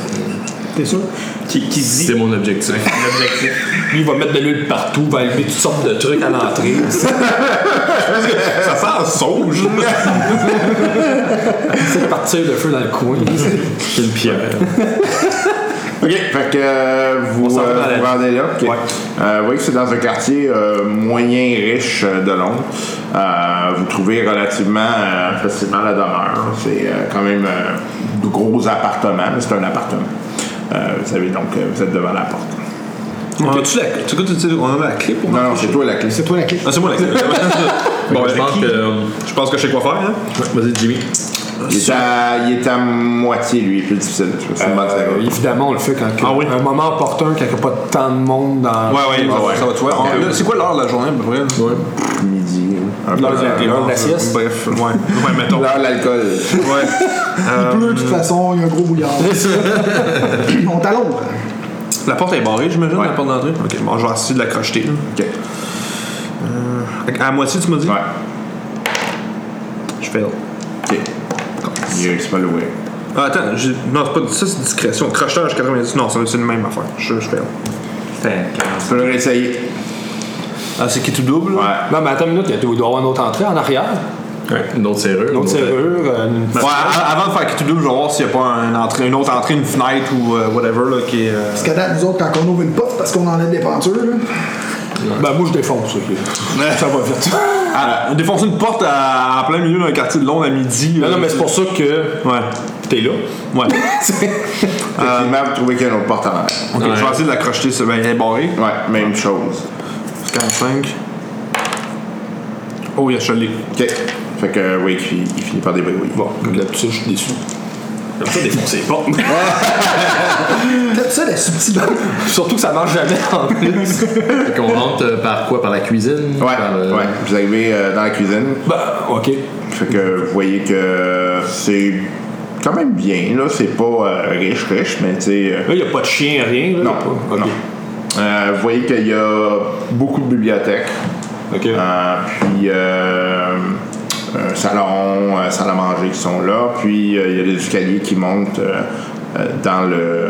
Speaker 4: T'es sûr?
Speaker 3: Qui, qui dit
Speaker 6: C'est mon objectif.
Speaker 3: l'objectif?
Speaker 10: Lui, il va mettre de l'huile partout, va allumer toutes sortes de trucs à l'entrée.
Speaker 8: Ça sent la sauge.
Speaker 10: C'est de partir le feu dans le coin.
Speaker 6: Quelle pierre.
Speaker 2: Ok, fait que euh, vous
Speaker 10: s'en va
Speaker 2: euh,
Speaker 10: dans la-
Speaker 2: vous rendez là. ok.
Speaker 10: Ouais.
Speaker 2: Euh, vous voyez que c'est dans un quartier euh, moyen riche euh, de Londres. Euh, vous trouvez relativement euh, facilement la demeure. C'est euh, quand même euh, de gros appartements, mais c'est un appartement. Euh, vous savez donc, euh, vous êtes devant la porte.
Speaker 8: On a-tu la Tu sais, tu- on a la clé pour
Speaker 2: Non,
Speaker 8: moi?
Speaker 2: non, c'est toi la clé.
Speaker 4: C'est toi la clé.
Speaker 8: Ah, c'est moi la clé.
Speaker 6: Bon,
Speaker 8: Bon,
Speaker 6: je pense que.
Speaker 8: Je pense que je sais quoi faire, hein.
Speaker 6: Vas-y, Jimmy.
Speaker 2: Il est, à, il est à moitié, lui, plus difficile. C'est une bonne
Speaker 10: Euh,
Speaker 2: série.
Speaker 10: évidemment, on le fait quand
Speaker 8: Ah oui?
Speaker 10: un moment opportun, quand il n'y a pas tant de monde dans.
Speaker 8: Ouais, ouais, ça-
Speaker 2: ouais.
Speaker 8: ça va, tu vois.
Speaker 2: Ouais.
Speaker 8: Là, C'est quoi l'heure de la journée, à peu près?
Speaker 2: Midi. Un peu.
Speaker 8: L'heure de
Speaker 10: l'heure de la
Speaker 8: euh,
Speaker 10: sieste?
Speaker 8: Bref, ouais. Ouais, mettons.
Speaker 2: L'heure de l'alcool.
Speaker 8: Ouais.
Speaker 4: Il pleut de toute façon, il y a un gros bouillard. on t'allonge.
Speaker 8: La porte est barrée, j'imagine, la porte d'entrée? Ok, bon, je vais essayer de la crocheter. là. Euh,
Speaker 2: Ok.
Speaker 8: Fait que À la moitié, tu m'as dit?
Speaker 2: Ouais.
Speaker 8: Je fais.
Speaker 2: Ok. Il c'est pas loué.
Speaker 8: Ah, attends, j'ai- non, c'est pas ça, c'est discrétion. Crochetage 90, non, c'est c'est une même affaire. Je, je fais.
Speaker 3: C'était
Speaker 2: Tu peux le réessayer.
Speaker 8: Ah, c'est qui tout double?
Speaker 2: Ouais.
Speaker 10: Non, mais attends une minute, il doit y avoir une autre entrée en arrière,
Speaker 6: Une autre serrure.
Speaker 10: une autre serrure, euh, une
Speaker 8: Ouais, a- avant de faire qui tout double, je vais voir s'il n'y a pas un entrée- une autre entrée, une fenêtre ou euh, whatever là, qui est. euh,
Speaker 4: Parce qu'à date, nous autres, quand on ouvre une porte, c'est parce qu'on enlève des peintures. là.
Speaker 10: Ben moi je défonce, ok. ça va vite.
Speaker 8: Ah, défoncer une porte à, à plein milieu d'un quartier de Londres à midi.
Speaker 10: Non,
Speaker 8: euh,
Speaker 10: non, mais c'est pour ça que
Speaker 8: Ouais.
Speaker 10: t'es là.
Speaker 8: Ouais.
Speaker 2: Effectivement, Ah, vous trouvez qu'il y a une autre porte en arrière.
Speaker 8: Ok, je vais essayer de la crocheter, c'est bien elle est barrée.
Speaker 2: Ouais, même chose.
Speaker 8: 45. Oh, il a chelé.
Speaker 2: Ok. Fait
Speaker 10: euh,
Speaker 2: que, oui, il, il finit par débrouiller. Bon.
Speaker 10: Là-dessus, je suis déçu.
Speaker 6: Comme ça, défoncer les portes.
Speaker 4: Peut-être ça, la subtilité.
Speaker 10: Surtout que ça marche jamais en plus.
Speaker 6: Fait qu'on rentre euh, par quoi Par la cuisine
Speaker 2: Ouais,
Speaker 6: Par, euh,
Speaker 2: ouais. Vous arrivez euh, dans la cuisine.
Speaker 10: ben, ok.
Speaker 2: Fait que vous voyez que c'est quand même bien, là. C'est pas euh, riche, riche, mais tu sais. euh,
Speaker 10: Là, il n'y a pas de chien, rien. Là,
Speaker 2: non,
Speaker 10: pas-
Speaker 2: non.
Speaker 10: Ok.
Speaker 2: Euh, vous voyez qu'il y a beaucoup de bibliothèques.
Speaker 10: Ok.
Speaker 2: Euh, puis, euh, un salon, euh, salle à manger qui sont là. Puis, euh, il y a des escaliers qui montent euh, euh, dans le.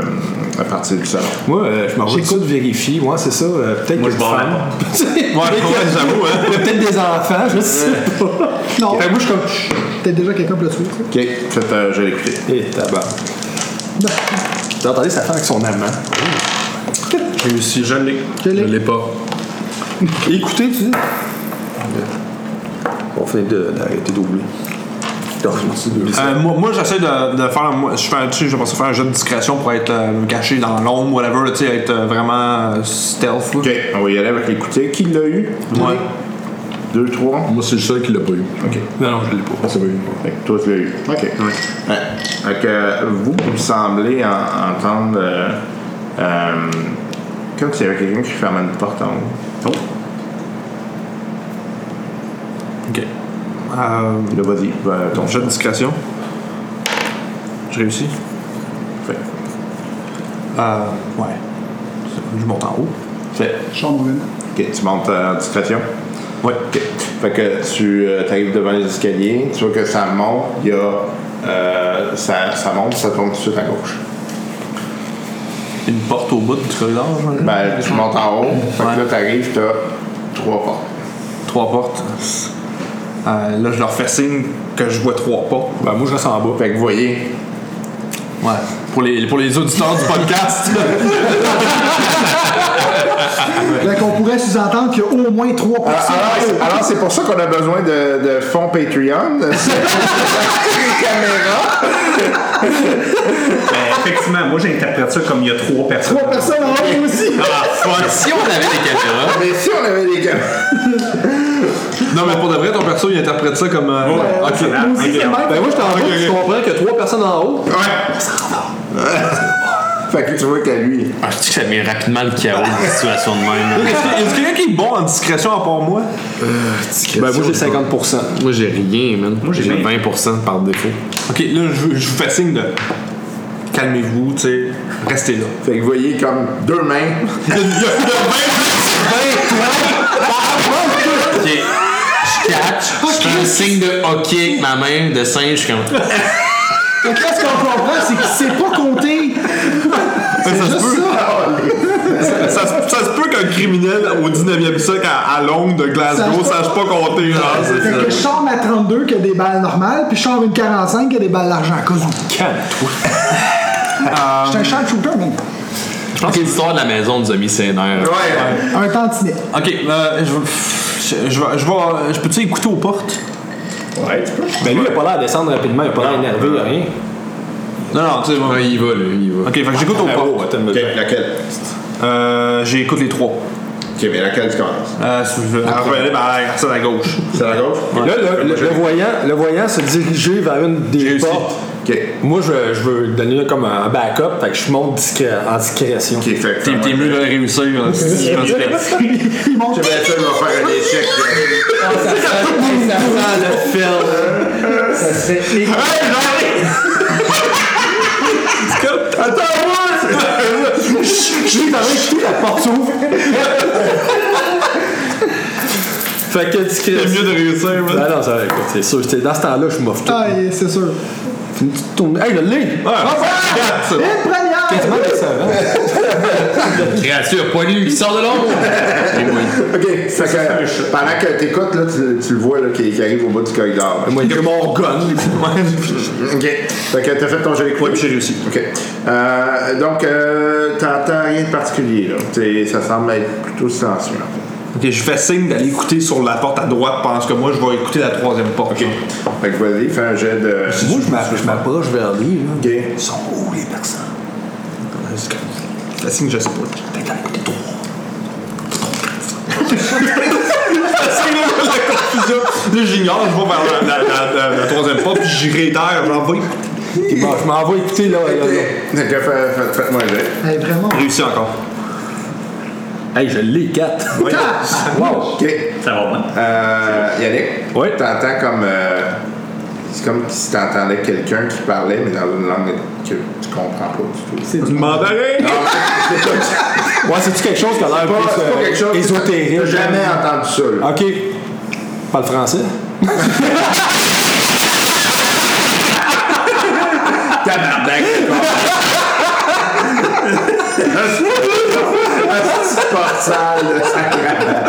Speaker 2: à partir du salon.
Speaker 10: Moi, euh, je m'en vais tout vérifier. Moi, c'est ça. euh, peut-être
Speaker 3: Moi,
Speaker 10: qu'il y
Speaker 3: je
Speaker 10: a une
Speaker 3: barre la
Speaker 10: femme.
Speaker 8: Ouais, ouais, j'avoue, hein.
Speaker 10: Il y a peut-être des enfants, je sais pas.
Speaker 4: Non,
Speaker 10: Fait que moi, je suis comme.
Speaker 4: peut-être déjà quelqu'un peut le tuer. ça.
Speaker 2: Ok, faites, euh, je vais l'écouter.
Speaker 10: Eh, tabac. T'as entendu sa femme avec son amant.
Speaker 8: J'ai réussi, je l'ai.
Speaker 4: Je l'ai.
Speaker 6: Je l'ai pas.
Speaker 10: Écoutez, tu dis. On finit de- d'arrêter d'oublier.
Speaker 8: Euh, moi, moi, j'essaie de, de faire. moi, je fais, tu sais, je pense faire un jeu de discrétion pour être euh, me caché dans l'ombre, whatever, là, tu sais, être euh, vraiment euh, stealth. là.
Speaker 2: Ok, on va y aller avec l'écouter. Qui l'a eu
Speaker 8: Ouais.
Speaker 2: Deux, trois
Speaker 6: Moi, c'est le seul qui l'a pas eu. Ok.
Speaker 10: Non, non, je l'ai pas.
Speaker 2: Fait que toi, tu l'as eu. OK. Ouais. Fait que euh, vous, vous semblez en- entendre. euh, euh, comme s'il y avait quelqu'un qui fermait une porte en haut.
Speaker 8: Ok. Euh,
Speaker 2: Là, vas-y, euh, ton
Speaker 8: ton
Speaker 2: chat.
Speaker 8: jeu de discrétion. Je réussis.
Speaker 2: Fait.
Speaker 8: Euh, ouais. Je monte en haut.
Speaker 2: Fait.
Speaker 4: Sean Morgan.
Speaker 2: OK, tu montes euh, en discrétion.
Speaker 8: Ouais.
Speaker 2: OK. Fait que tu arrives devant les escaliers, tu vois que ça monte, il y a. euh, ça, ça monte, ça tourne tout de suite à gauche.
Speaker 8: Une porte au bout du corridor, j'imagine.
Speaker 2: Ben, tu montes en haut, fait que
Speaker 8: Ouais.
Speaker 2: là, t'arrives, t'as trois portes.
Speaker 8: Trois portes. Euh, là, je leur fais signe que je vois trois portes.
Speaker 10: Ben, moi, je reste en bas.
Speaker 2: Fait que vous voyez,
Speaker 8: Ouais. Pour les, pour les auditeurs du podcast.
Speaker 4: Fait qu'on pourrait sous-entendre qu'il y a au moins trois
Speaker 2: Euh,
Speaker 8: Ah,
Speaker 4: personnes.
Speaker 2: alors, c'est- alors, c'est pour ça qu'on a besoin de, de fonds Patreon. C'est caméra.
Speaker 3: Ben, effectivement, moi j'interprète ça comme il y a trois personnes.
Speaker 4: Trois personnes en haut aussi.
Speaker 8: Ah,
Speaker 6: Si on avait des caméras.
Speaker 2: Mais si on avait des caméras.
Speaker 8: non, mais pour de vrai, ton perso, il interprète ça comme. euh,
Speaker 3: Ouais,
Speaker 8: ok.
Speaker 3: ça va.
Speaker 8: Ok.
Speaker 3: Ok.
Speaker 10: Ben, moi, je t'en
Speaker 8: Ok,
Speaker 10: bas, je
Speaker 8: ok.
Speaker 10: comprends que trois personnes en haut.
Speaker 2: Fait que tu vois qu'à lui.
Speaker 6: Ah, je dis que ça met rapidement le chaos une situation de même.
Speaker 8: Est-ce que- est-ce qu'il y a quelqu'un qui est bon en discrétion à part moi?
Speaker 10: Ben, moi, j'ai 50%.
Speaker 6: Moi, j'ai rien, man. Moi,
Speaker 3: j'ai
Speaker 6: j'ai
Speaker 3: vingt.
Speaker 6: 20% par défaut.
Speaker 8: Ok, là, je, je vous fais signe de. Calmez-vous, tu sais. Restez là.
Speaker 2: Fait que vous voyez comme deux mains.
Speaker 6: Ok. Je catch. Je fais un signe de OK avec ma main de singe. Je suis comme.
Speaker 4: Donc là, ce qu'on comprend, c'est qu'il sait pas compter.
Speaker 8: Ça, se peut, ça, se- ça se peut qu'un criminel au 19e siècle à, à Londres de Glasgow
Speaker 4: Sache pas-
Speaker 8: sache pas compter, genre. c'est
Speaker 4: Fait que
Speaker 8: ça.
Speaker 4: je sors à 32 qui a des balles normales, puis je sors une 45 qui a des balles d'argent. Cas où.
Speaker 10: Calme-toi.
Speaker 8: Ah.
Speaker 4: Je suis un sharpshooter, man.
Speaker 6: Je pense que l'histoire de la maison nous a mis ses nerfs.
Speaker 8: Ouais.
Speaker 4: Un tantinet.
Speaker 8: Ok, euh, je vais. Je vais. Je vais- je peux-tu écouter aux portes?
Speaker 10: Ben, lui, il a pas l'air de descendre rapidement, il a pas l'air énervé, il a rien.
Speaker 8: Non, non, tu sais, moi-
Speaker 6: Ah, il va, lui, il va.
Speaker 8: Ah, oh,
Speaker 2: Ben,
Speaker 8: Ok, fait que j'écoute aux portes.
Speaker 10: attends une
Speaker 2: Laquelle
Speaker 8: Euh, j'écoute les trois.
Speaker 2: Ok, mais laquelle tu commences
Speaker 8: Euh, si vous voulez. Ah, regardez, ben, c'est à gauche.
Speaker 2: C'est à la gauche
Speaker 10: Là, le, le- le voyant, le voyant se dirigeait vers une des
Speaker 8: réussi.
Speaker 10: portes.
Speaker 2: Ok.
Speaker 10: Moi, je, je veux donner comme un backup, fait que je monte discret, en discrétion.
Speaker 2: Ok, fait que.
Speaker 6: T'es t'es mieux de réussir. hein, si tu penses que-
Speaker 2: Je vais essayer de me faire un échec.
Speaker 4: Ça serait écrit.
Speaker 10: J'ai parlé que la porte s'ouvre. fait que
Speaker 8: C'est mieux
Speaker 10: discrétion.
Speaker 8: de réussir, man.
Speaker 10: Ah non, ça va, écoute, c'est sûr. c'était- Dans ce temps-là, je m'offre tout.
Speaker 4: Ah, et c'est sûr.
Speaker 10: Une petite tournée. Hey, je l'ai!
Speaker 8: Ah.
Speaker 10: Ah,
Speaker 8: C'est bon.
Speaker 4: Une première!
Speaker 10: Quasiment décevant.
Speaker 6: Créature poilue qui sort de l'ombre. Et moi,
Speaker 2: Ok, fait que pendant que t'écoutes, là, tu, tu le vois là, qui, qui arrive au bout du corridor.
Speaker 10: Moi, j'ai mon gun.
Speaker 2: Ok. Fait que t'as fait ton jeu quoi, j'ai réussi. Ok. Euh, donc, euh, t'entends rien de particulier, là. T'es- ça semble être plutôt silencieux. en fait.
Speaker 8: Ok, je fais signe d'aller écouter sur la porte à droite pendant que moi je vais écouter la troisième porte.
Speaker 2: Ok. Fait que vas-y, fais un jet de.
Speaker 10: Moi, je m'a- je m'approche vers lui. là.
Speaker 2: Ok.
Speaker 10: Ils sont où les personnes?
Speaker 8: Je fais signe, je sais pas.
Speaker 10: T'as écouté trop.
Speaker 8: C'est la confusion. Là, j'ignore, je vais vers la, la- la- la- la troisième porte, puis j'y réitère, j'en vais.
Speaker 10: Bon, je m'en vais écouter là. là, là.
Speaker 2: Fait que fais- fais- faites-moi un jet.
Speaker 4: Hey, vraiment.
Speaker 8: Réussi encore.
Speaker 10: Hey, je l'ai, 4.
Speaker 8: Ouais.
Speaker 10: Wow!
Speaker 2: Ok.
Speaker 3: Ça va hein? bien.
Speaker 2: Euh, Yannick.
Speaker 10: Oui.
Speaker 2: T'entends comme. euh, c'est comme si t'entendais quelqu'un qui parlait, mais dans une langue que tu comprends pas du tout.
Speaker 8: Du mandarin.
Speaker 3: Ah,
Speaker 10: Ouais, c'est-tu quelque chose qui a l'air
Speaker 2: Pas-
Speaker 10: plus
Speaker 2: c'est pas
Speaker 10: euh,
Speaker 2: quelque chose.
Speaker 10: ésotérique?
Speaker 2: J'ai jamais
Speaker 10: genre?
Speaker 2: entendu ça, là.
Speaker 10: Ok. Parle français?
Speaker 2: Tabarnak! Un petit porte sale de sacrament.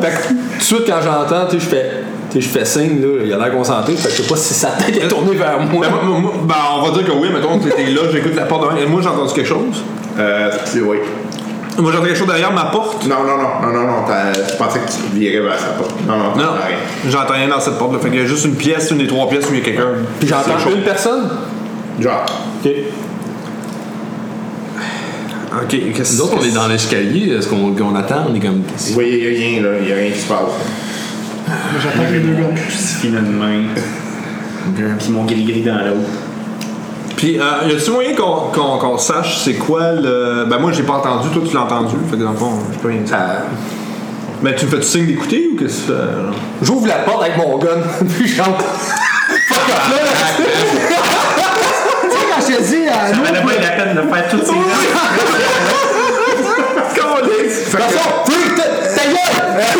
Speaker 10: Fait que, tout de suite, quand j'entends, tu sais, je fais. tu sais, Je fais signe, là, il a l'air concentré, fait que je sais pas si sa tête est tournée vers moi.
Speaker 8: Ben, moi- moi- moi- ben, on va dire que oui, mettons, t'étais là, j'écoute la porte devant. Moi, j'ai entendu quelque chose.
Speaker 2: Euh, c'est- oui.
Speaker 8: Moi, j'ai entendu quelque chose derrière ma porte.
Speaker 2: Non, non, non, non, non, non, t'as- je pensais que tu virais vers sa
Speaker 5: Ah.
Speaker 2: porte. Non, non,
Speaker 8: Non,
Speaker 2: t'entends rien.
Speaker 8: j'entends rien dans cette porte. Là. Fait qu'il y a juste une pièce, une des trois pièces où il y a quelqu'un.
Speaker 10: Puis j'entends
Speaker 8: C'est chaud.
Speaker 10: une personne.
Speaker 2: Genre,
Speaker 10: Ok.
Speaker 8: Ok, qu'est-ce que
Speaker 6: Nous autres, on est dans l'escalier. Est-ce qu'on qu'on attend? On est comme.
Speaker 2: vous voyez, y a rien, là, y a rien qui se passe.
Speaker 4: J'attends les deux gars.
Speaker 3: Justifie notre main. Puis mon gris-gris dans l'autre.
Speaker 8: Puis, euh, y a-tu moyen qu'on qu'on- qu'on sache c'est quoi le. Ben, moi, j'ai pas entendu, toi, tu l'as entendu. Fait que dans le fond, je peux rien dire. Mais tu me fais-tu signe d'écouter ou qu'est-ce que tu fais, genre?
Speaker 10: J'ouvre la porte avec mon gun, puis je rentre. Fuck off, là, là.
Speaker 4: Tu sais, quand Ah, je te dis euh, à nous,
Speaker 3: Ça valait pas la peine de faire tout
Speaker 10: De
Speaker 3: ça.
Speaker 10: toute façon, tu sais, ta- ta gueule!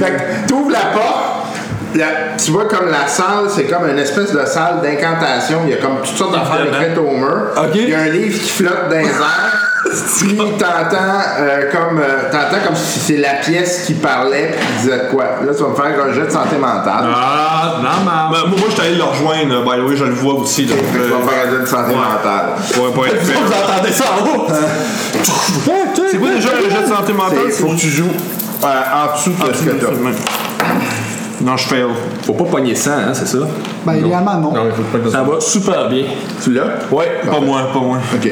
Speaker 2: Fait que t'ouvres la porte, la- tu vois comme la salle, c'est comme une espèce de salle d'incantation. Il y a comme toutes sortes d'affaires
Speaker 8: Évidemment.
Speaker 2: écrites au mur.
Speaker 10: Ok.
Speaker 2: Il y a un livre qui flotte dans les airs. Puis t'entends euh, comme euh, t'entends comme si c'est la pièce qui parlait puis qui disait de quoi. Là tu vas me faire un jet de santé mentale.
Speaker 8: Ah, non, moi, moi, je suis allé le rejoindre. euh, By the way, je le vois aussi. Donc,
Speaker 2: Tu vas me faire un jet de santé
Speaker 8: Ah, euh,
Speaker 2: mentale.
Speaker 8: ouais. Ouais, pas être fait.
Speaker 10: Vous entendez ça en haut?
Speaker 8: Euh, C'est quoi déjà le jet de santé mentale? Ah,
Speaker 2: Il faut que tu joues euh, en dessous de ce que t'as.
Speaker 8: Non, je fail.
Speaker 10: Faut pas pogner 100, hein, c'est ça?
Speaker 4: ben, idéalement, non.
Speaker 10: Ça va super bien.
Speaker 2: Tu l'as?
Speaker 10: Ouais.
Speaker 8: Pas moi, pas moi.
Speaker 2: Ok.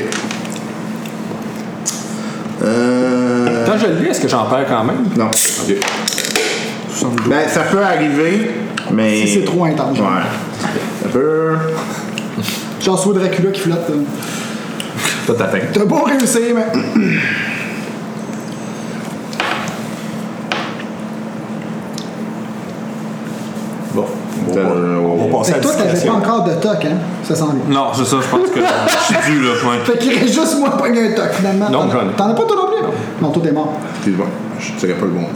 Speaker 2: Euh...
Speaker 10: Quand je le lis, est-ce que j'en perds quand même?
Speaker 2: Non. OK. Ben, ça peut arriver, mais.
Speaker 4: Si c'est trop intense.
Speaker 2: Ouais. Ça peut.
Speaker 4: Genre, soit Dracula qui flotte. euh.
Speaker 10: Pas ta tête.
Speaker 4: T'as beau réussir, mais.
Speaker 10: Bon.
Speaker 2: T'as-
Speaker 10: On va passer à
Speaker 4: Fait
Speaker 10: la
Speaker 4: que toi, t'avais pas
Speaker 10: discrétion.
Speaker 4: encore de toc, hein? Ça sent bien.
Speaker 8: Non, c'est ça, je pense que je suis dû, là. Ouais.
Speaker 4: Fait qu'il reste juste moi à pogner un toc, finalement.
Speaker 10: Non,
Speaker 4: T'en-
Speaker 10: j'en ai.
Speaker 4: T'en as pas toi non plus? Non, toi, t'es mort.
Speaker 2: Excuse-moi, je tirais pas le bon dé.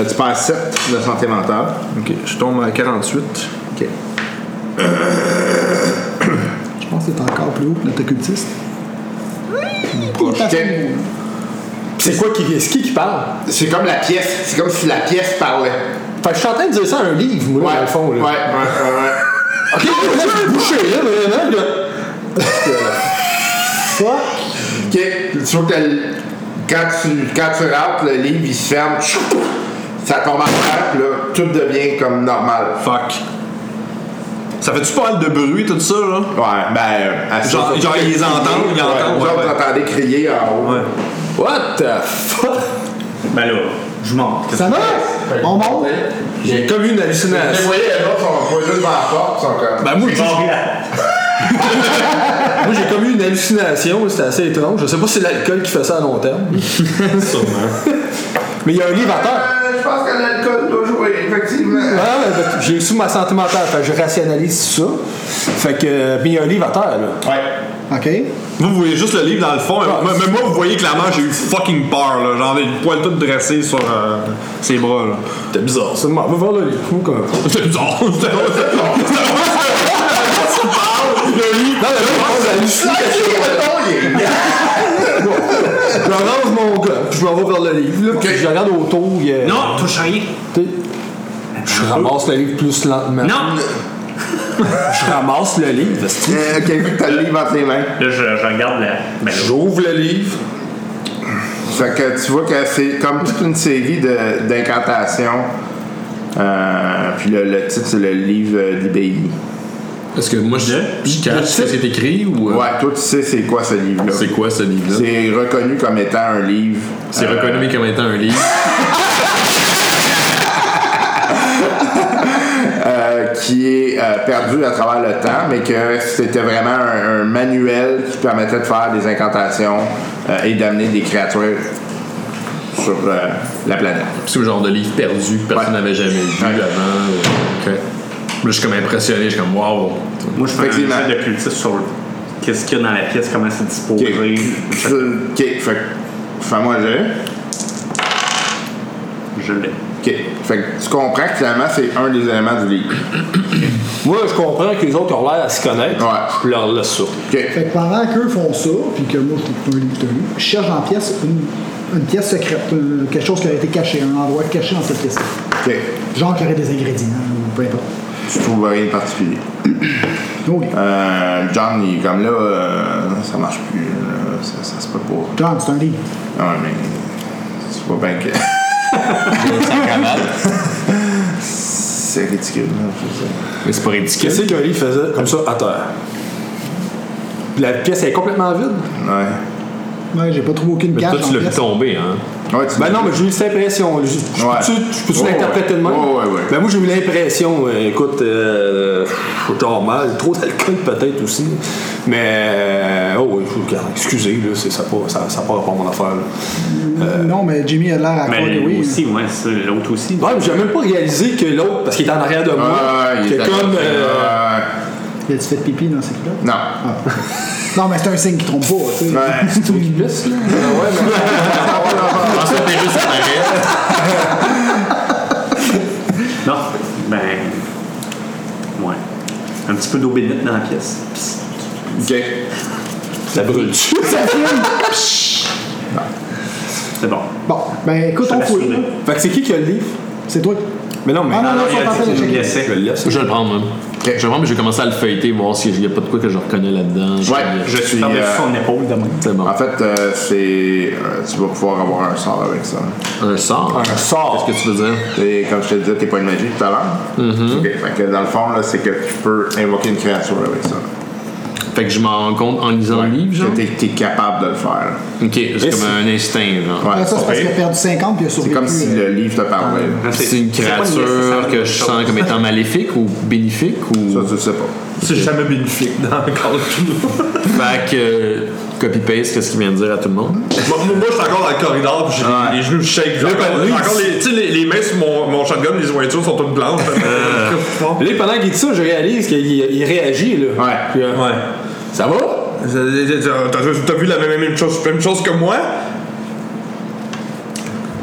Speaker 2: Euh, tu passes 7 de santé mentale.
Speaker 8: Ok, je tombe à 48.
Speaker 2: OK.
Speaker 4: Je pense que t'es encore plus haut que notre occultiste. Hum, t'es
Speaker 2: Ok.
Speaker 4: à-
Speaker 10: C'est quoi qui, c'est qui qui parle?
Speaker 2: C'est comme la pièce. C'est comme si la pièce parlait.
Speaker 10: Fait que je suis en train de dire ça à un livre, moi, dans le fond. Là.
Speaker 2: Ouais, ouais, ouais. ouais.
Speaker 10: Ok, là, je suis bouché, là, vraiment. là.
Speaker 2: Ok, tu vois que t'as- quand tu, quand tu rentres, le livre, il se ferme, tchou, ça tombe en terre, puis là, tout devient comme normal.
Speaker 5: Fuck. Ça fait-tu pas mal de bruit, tout ça, là?
Speaker 2: Ouais, ben, euh, assez-
Speaker 5: Genre- genre, ils les entendent, ils
Speaker 2: Ouais,
Speaker 5: entendent,
Speaker 2: vous
Speaker 5: ouais,
Speaker 2: autres,
Speaker 5: ouais.
Speaker 2: vous entendez crier en haut.
Speaker 7: What the fuck?
Speaker 3: Ben là, je monte.
Speaker 4: Ça va? On monte?
Speaker 7: J'ai comme une
Speaker 2: Vous
Speaker 7: hallucination.
Speaker 2: voyez, les autres sont posés devant la porte, ils sont comme.
Speaker 5: Ben, moi, je
Speaker 3: Bon,
Speaker 8: Moi, j'ai comme eu une hallucination, c'était assez étrange. Je sais pas si c'est l'alcool qui fait ça à long terme. Mais il y a un livre à terre.
Speaker 2: Euh, je pense que l'alcool doit jouer, effectivement.
Speaker 8: Ah, ben, ben, j'ai sous ma santé mentale, fait que je rationalise ça. Fait que, euh, puis il y a un livre à terre, là.
Speaker 4: OK.
Speaker 5: Vous, vous voyez juste le livre dans le fond, mais
Speaker 8: Ah.
Speaker 5: mais- mais moi, vous voyez clairement, j'ai eu fucking peur, là. Genre, les poils tout dressés sur euh, ses bras, là. C'était bizarre, ça.
Speaker 8: Seulement, va voir le livre. Ou quoi?
Speaker 5: C'était bizarre. C'était bizarre. Le livre.
Speaker 8: Je range mon gars, puis je m'en vais vers le livre, là. puis Je regarde autour, il y a-
Speaker 3: Non, touche à rien.
Speaker 8: Tu sais, Je ramasse le livre plus lentement.
Speaker 3: Non!
Speaker 8: Je ramasse le livre. c'est-tu?
Speaker 2: Euh, ok, vu que t'as le livre entre les mains.
Speaker 3: Là, je, je regarde la. Ben là,
Speaker 8: J'ouvre le livre.
Speaker 2: Fait que tu vois que c'est comme toute une série de- d'incantations. Euh, puis le, le titre, c'est le livre euh, de l'abbaye.
Speaker 7: Est-ce que moi, je, je cache ce que c'est écrit ou. euh,
Speaker 2: Ouais, toi, tu sais c'est quoi ce livre-là.
Speaker 7: C'est quoi ce livre-là?
Speaker 2: C'est reconnu comme étant un livre.
Speaker 7: C'est reconnu comme étant un livre.
Speaker 2: euh, qui est euh, perdu à travers le temps, mais que c'était vraiment un, un manuel qui permettait de faire des incantations euh, et d'amener des créatures sur euh, la planète.
Speaker 7: C'est le genre de livre perdu que personne
Speaker 2: Ouais.
Speaker 7: n'avait jamais vu
Speaker 2: Ouais.
Speaker 7: avant. ou- ok. Là, je suis comme impressionné, je suis comme waouh.
Speaker 3: moi, je fais un
Speaker 2: Effectivement.
Speaker 3: jeu de cultisme sur qu'est-ce qu'il y a dans la pièce, comment c'est
Speaker 2: Ok,
Speaker 3: disposé.
Speaker 2: ok, fait que fais-moi le.
Speaker 3: Je l'ai.
Speaker 2: Ok, fait que tu comprends que finalement c'est un des éléments du livre.
Speaker 8: Moi, je comprends que les autres ont l'air à se connaître.
Speaker 2: Ouais.
Speaker 8: Je leur laisse ça.
Speaker 2: Ok.
Speaker 4: Fait que pendant qu'eux font ça, puis que moi, je trouve pas une- une- je cherche en pièce une, une pièce secrète, euh, quelque chose qui aurait été caché, un endroit caché dans cette pièce
Speaker 2: Ok.
Speaker 4: Genre qu'il y aurait des ingrédients, ou peu importe.
Speaker 2: Tu trouves rien de particulier.
Speaker 4: Donc,
Speaker 2: Euh, John, il est comme là, euh, ça marche plus. là, ça, ça se peut pas.
Speaker 4: John, c'est un livre.
Speaker 2: Non, mais. C'est pas bien que. C'est ridicule, là, c'est ça.
Speaker 7: Mais c'est pas ridicule.
Speaker 8: Qu'est-ce que le livre faisait comme ça à terre? Puis la pièce elle est complètement vide.
Speaker 2: Ouais.
Speaker 4: Ouais, j'ai pas trouvé aucune
Speaker 7: Mais
Speaker 4: cage
Speaker 7: toi,
Speaker 4: dans
Speaker 7: tu
Speaker 4: la
Speaker 7: l'as vu
Speaker 4: pièce.
Speaker 7: tomber, hein?
Speaker 2: Ouais, tu
Speaker 8: Ben non, mais j'ai eu cette impression. Je, je
Speaker 2: Ouais.
Speaker 8: peux-tu je peux-tu
Speaker 2: Ouais,
Speaker 8: l'interpréter de même?
Speaker 2: ouais. Ouais, ouais, ouais.
Speaker 8: Ben moi, j'ai eu l'impression, euh, écoute, euh, genre mal, trop d'alcool peut-être aussi. Mais, euh, oh, oui, je- regarde, excusez, là, c'est- ça part ça, ça part pas mon affaire. là.
Speaker 4: Non, mais Jimmy a l'air à croire
Speaker 3: Mais
Speaker 4: que Ah, oui.
Speaker 3: Ben, aussi, ouais, ça, l'autre aussi.
Speaker 8: Ouais, mais j'ai même pas réalisé que l'autre, parce qu'il était en arrière de moi,
Speaker 2: Ouais, il
Speaker 8: que
Speaker 2: est
Speaker 8: comme. euh,
Speaker 4: Il a-tu fait pipi dans ses culottes?
Speaker 2: Non.
Speaker 4: Non, mais c'est un signe qui trompe pas, tu sais.
Speaker 2: Ouais.
Speaker 4: C'est toi qui glisse, là.
Speaker 3: Non, ben. Ouais. Un petit peu d'eau bénite dans la pièce.
Speaker 2: Ok.
Speaker 8: ça brûle dessus.
Speaker 3: C'est bon.
Speaker 4: Bon, ben écoute,
Speaker 3: Je
Speaker 4: on
Speaker 3: vais
Speaker 4: fouille.
Speaker 3: l'assumer.
Speaker 4: là.
Speaker 8: Fait que c'est qui qui a le livre?
Speaker 4: C'est toi.
Speaker 8: Mais non, mais.
Speaker 4: Ah non, non,
Speaker 3: il
Speaker 4: faut
Speaker 3: a
Speaker 4: pas
Speaker 3: dit
Speaker 4: faire le
Speaker 3: qu'il
Speaker 4: check.
Speaker 3: laissait.
Speaker 8: Je le laisse.
Speaker 7: Je vais le prendre, moi. Je vais le prendre, mais je vais commencer à le feuilleter, voir s'il y a pas de quoi que je reconnais là-dedans.
Speaker 2: Ouais, je
Speaker 3: Je
Speaker 2: suis.
Speaker 3: ferme
Speaker 2: euh,
Speaker 3: son épaule de moi.
Speaker 7: C'est bon.
Speaker 2: en fait, euh, c'est. euh, tu vas pouvoir avoir un sort avec ça.
Speaker 7: Un sort.
Speaker 8: Un sort.
Speaker 7: Qu'est-ce que tu veux dire?
Speaker 2: Et comme je te disais, t'es pas une magie tout à l'heure. Ok. Fait que dans le fond, là, c'est que tu peux invoquer une créature avec ça.
Speaker 7: Fait que je m'en rends compte en lisant le livre, genre?
Speaker 2: Que T'es t'es capable de le faire.
Speaker 7: Ok, c'est comme un instinct, genre.
Speaker 2: Ouais.
Speaker 4: Ah, ça, c'est parce qu'il a perdu 50 puis il a
Speaker 2: C'est
Speaker 4: survécu.
Speaker 2: comme si
Speaker 4: euh,
Speaker 2: le livre te parlait. là.
Speaker 7: C'est une
Speaker 3: pas
Speaker 7: créature
Speaker 3: nécessairement
Speaker 7: que
Speaker 3: une
Speaker 7: je
Speaker 3: chose.
Speaker 7: sens comme étant maléfique ou bénéfique
Speaker 2: Ça,
Speaker 7: ou.
Speaker 2: tu le sais pas.
Speaker 5: C'est jamais bénéfique dans le corridor.
Speaker 7: Fait que. euh, Copy-paste, qu'est-ce qu'il vient de dire à tout le monde?
Speaker 5: moi, moi, moi, je suis encore dans le corridor, puis j'ai les- les genoux shake. J'ai encore, j'ai encore les, tu sais, les, les mains sur mon, mon shotgun, les jointures sont toutes blanches. hein.
Speaker 7: Euh.
Speaker 8: Là, pendant qu'il dit ça, je réalise qu'il il réagit, là.
Speaker 2: Ouais.
Speaker 8: Puis, euh,
Speaker 5: ouais.
Speaker 8: Ça va?
Speaker 5: T'as- t'as- T'as vu la même, même chose, même chose que moi?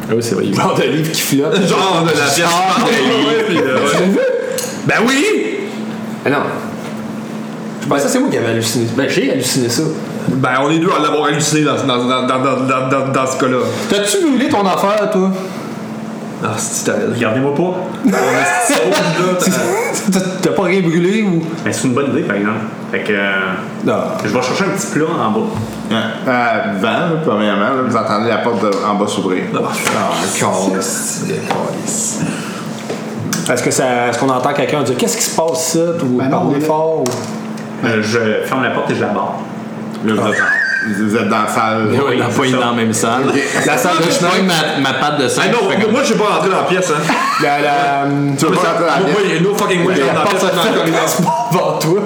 Speaker 7: Ah oui, c'est vrai.
Speaker 8: Genre de livre qui flotte.
Speaker 5: Genre de la pièce. Ouais, puis, euh, ouais. Ben oui!
Speaker 8: Ah non. Je pensais que c'est moi qui avais halluciné. Ben, j'ai halluciné ça.
Speaker 5: Ben on est deux à l'avoir halluciné dans, dans, dans, dans, dans, dans, dans ce cas-là.
Speaker 8: T'as-tu brûlé ton affaire, toi?
Speaker 11: Ah, c'est t'avais
Speaker 3: Regardez-moi pas. Mon esti de rouge, là, euh,
Speaker 8: T'as pas rien brûlé ou.
Speaker 3: ben, c'est une bonne idée, par exemple. Fait que. euh,
Speaker 8: Non.
Speaker 3: Je vais chercher un petit plat en bas.
Speaker 2: Ouais. Euh, vent, là, premièrement, là, vous entendez la porte de- en bas s'ouvrir.
Speaker 8: Est-ce que ça. Est-ce qu'on entend quelqu'un dire qu'est-ce qui se passe ça? Ou
Speaker 4: Ben non,
Speaker 8: parler
Speaker 4: là.
Speaker 8: fort ou.
Speaker 3: Euh, je ferme la porte et je la barre.
Speaker 2: Là, vous, êtes, vous êtes dans la salle.
Speaker 6: on n'a pas dans la même salle. La salle de chemin, ma, ma patte de
Speaker 5: Ah
Speaker 6: scène.
Speaker 5: non,
Speaker 6: je fais comme-
Speaker 5: moi je vais pas rentrer dans la pièce, hein.
Speaker 8: La, la,
Speaker 2: Tu veux pas entrer dans la
Speaker 5: Moi,
Speaker 2: pièce?
Speaker 5: il y a no fucking way, je rentre dans la pièce dans le corridor.
Speaker 8: devant toi.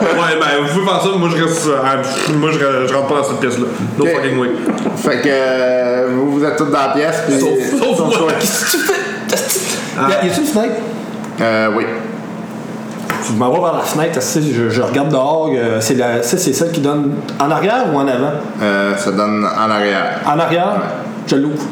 Speaker 5: Ouais, ben, vous pouvez faire ça, moi je reste. euh, Moi je, re- je rentre pas dans cette pièce-là. No
Speaker 2: Ok.
Speaker 5: fucking way.
Speaker 2: Fait que euh, vous, vous êtes tous dans la pièce. Puis,
Speaker 5: Sauf- sauf
Speaker 2: sauf
Speaker 5: moi.
Speaker 8: Qu'est-ce que tu fais?
Speaker 4: Ah.
Speaker 8: Y a-tu une fenêtre?
Speaker 2: Euh, oui.
Speaker 8: Je m'en vais vers la fenêtre, tu sais, je, je regarde dehors. euh, C'est la- ça, c'est celle qui donne en arrière ou en avant?
Speaker 2: Euh, ça donne en arrière.
Speaker 8: En arrière, je l'ouvre.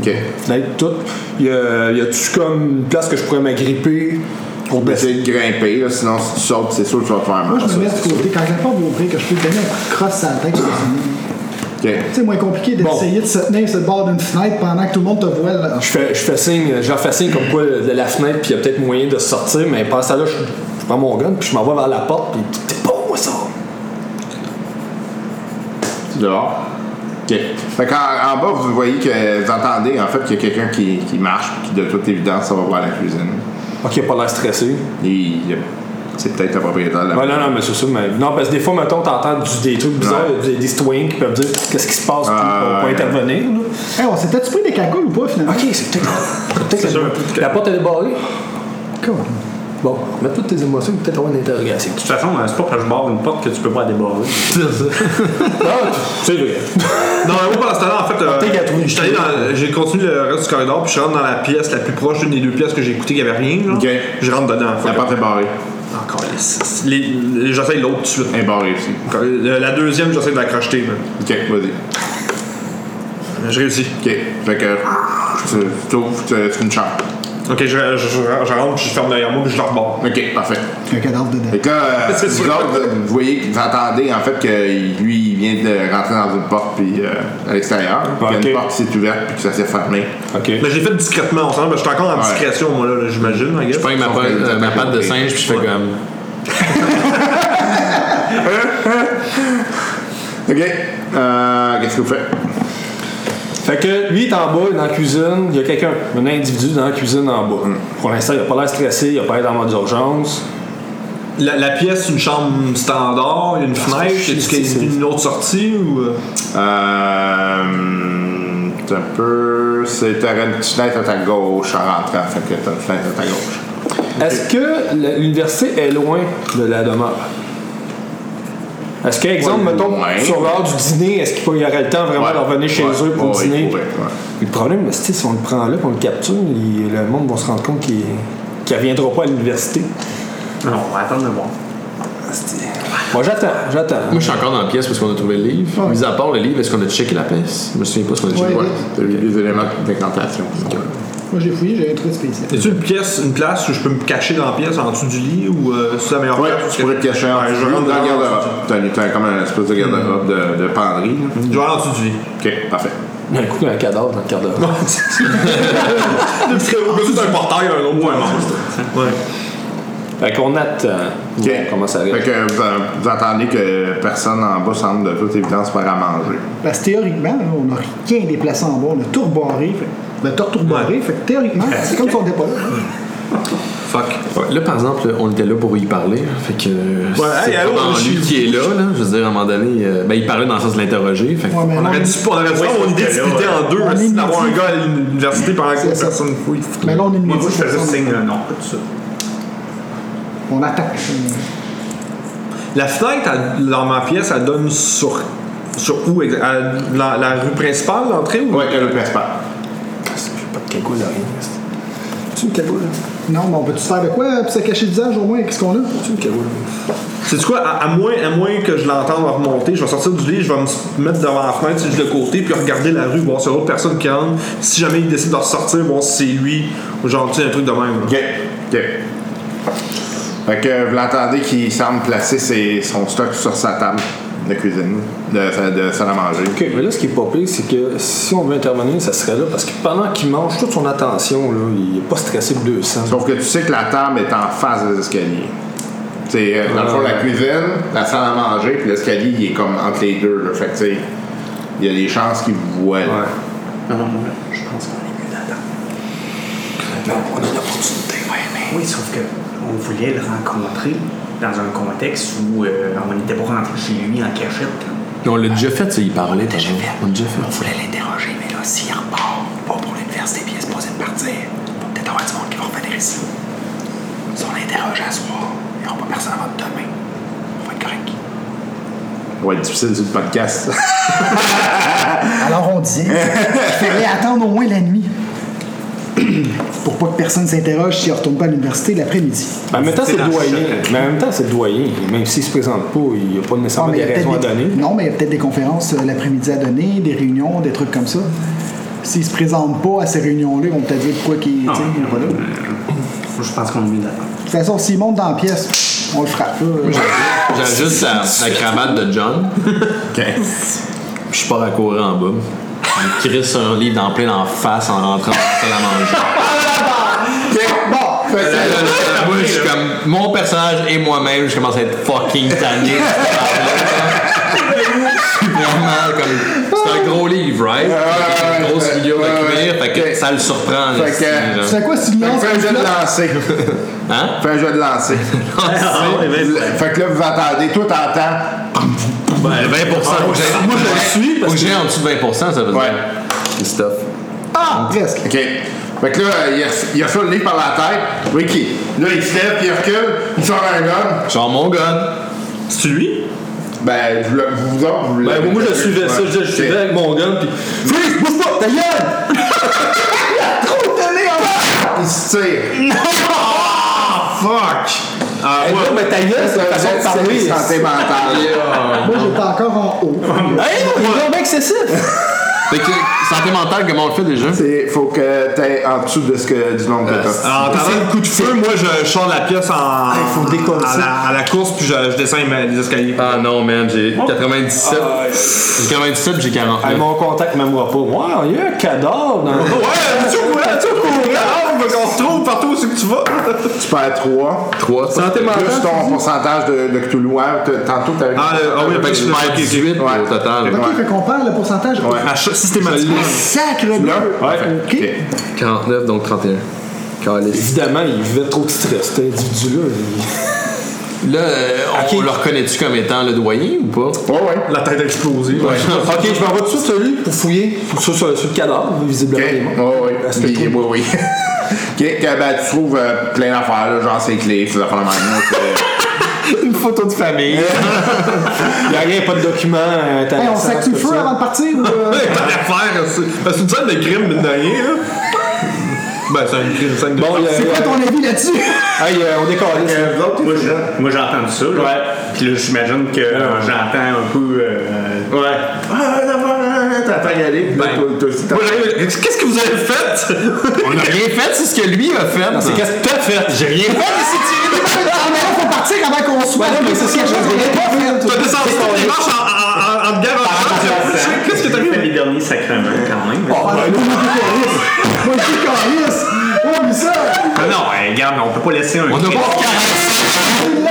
Speaker 2: Ok.
Speaker 8: Fenêtre, tout. Y a- y a-tu comme une place que je pourrais m'agripper pour
Speaker 4: Ben,
Speaker 8: baisser?
Speaker 2: Essaye de grimper, là, sinon si tu sautes, c'est sûr que tu vas te faire mal.
Speaker 4: Moi, je me mets du côté. Quand la porte va ouvrir, que je peux donner un crosse à la tête.
Speaker 2: Ok.
Speaker 4: C'est moins compliqué d'essayer de se tenir sur le bord d'une fenêtre pendant que tout le monde te voit. Là.
Speaker 8: Je fais, je fais signe, je leur fais signe comme quoi de la fenêtre, puis il y a peut-être moyen de sortir, mais pendant ça là, je, je prends mon gun, puis je m'en vais vers la porte, puis t'es pas moi ça!
Speaker 2: Dehors. OK. Fait qu'en en bas, vous voyez que vous entendez en fait qu'il y a quelqu'un qui, qui marche puis qui de toute évidence ça va voir la cuisine.
Speaker 8: Ok, il a pas l'air stressé.
Speaker 2: Et il- c'est peut-être le propriétaire de la
Speaker 8: Ouais, non, non, mais c'est ça, mais. Non, parce que des fois, mettons, t'entends du- des trucs bizarres,
Speaker 2: Ouais.
Speaker 8: des, des citoyens qui peuvent dire qu'est-ce qui se passe, puis
Speaker 2: Ah,
Speaker 8: on peut
Speaker 2: ouais.
Speaker 8: intervenir, là.
Speaker 4: Hey, on s'est peut-être pris des cacoules ou pas finalement?
Speaker 8: Ok, c'est peut-être. peut-être la- la, porte elle est barrée.
Speaker 4: Cool.
Speaker 8: Bon, mets toutes tes émotions, peut-être avoir une interrogation.
Speaker 3: De toute façon, euh, c'est pas parce que je barre une porte que tu peux pas la débarrer.
Speaker 8: C'est vrai.
Speaker 5: Non, mais moi pendant ce temps-là, en fait,
Speaker 8: Peut-être qu'elle a trouvé
Speaker 5: euh,
Speaker 8: une
Speaker 5: j'étais allé dans- j'ai continué le reste du corridor, puis je rentre dans la pièce la plus proche d'une des deux pièces que j'ai écoutées, qu'il n'y avait rien. Là.
Speaker 2: Ok.
Speaker 5: Je rentre dedans.
Speaker 2: La porte est barrée.
Speaker 5: Encore Ah, les. les- les- J'essaye l'autre tout de suite.
Speaker 2: Elle est barrée aussi.
Speaker 5: Encore- euh, La deuxième, j'essaie de la crocheter. man. Euh,
Speaker 2: OK, vas-y.
Speaker 5: Je réussis.
Speaker 2: OK. Fait que tu tu ouvres, tu- c'est une chambre.
Speaker 5: Ok, je, je, je- je rentre, puis je ferme derrière moi, puis je la rebarre.
Speaker 2: OK, parfait.
Speaker 4: Il y a un cadavre dedans.
Speaker 2: Fait que là, euh,
Speaker 5: C'est
Speaker 2: vous
Speaker 5: sûr.
Speaker 2: autres, vous voyez, vous entendez en fait que lui, il vient de rentrer dans une porte puis euh, à l'extérieur. Puis Il y a
Speaker 8: Ok.
Speaker 2: une porte qui s'est ouverte puis que ça s'est fermé.
Speaker 8: Ok.
Speaker 5: Mais j'ai fait discrètement, on s'en va, je suis encore en
Speaker 2: Ouais.
Speaker 5: discrétion, moi, là, là, j'imagine, I guess.
Speaker 6: Je pogne ma, patte- euh, ma patte de singe, puis je fais comme.
Speaker 2: OK. Euh, Qu'est-ce que vous faites?
Speaker 8: Fait que lui il est en bas, il est dans la cuisine, il y a quelqu'un, un individu dans la cuisine en bas. Pour l'instant, il a pas l'air stressé, il a pas l'air en mode d'urgence.
Speaker 5: La, la pièce, c'est une chambre standard,
Speaker 2: Ah,
Speaker 5: il y a une fenêtre,
Speaker 8: c'est
Speaker 5: est-ce qu'il y a
Speaker 8: c'est-
Speaker 5: une autre sortie ou. euh?
Speaker 2: Euh, c'est un peu. C'est t'aurais une petite fenêtre à ta gauche en rentrant. Fait que t'as une fenêtre à ta gauche.
Speaker 8: Est-ce que la- l'université est loin de la demeure? Est-ce que, exemple,
Speaker 2: Pas
Speaker 8: mettons,
Speaker 2: loin.
Speaker 8: sur l'heure du dîner, est-ce qu'il y aurait le temps vraiment de revenir chez
Speaker 2: Ouais,
Speaker 8: eux pour
Speaker 2: ouais,
Speaker 8: dîner?
Speaker 2: ouais, ouais.
Speaker 8: Le problème, c'est que si on le prend là et on le capture, il- le monde va se rendre compte qu'il ne reviendra pas à l'université.
Speaker 3: Non, on va attendre de voir.
Speaker 8: Moi, j'attends, j'attends.
Speaker 6: Moi, je suis encore dans la pièce parce qu'on a trouvé le livre. Mis à part le livre, est-ce qu'on a checké la pièce Je me souviens pas ce qu'on a checké.
Speaker 4: Ouais.
Speaker 2: T'as vu des éléments d'incantation.
Speaker 4: Moi, j'ai fouillé, j'ai rien trouvé de spécial.
Speaker 5: Y a-tu une pièce, une place où je peux me cacher dans la pièce, en dessous du lit, ou euh, c'est la meilleure
Speaker 2: Ouais,
Speaker 5: place?
Speaker 2: tu pourrais te cacher en
Speaker 5: Ouais, je
Speaker 2: dessous
Speaker 5: rentre
Speaker 2: dans
Speaker 5: dans
Speaker 2: le
Speaker 5: garde-robe.
Speaker 2: garde-robe. T'as une- T'as comme une espèce de garde-robe de, de penderie. là.
Speaker 5: Mm. Je vais aller en dessous du lit.
Speaker 2: Ok, parfait.
Speaker 8: D'un coup, il y a un cadavre dans le cadavre.
Speaker 5: Parce que au cas où c'est un portail, un autre ou un monstre. Ouais.
Speaker 8: Fait qu'on attend.
Speaker 2: Ok.
Speaker 8: On commence à
Speaker 2: Fait que vous, vous entendez que personne en bas semble de toute évidence faire à manger.
Speaker 4: Parce que théoriquement, là, on n'a rien déplacé en bas, on a tout rebarré. Fait, ben, t'as tout rebarré, fait que théoriquement, c'est comme si on n'était pas là.
Speaker 5: Fuck.
Speaker 6: Ouais, Là, par exemple, on était là pour y parler. hein, Fait que. euh,
Speaker 5: Ouais,
Speaker 6: c'est
Speaker 5: hey, allô,
Speaker 6: vraiment
Speaker 5: on est
Speaker 6: lui
Speaker 5: chez
Speaker 6: qui est là, là. Je veux dire, à un moment donné, euh, ben, il parlait dans le sens de l'interroger. Fait que-
Speaker 4: Ouais, mais
Speaker 5: On
Speaker 4: non,
Speaker 5: aurait dû on aurait dû
Speaker 3: Ouais,
Speaker 5: faire mon
Speaker 3: c'est
Speaker 5: idée
Speaker 3: que là,
Speaker 5: de
Speaker 3: euh,
Speaker 5: splitter en deux,
Speaker 4: on
Speaker 5: mais
Speaker 4: est
Speaker 5: si d'avoir un
Speaker 4: midi.
Speaker 5: gars à l'université pendant que
Speaker 4: C'est ça.
Speaker 5: personne fouille.
Speaker 4: mais là, on est le
Speaker 3: Moi,
Speaker 4: midi,
Speaker 3: je fais juste
Speaker 4: personne-
Speaker 3: signe, euh, non, pas tout ça.
Speaker 4: On attaque.
Speaker 5: La fenêtre elle- dans ma pièce, elle donne sur. Sur où exa- à la, la rue principale, l'entrée ou
Speaker 2: Ouais, que le principal.
Speaker 8: C'est une cagoule.
Speaker 4: Non, mais on peut-tu se faire de quoi pour se cacher le visage au moins? Qu'est-ce qu'on a?
Speaker 8: C'est une cagoule.
Speaker 5: C'est quoi, à, à moins, à moins que je l'entende remonter, je vais sortir du lit, je vais me s- mettre devant la fenêtre juste de côté, puis regarder la rue, voir s'il y a d'autres personnes qui rentrent. Si jamais il décide de ressortir, voir si c'est lui ou genre, tu sais, un truc de même. là.
Speaker 2: OK. OK. Fait que vous l'entendez qu'il semble placer ses- son stock sur sa table. de cuisine, de, salle- de salle à manger.
Speaker 10: Ok, mais là, ce qui est pas pire, c'est que si on veut intervenir, ça serait là, parce que pendant qu'il mange, toute son attention, là, il est pas stressé de 200.
Speaker 2: Sauf que tu sais que la table est en face des escaliers. C'est euh, dans le fond la cuisine, la salle à manger, puis l'escalier il est comme entre les deux. Là. Fait que tu sais, il y a des chances qu'ils vous voient. là.
Speaker 3: Je pense qu'on est mieux là-dedans. Oui, sauf que on voulait le rencontrer dans un contexte où euh, on n'était pas rentré chez lui en cachette.
Speaker 6: On l'a déjà fait, ça, il parlait. par exemple. On l'a déjà fait.
Speaker 3: On voulait l'interroger, mais là, s'il repart, pas pour l'université, puis il est supposé de partir, il va peut-être avoir du monde qui va revenir ici. Si on l'interroge à soir, il n'y aura pas personne avant demain. On va être correct.
Speaker 2: Ça va être difficile sur le podcast.
Speaker 4: Alors on disait qu'il fallait attendre au moins la nuit. Pour pas que personne s'interroge s'il retourne pas à l'université l'après-midi.
Speaker 10: Mais Ben, en même temps, c'est
Speaker 3: dans
Speaker 10: le doyen.
Speaker 3: chaque-
Speaker 10: Mais en même temps, c'est le doyen. Même s'il se présente pas, il n'y a pas
Speaker 4: Ah,
Speaker 10: nécessairement
Speaker 4: mais il
Speaker 10: des
Speaker 4: y a peut-être
Speaker 10: raisons à
Speaker 4: des-
Speaker 10: donner.
Speaker 4: Non, mais il y a peut-être des conférences euh, l'après-midi à donner, des réunions, des trucs comme ça. S'il se présente pas à ces réunions-là, ils vont peut-être dire pourquoi qu'il tu sais, il est pas là. De
Speaker 3: Je pense qu'on est mieux d'attendre.
Speaker 4: toute façon, s'il monte dans la pièce, on le frappe. là.
Speaker 6: J'avais juste la, la cravate de John. Puis je pars à courir en bas. Je me crisse un livre en plein en face en rentrant dans la salle à manger.
Speaker 2: Fait que,
Speaker 6: Là, là, là, moi, je suis comme mon personnage et moi-même, je commence à être fucking tanné. Je suis vraiment comme. C'est un gros livre, right? Avec une grosse vidéo à cuire, fait que ça le surprend.
Speaker 2: Fait
Speaker 6: le
Speaker 2: que-
Speaker 6: style,
Speaker 4: Tu
Speaker 6: genre.
Speaker 4: sais quoi, si tu
Speaker 2: fait que
Speaker 4: lances
Speaker 2: fais un
Speaker 4: un
Speaker 2: jeu de
Speaker 4: flop,
Speaker 2: lancer.
Speaker 6: Hein?
Speaker 2: Fais un jeu de lancer. fait que là, vous attendez, tout entend.
Speaker 6: Ben, 20%. faut que j'aille-
Speaker 2: Ah, moi, je le
Speaker 6: Faut que j'aille en dessous de 20%, ça veut dire.
Speaker 2: Ouais.
Speaker 6: C'est stuff.
Speaker 4: Ah, presque.
Speaker 2: OK. Fait que là, il a, il a ça le nez par la tête. Ricky. Là, il se lève, puis il recule, il sort un gun.
Speaker 6: Genre mon gun.
Speaker 3: C'est lui?
Speaker 2: Ben, vous, le- vous autres, vous
Speaker 7: Ben,
Speaker 2: l'avez
Speaker 7: moi, je
Speaker 2: vu.
Speaker 7: suivais ça,
Speaker 2: Ouais.
Speaker 7: je disais, je
Speaker 2: Ok.
Speaker 7: suivais avec mon gun, puis
Speaker 2: Freeze, bouge pas, ta gueule! Il se tire. Fuck! Ah, ouais.
Speaker 7: non, mais ta gueule, c'est la façon de parler.
Speaker 2: C'est santé mentale.
Speaker 4: Moi, j'étais encore en haut.
Speaker 7: Hey, non, il est donc bien excessif!
Speaker 6: Fait que santé mentale, comment on le fait déjà?
Speaker 2: C'est- Faut que t'aies en dessous de ce que, du nombre
Speaker 7: Ah,
Speaker 2: que t'as.
Speaker 8: En attendant le coup de feu, moi je sors la pièce en,
Speaker 4: faut Oh, décoller
Speaker 8: à,
Speaker 4: ça.
Speaker 8: la, à la course puis je, je descends les les escaliers.
Speaker 6: Ah non, man, j'ai 97. J'ai 97 j'ai 49.
Speaker 10: Hey, mon contact ne m'aimera pas. Wow, il y a un cadavre dans le.
Speaker 8: Ouais, tu au courant,
Speaker 4: oh,
Speaker 8: tu au courant, on veut qu'on se trouve partout où c'est que tu vas.
Speaker 2: Tu perds 3.
Speaker 6: 3. Santé
Speaker 2: Plus ton pourcentage de, de Cthulhu. hein, t- Tantôt, t'avais.
Speaker 8: Ah,
Speaker 10: euh,
Speaker 8: le- ah oui,
Speaker 6: Fait que je perds 18
Speaker 2: Ouais.
Speaker 6: au total.
Speaker 4: Ok, fait qu'on perd le pourcentage.
Speaker 10: Ah,
Speaker 8: À chaque- Systématiquement.
Speaker 4: Sacre bleu.
Speaker 8: Ouais.
Speaker 4: Ok.
Speaker 6: 49, donc 31. Calice.
Speaker 10: Évidemment, il vivait trop de stress, cet individu-là. Il-
Speaker 6: Là, euh, on le reconnaît-tu comme étant le doyen ou pas?
Speaker 2: Ouais, ouais.
Speaker 8: La tête explosée.
Speaker 10: ok, je m'en vais dessus sur lui pour fouiller sur, sur- sur le cadavre, visiblement. il est mort.
Speaker 2: Ok. Ouais, ouais.
Speaker 7: Ah,
Speaker 10: Parce que
Speaker 2: Eh, Oui,
Speaker 10: trop-
Speaker 2: oui, oui. ok, que, ben, tu trouves euh, plein d'affaires, là, genre ses clés, ces affaires de même. là, c'est-
Speaker 6: Une photo de famille.
Speaker 10: Il n'y a rien, pas de document euh,
Speaker 4: Hey,
Speaker 10: intéressant.
Speaker 4: on s'active
Speaker 10: tout
Speaker 4: feu
Speaker 10: ça.
Speaker 4: avant de partir ou. euh,
Speaker 8: Ouais, T'as l'affaire, c'est parce que c'est une scène de crime, mine de rien, là. Ben, c'est une crime, une scène de
Speaker 10: Bon, il y a-
Speaker 4: C'est quoi ton avis là-dessus?
Speaker 10: Hey, euh, on décolle.
Speaker 3: Moi, je- moi, j'entends ça. là. Puis là, j'imagine que euh, j'entends un peu. euh,
Speaker 8: Ouais. T'attends y aller.
Speaker 2: là, toi- toi aussi, t'as-
Speaker 8: Moi, j'arrive. Qu'est-ce que vous avez fait?
Speaker 6: On n'a rien fait, c'est ce que lui a fait. C'est qu'est-ce que t'as fait? J'ai rien fait.
Speaker 4: Il faut partir avant qu'on soit. là, mais c'est quelque chose qu'on n'a pas fait.
Speaker 8: T'as descendu ton démarche en, en, en, en
Speaker 3: Ah,
Speaker 8: garage. Qu'est-ce que t'as
Speaker 3: C'était
Speaker 8: fait?
Speaker 3: les derniers sacrements, quand même.
Speaker 4: Ah, ben, moi, je suis cariste. Moi, je suis cariste. Oh, mais ça.
Speaker 3: Ah non, eh, regarde, on peut pas laisser un.
Speaker 6: On n'a pas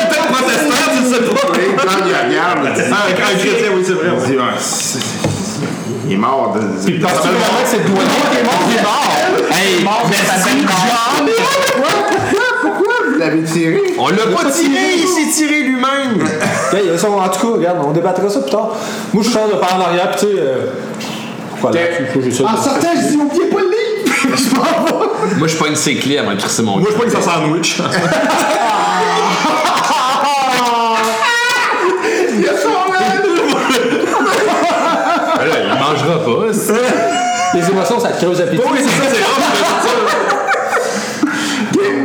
Speaker 8: T'es protestant, tu sais pas.
Speaker 2: Et quand Ah, il regarde, il dit,
Speaker 8: Ah, un chrétien, oui, c'est vrai.
Speaker 2: il dit, ouais, c'est- il est mort. de- de-
Speaker 10: Parce que vraiment que c'est le doigt qui est mort.
Speaker 6: Il est mort. Hey, merci, John.
Speaker 2: Pourquoi vous l'avez tiré?
Speaker 6: On l'a pas tiré, il s'est tiré lui-même.
Speaker 10: Hey, ils sont- en tout cas, regarde, on débattra ça plus tard. Moi, je sors de par en arrière, puis tu sais. euh, Voilà, il faut que j'ai ça.
Speaker 4: En sortant, je dis, oubliez pas le livre. Je m'en vais.
Speaker 6: Moi, je pogne ses clés avant de crisser mon
Speaker 8: Moi, je
Speaker 6: gars.
Speaker 8: crois que ça sandwich.
Speaker 6: Ben là, Il mangera pas. c'est-
Speaker 10: Les émotions, ça te creuse à pied.
Speaker 8: Oui, c'est ça, c'est rare.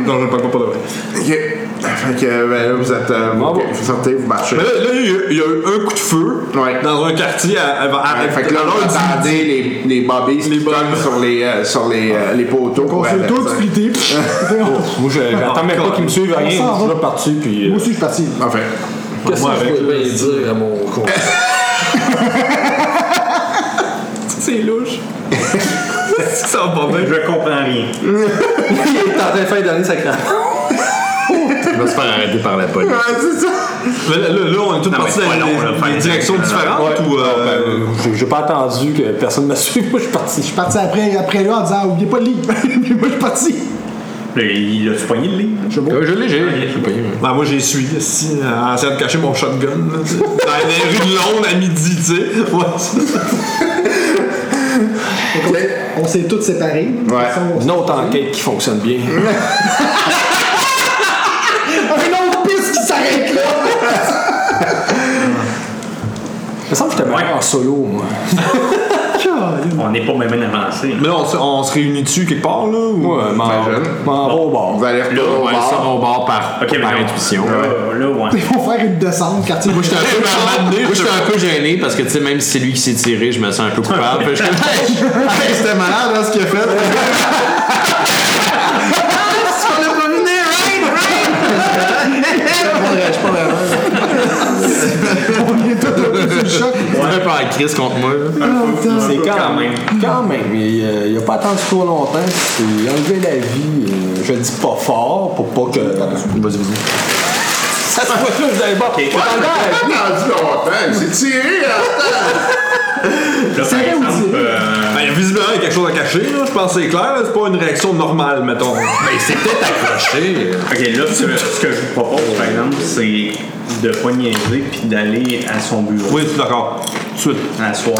Speaker 8: Non, je ne parle pas pour de vrai.
Speaker 2: Ok. Fait que, ben, là, vous êtes. euh, ok, Vous sortez, vous marchez.
Speaker 8: Mais là, là, il y a eu- il y a eu un coup de feu
Speaker 2: Ouais.
Speaker 8: dans un quartier à, à, à-
Speaker 2: Ouais, fait que là,
Speaker 8: à l'heure
Speaker 2: vous
Speaker 8: du-
Speaker 2: entendez les, les bobbies qui tombent sur les, euh, sur les, euh, les poteaux. pour
Speaker 4: C'est
Speaker 2: arrêter
Speaker 4: tout
Speaker 2: ça.
Speaker 4: splitté.
Speaker 10: Moi, je- j'attends même pas qu'ils me suivent, rien.
Speaker 4: s'en
Speaker 10: Je
Speaker 4: va.
Speaker 10: suis là parti, puis. euh,
Speaker 4: Moi aussi, je suis parti.
Speaker 2: Enfin.
Speaker 6: Qu'est-ce que je peux bien dire à mon con?
Speaker 8: C'est louche. C'est que ça va pas bien.
Speaker 3: Je comprends rien.
Speaker 8: Il est en train de faire donner sa crème.
Speaker 6: Il va se faire arrêter par la police.
Speaker 7: Là, là, là, on est tous partis
Speaker 3: c'est
Speaker 7: dans
Speaker 3: pas long, là,
Speaker 7: des,
Speaker 3: faire
Speaker 7: des
Speaker 3: une
Speaker 7: directions différentes ou.
Speaker 10: ben,
Speaker 7: euh,
Speaker 8: J'ai- J'ai pas attendu que personne me suive. Moi, je suis parti.
Speaker 4: Je suis parti après, après là en disant oubliez pas le livre. Puis moi je suis parti.
Speaker 3: Il il a-tu pogné le livre?
Speaker 6: Euh, je l'ai, j'ai je l'ai pas eu.
Speaker 7: Ben, moi, j'ai suivi si, euh, en essayant de cacher mon shotgun, là, tu sais. dans les rues de Londres à midi, tu sais. Ouais, c'est-
Speaker 4: On s'est tous séparés.
Speaker 2: Ouais.
Speaker 8: Une autre enquête qui fonctionne bien.
Speaker 4: Un autre piste qui s'arrête là!
Speaker 8: Il me semble que j'étais meilleur en solo, moi.
Speaker 3: On n'est pas même avancé.
Speaker 7: Mais là, on, se- on se réunit dessus quelque part, là? Ou... Ah,
Speaker 8: Ouais, m'en-
Speaker 2: Très jeune.
Speaker 8: m'en va au bord.
Speaker 2: On va aller
Speaker 6: Là,
Speaker 2: retourner au
Speaker 6: on
Speaker 2: bar.
Speaker 6: sort au bar par,
Speaker 3: Ok,
Speaker 6: par
Speaker 3: mais non.
Speaker 6: intuition.
Speaker 3: Là, là, ouais.
Speaker 4: Ils vont faire une descente, quartier. Moi,
Speaker 6: J'étais un, peu- moi, j'étais un peu gêné parce que, tu sais, même si c'est lui qui s'est tiré, je me sens un peu coupable. Fait que j'étais comme, Hey, C'était malade, hein, ce qu'il a fait.
Speaker 4: on est tous un peu sous le choc.
Speaker 6: Il un peu en crise contre moi. là.
Speaker 8: C'est quand,
Speaker 3: quand même.
Speaker 8: Quand même. Il, euh, il a pas attendu trop longtemps. C'est enlever la vie. euh, je le dis pas fort pour pas que. Vas-y, vas-y. Ça se voit que vous avez pas. Pas dans le verre.
Speaker 2: Pas attendu longtemps, c'est tiré, hein?
Speaker 3: Là, par exemple, euh,
Speaker 7: Ben, visiblement, il y a quelque chose à cacher, là. Je pense que c'est clair, là. C'est pas une réaction normale, mettons.
Speaker 8: Ben,
Speaker 6: Mais c'est peut-être accroché.
Speaker 3: Ok, là, ce que, ce que je vous propose, par exemple, c'est de pas niaiser puis d'aller à son bureau.
Speaker 7: oui, je suis d'accord. Tout de suite.
Speaker 3: À soir.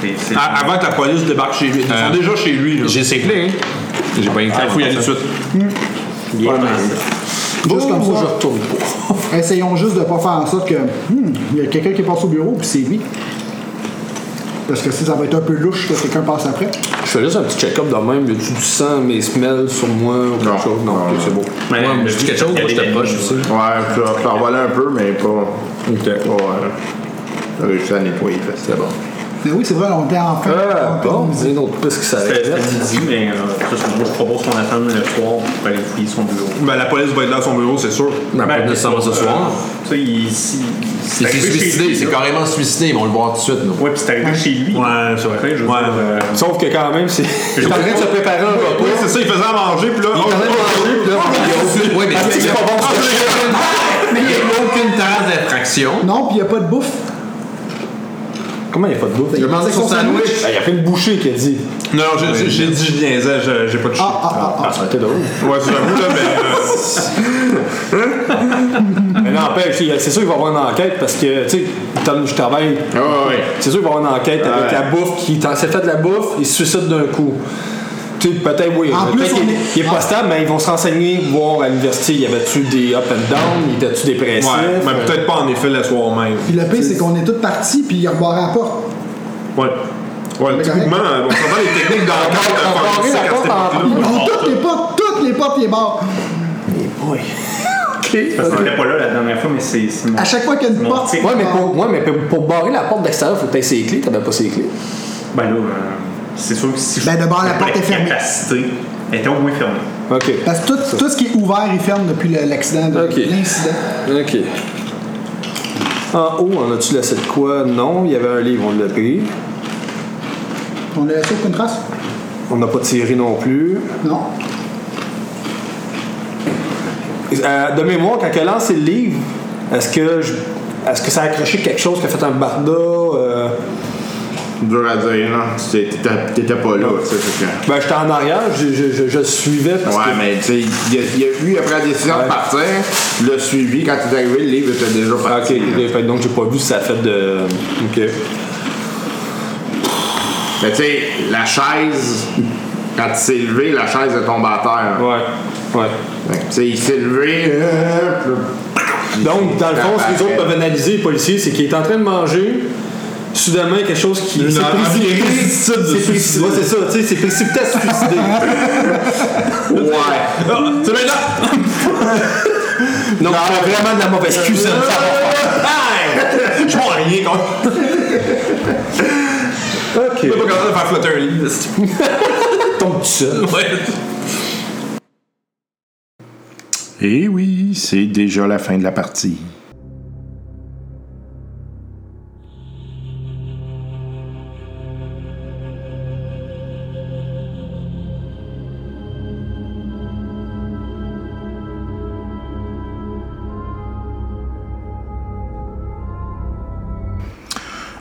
Speaker 3: C'est- c'est-
Speaker 7: À- avant que la police débarque chez lui. Ils sont
Speaker 6: Euh,
Speaker 7: déjà chez lui, là.
Speaker 6: J'ai ses clés, hein. J'ai pas une clé.
Speaker 7: Ah, il faut y aller tout de suite.
Speaker 3: bien pensé.
Speaker 4: Juste comme ça. Essayons juste de pas faire en sorte que. hmm, il y a quelqu'un qui passe au bureau, puis c'est lui. Parce que si ça va être un peu louche que quelqu'un passe après.
Speaker 8: Je fais juste un petit check-up de même. Y a-tu du sang, mes smells sur moi ou quelque
Speaker 2: Non.
Speaker 8: chose? Non,
Speaker 2: Non,
Speaker 8: ok,
Speaker 2: non.
Speaker 8: c'est beau.
Speaker 3: Mais
Speaker 6: Moi,
Speaker 3: le
Speaker 6: je dis
Speaker 3: but,
Speaker 6: quelque chose,
Speaker 3: c'est
Speaker 6: moi, je
Speaker 3: d'aller
Speaker 6: te poche
Speaker 3: dans-
Speaker 6: aussi.
Speaker 2: Ouais, je vais faire voler un peu, mais pas. Ouais. J'ai réussi à nettoyer, fait que c'était bon.
Speaker 4: Mais oui, c'est vrai, on était en fin.
Speaker 8: Ah, bon, c'est une autre piste qui
Speaker 3: C'était
Speaker 8: s'arrête.
Speaker 3: c'était midi, mais euh, ça, c'est- moi, je propose qu'on attende le soir pour aller fouiller son bureau.
Speaker 7: Ben, la police va être là à son bureau, c'est sûr.
Speaker 6: Non, pas
Speaker 3: Ben,
Speaker 6: nécessairement ce
Speaker 3: euh,
Speaker 6: soir.
Speaker 3: Tu sais, il s'est
Speaker 6: Il s'est suicidé, c'est carrément suicidé, ils vont le voir tout de suite, nous.
Speaker 3: Ouais, puis c'est arrivé chez lui. Ouais, c'est vrai. Je veux dire, euh,
Speaker 8: Sauf que quand même, c'est. Je
Speaker 3: en train
Speaker 8: de se préparer un repas.
Speaker 7: Oui, c'est ça, il faisait à manger, puis là. oh,
Speaker 6: Oui, mais
Speaker 8: C'est pas bon, c'est
Speaker 6: Mais il n'y a aucune trace d'attraction.
Speaker 4: Non, puis il n'y a pas de bouffe.
Speaker 8: Comment il n'y a pas de bouffe?
Speaker 6: Je mange son sandwich.
Speaker 8: Ah, Il y a fait une bouchée qui a dit.
Speaker 7: Non, j'ai- j'ai j'ai dit, je niaisais, je- j'ai pas de chien.
Speaker 4: Ah, ah, ah, ah.
Speaker 8: ça aurait été drôle.
Speaker 7: Ouais, c'est j'avoue, là, mais. euh,
Speaker 8: Mais n'empêche, c'est sûr qu'il va y avoir une enquête parce que, tu sais, comme je travaille,
Speaker 2: Ah, ouais.
Speaker 8: c'est sûr qu'il va y avoir une enquête avec la bouffe qui t'en s'est fait de la bouffe, il se suicide d'un coup. Tu sais, peut-être, oui.
Speaker 4: En
Speaker 8: peut-être
Speaker 4: plus,
Speaker 8: qu'il
Speaker 4: on
Speaker 8: est- Ah. il est pas stable, mais ils vont se renseigner, voir à l'université, il y avait-tu des up and down, il était-tu
Speaker 7: euh,
Speaker 8: dépressif.
Speaker 7: ouais, mais peut-être pas en effet le soir même.
Speaker 4: Puis le pire, c'est qu'on est tous partis, puis il rebarre à la porte.
Speaker 7: Ouais. Ouais, typiquement, on s'entend les techniques d'enquête de forensique à cette
Speaker 8: Ah,
Speaker 7: époque-là.
Speaker 4: On toutes les portes, toutes les portes, les bars.
Speaker 3: Parce qu'il n'était pas là la dernière fois, mais c'est. c'est mon-
Speaker 4: À chaque fois qu'il y a une
Speaker 3: Mon
Speaker 4: porte,
Speaker 3: tic.
Speaker 8: Ouais, mais pour, ouais, mais pour- pour barrer la porte d'extérieur, faut que tu ses clés, t'avais pas ses clés.
Speaker 3: Ben là, euh, c'est sûr que si je.
Speaker 4: Ben, d'abord, la
Speaker 3: j'avais
Speaker 4: porte est fermée.
Speaker 3: capacité, elle était au moins fermée.
Speaker 8: Ok.
Speaker 4: Parce que tout, tout ce qui est ouvert, il ferme depuis le- l'accident, de-
Speaker 8: Ok.
Speaker 4: l'incident.
Speaker 8: Ok. En haut, on a-tu laissé de quoi? Non, il y avait un livre, on l'a pris.
Speaker 4: On a laissé aucune trace?
Speaker 8: On n'a pas tiré non plus.
Speaker 4: Non.
Speaker 8: Euh, de mémoire, quand elle lance le livre, est-ce que je- est-ce que ça a accroché quelque chose qui a fait un barda? euh?
Speaker 2: Dur à dire, non? C'était- T'étais t'étais pas là, tu sais, c'est que-
Speaker 8: Ben, j'étais en arrière, je, je- je- je le suivais parce
Speaker 2: Ouais,
Speaker 8: que.
Speaker 2: mais tu sais, il y a- il y a eu, après la décision
Speaker 8: Ouais.
Speaker 2: de partir, le suivi, quand il est arrivé, le livre était déjà
Speaker 8: Ah,
Speaker 2: parti.
Speaker 8: ok, ok, fait que donc j'ai pas vu si ça a fait de. Ok.
Speaker 2: Mais tu sais, la chaise, quand il s'est levé, la chaise est tombée à terre.
Speaker 8: Ouais. Ouais.
Speaker 2: Fait que, Tu sais, il s'est levé. euh, puis-
Speaker 8: Donc, dans le fond, ce que les autres peuvent analyser, les policiers, c'est qu'il est en train de manger. Soudainement, il y a quelque chose qui. s'est précipité. C'est précipité. Ouais, c'est ça, tu sais, c'est précipité à se suicider.
Speaker 2: Ouais.
Speaker 7: C'est maintenant!
Speaker 8: non, Euh, c'est vraiment de la mauvaise excuse. ça. euh,
Speaker 7: Je m'en rien, quand
Speaker 8: Ok.
Speaker 7: T'es pas capable de faire flotter un livre. c'est-
Speaker 8: Tombe tout seul.
Speaker 7: Ouais.
Speaker 12: Et oui, c'est déjà la fin de la partie.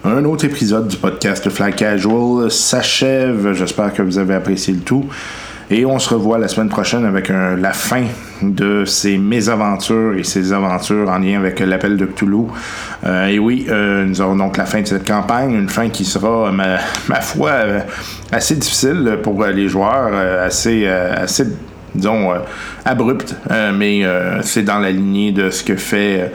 Speaker 2: Un autre épisode du podcast Fly Casual s'achève. J'espère que vous avez apprécié le tout. Et on se revoit la semaine prochaine avec un- la fin de ces mésaventures et ces aventures en lien avec l'appel de Cthulhu. Euh, et oui, euh, nous aurons donc la fin de cette campagne, une fin qui sera, euh, ma, ma foi, euh, assez difficile pour euh, les joueurs, euh, assez, euh, assez, disons, euh, abrupte, Euh, mais euh, c'est dans la lignée de ce que fait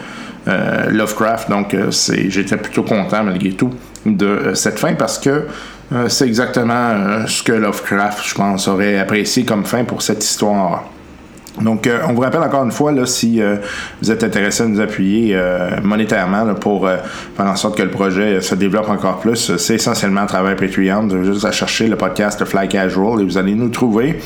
Speaker 2: euh, Lovecraft. Donc, euh, c'est- j'étais plutôt content, malgré tout, de euh, cette fin parce que euh, c'est exactement euh, ce que Lovecraft, je pense, aurait apprécié comme fin pour cette histoire. Donc, euh, on vous rappelle encore une fois, là, si euh, vous êtes intéressé à nous appuyer euh, monétairement là, pour euh, faire en sorte que le projet euh, se développe encore plus, euh, c'est essentiellement à travers Patreon. Vous avez juste à chercher le podcast Fly Casual et vous allez nous trouver.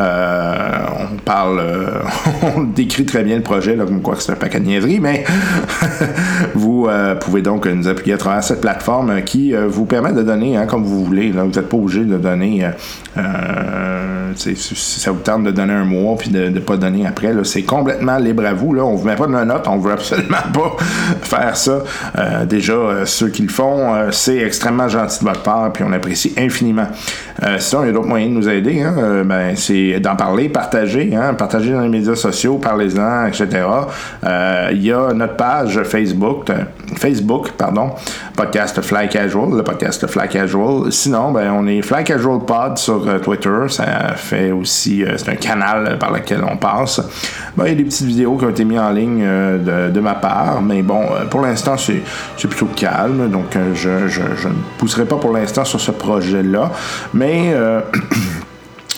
Speaker 2: Euh, on parle, euh, on décrit très bien le projet, là, comme quoi que c'est un paquet de niaiseries, mais vous euh, pouvez donc nous appuyer à travers cette plateforme euh, qui euh, vous permet de donner hein, comme vous voulez. là. Vous n'êtes pas obligé de donner. euh, euh, c'est- si si ça vous tente de donner un mois puis de ne pas donner après, là, c'est complètement libre à vous. Là. On ne vous met pas de note, on ne veut absolument pas faire ça. Euh, déjà, euh, ceux qui le font, euh, c'est extrêmement gentil de votre part puis on apprécie infiniment. Euh, sinon, il y a d'autres moyens de nous aider. hein. Euh, ben, c'est d'en parler, partager, hein, partager dans les médias sociaux, parlez-en, etc. Euh, Il y a notre page Facebook, euh, Facebook, pardon, podcast Fly Casual, le podcast Fly Casual. Sinon, ben, on est Fly Casual Pod sur euh, Twitter. Ça fait aussi, euh, c'est un canal par lequel on passe. Ben, Il y a des petites vidéos qui ont été mises en ligne euh, de, de ma part, mais bon, euh, pour l'instant, c'est c'est plutôt calme, donc euh, je, je, je ne pousserai pas pour l'instant sur ce projet-là. Mais. euh,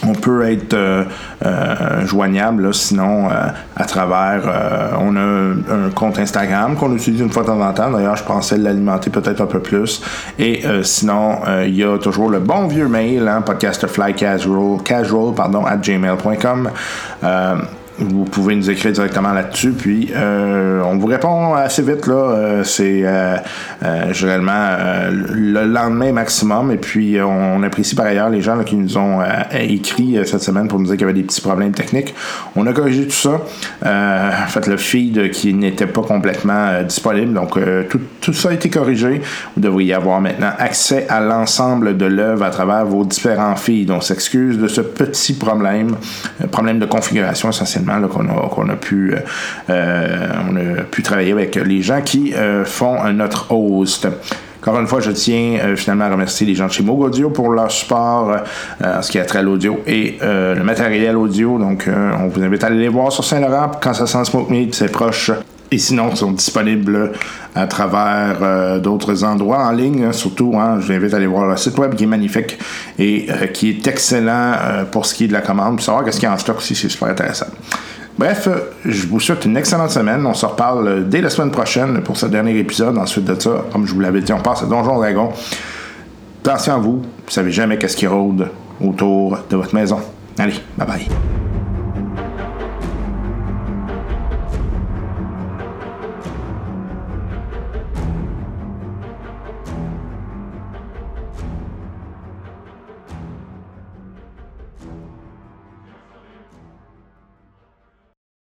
Speaker 2: on peut être euh, euh, joignable, là, sinon euh, à travers. euh, on a un, un compte Instagram qu'on utilise une fois de temps en temps. D'ailleurs, je pensais l'alimenter peut-être un peu plus. Et euh, sinon, euh, il y a toujours le bon vieux mail, hein, podcastflycasual, casual, pardon, at gmail.com. Euh, vous pouvez nous écrire directement là-dessus, puis euh, on vous répond assez vite. Là, Euh, c'est euh, euh, généralement euh, le lendemain maximum, et puis euh, on apprécie par ailleurs les gens là, qui nous ont euh, écrit euh, cette semaine pour nous dire qu'il y avait des petits problèmes techniques. On a corrigé tout ça. Euh, en fait, le feed qui n'était pas complètement euh, disponible, donc euh, tout, tout ça a été corrigé. Vous devriez avoir maintenant accès à l'ensemble de l'œuvre à travers vos différents feeds. On s'excuse de ce petit problème, euh, problème de configuration essentiellement là, qu'on a, qu'on a pu, euh, euh, on a pu travailler avec les gens qui euh, font euh, notre host. Encore une fois, je tiens euh, finalement à remercier les gens de chez Moog Audio pour leur support euh, euh, en ce qui a trait à l'audio et euh, le matériel audio. Donc, euh, on vous invite à aller les voir sur Saint-Laurent quand ça sent Smoke Meat, c'est proche. Et sinon, ils sont disponibles euh, à travers euh, d'autres endroits en ligne, hein, surtout. hein, je vous invite à aller voir le site web qui est magnifique et euh, qui est excellent euh, pour ce qui est de la commande, pour savoir qu'est-ce qu'il y a en stock aussi, c'est super intéressant. Bref, euh, je vous souhaite une excellente semaine. On se reparle euh, dès la semaine prochaine pour ce dernier épisode. Ensuite de ça, comme je vous l'avais dit, on passe à Donjon Dragon. Attention à vous, vous savez jamais qu'est-ce qui rôde autour de votre maison. Allez, bye bye.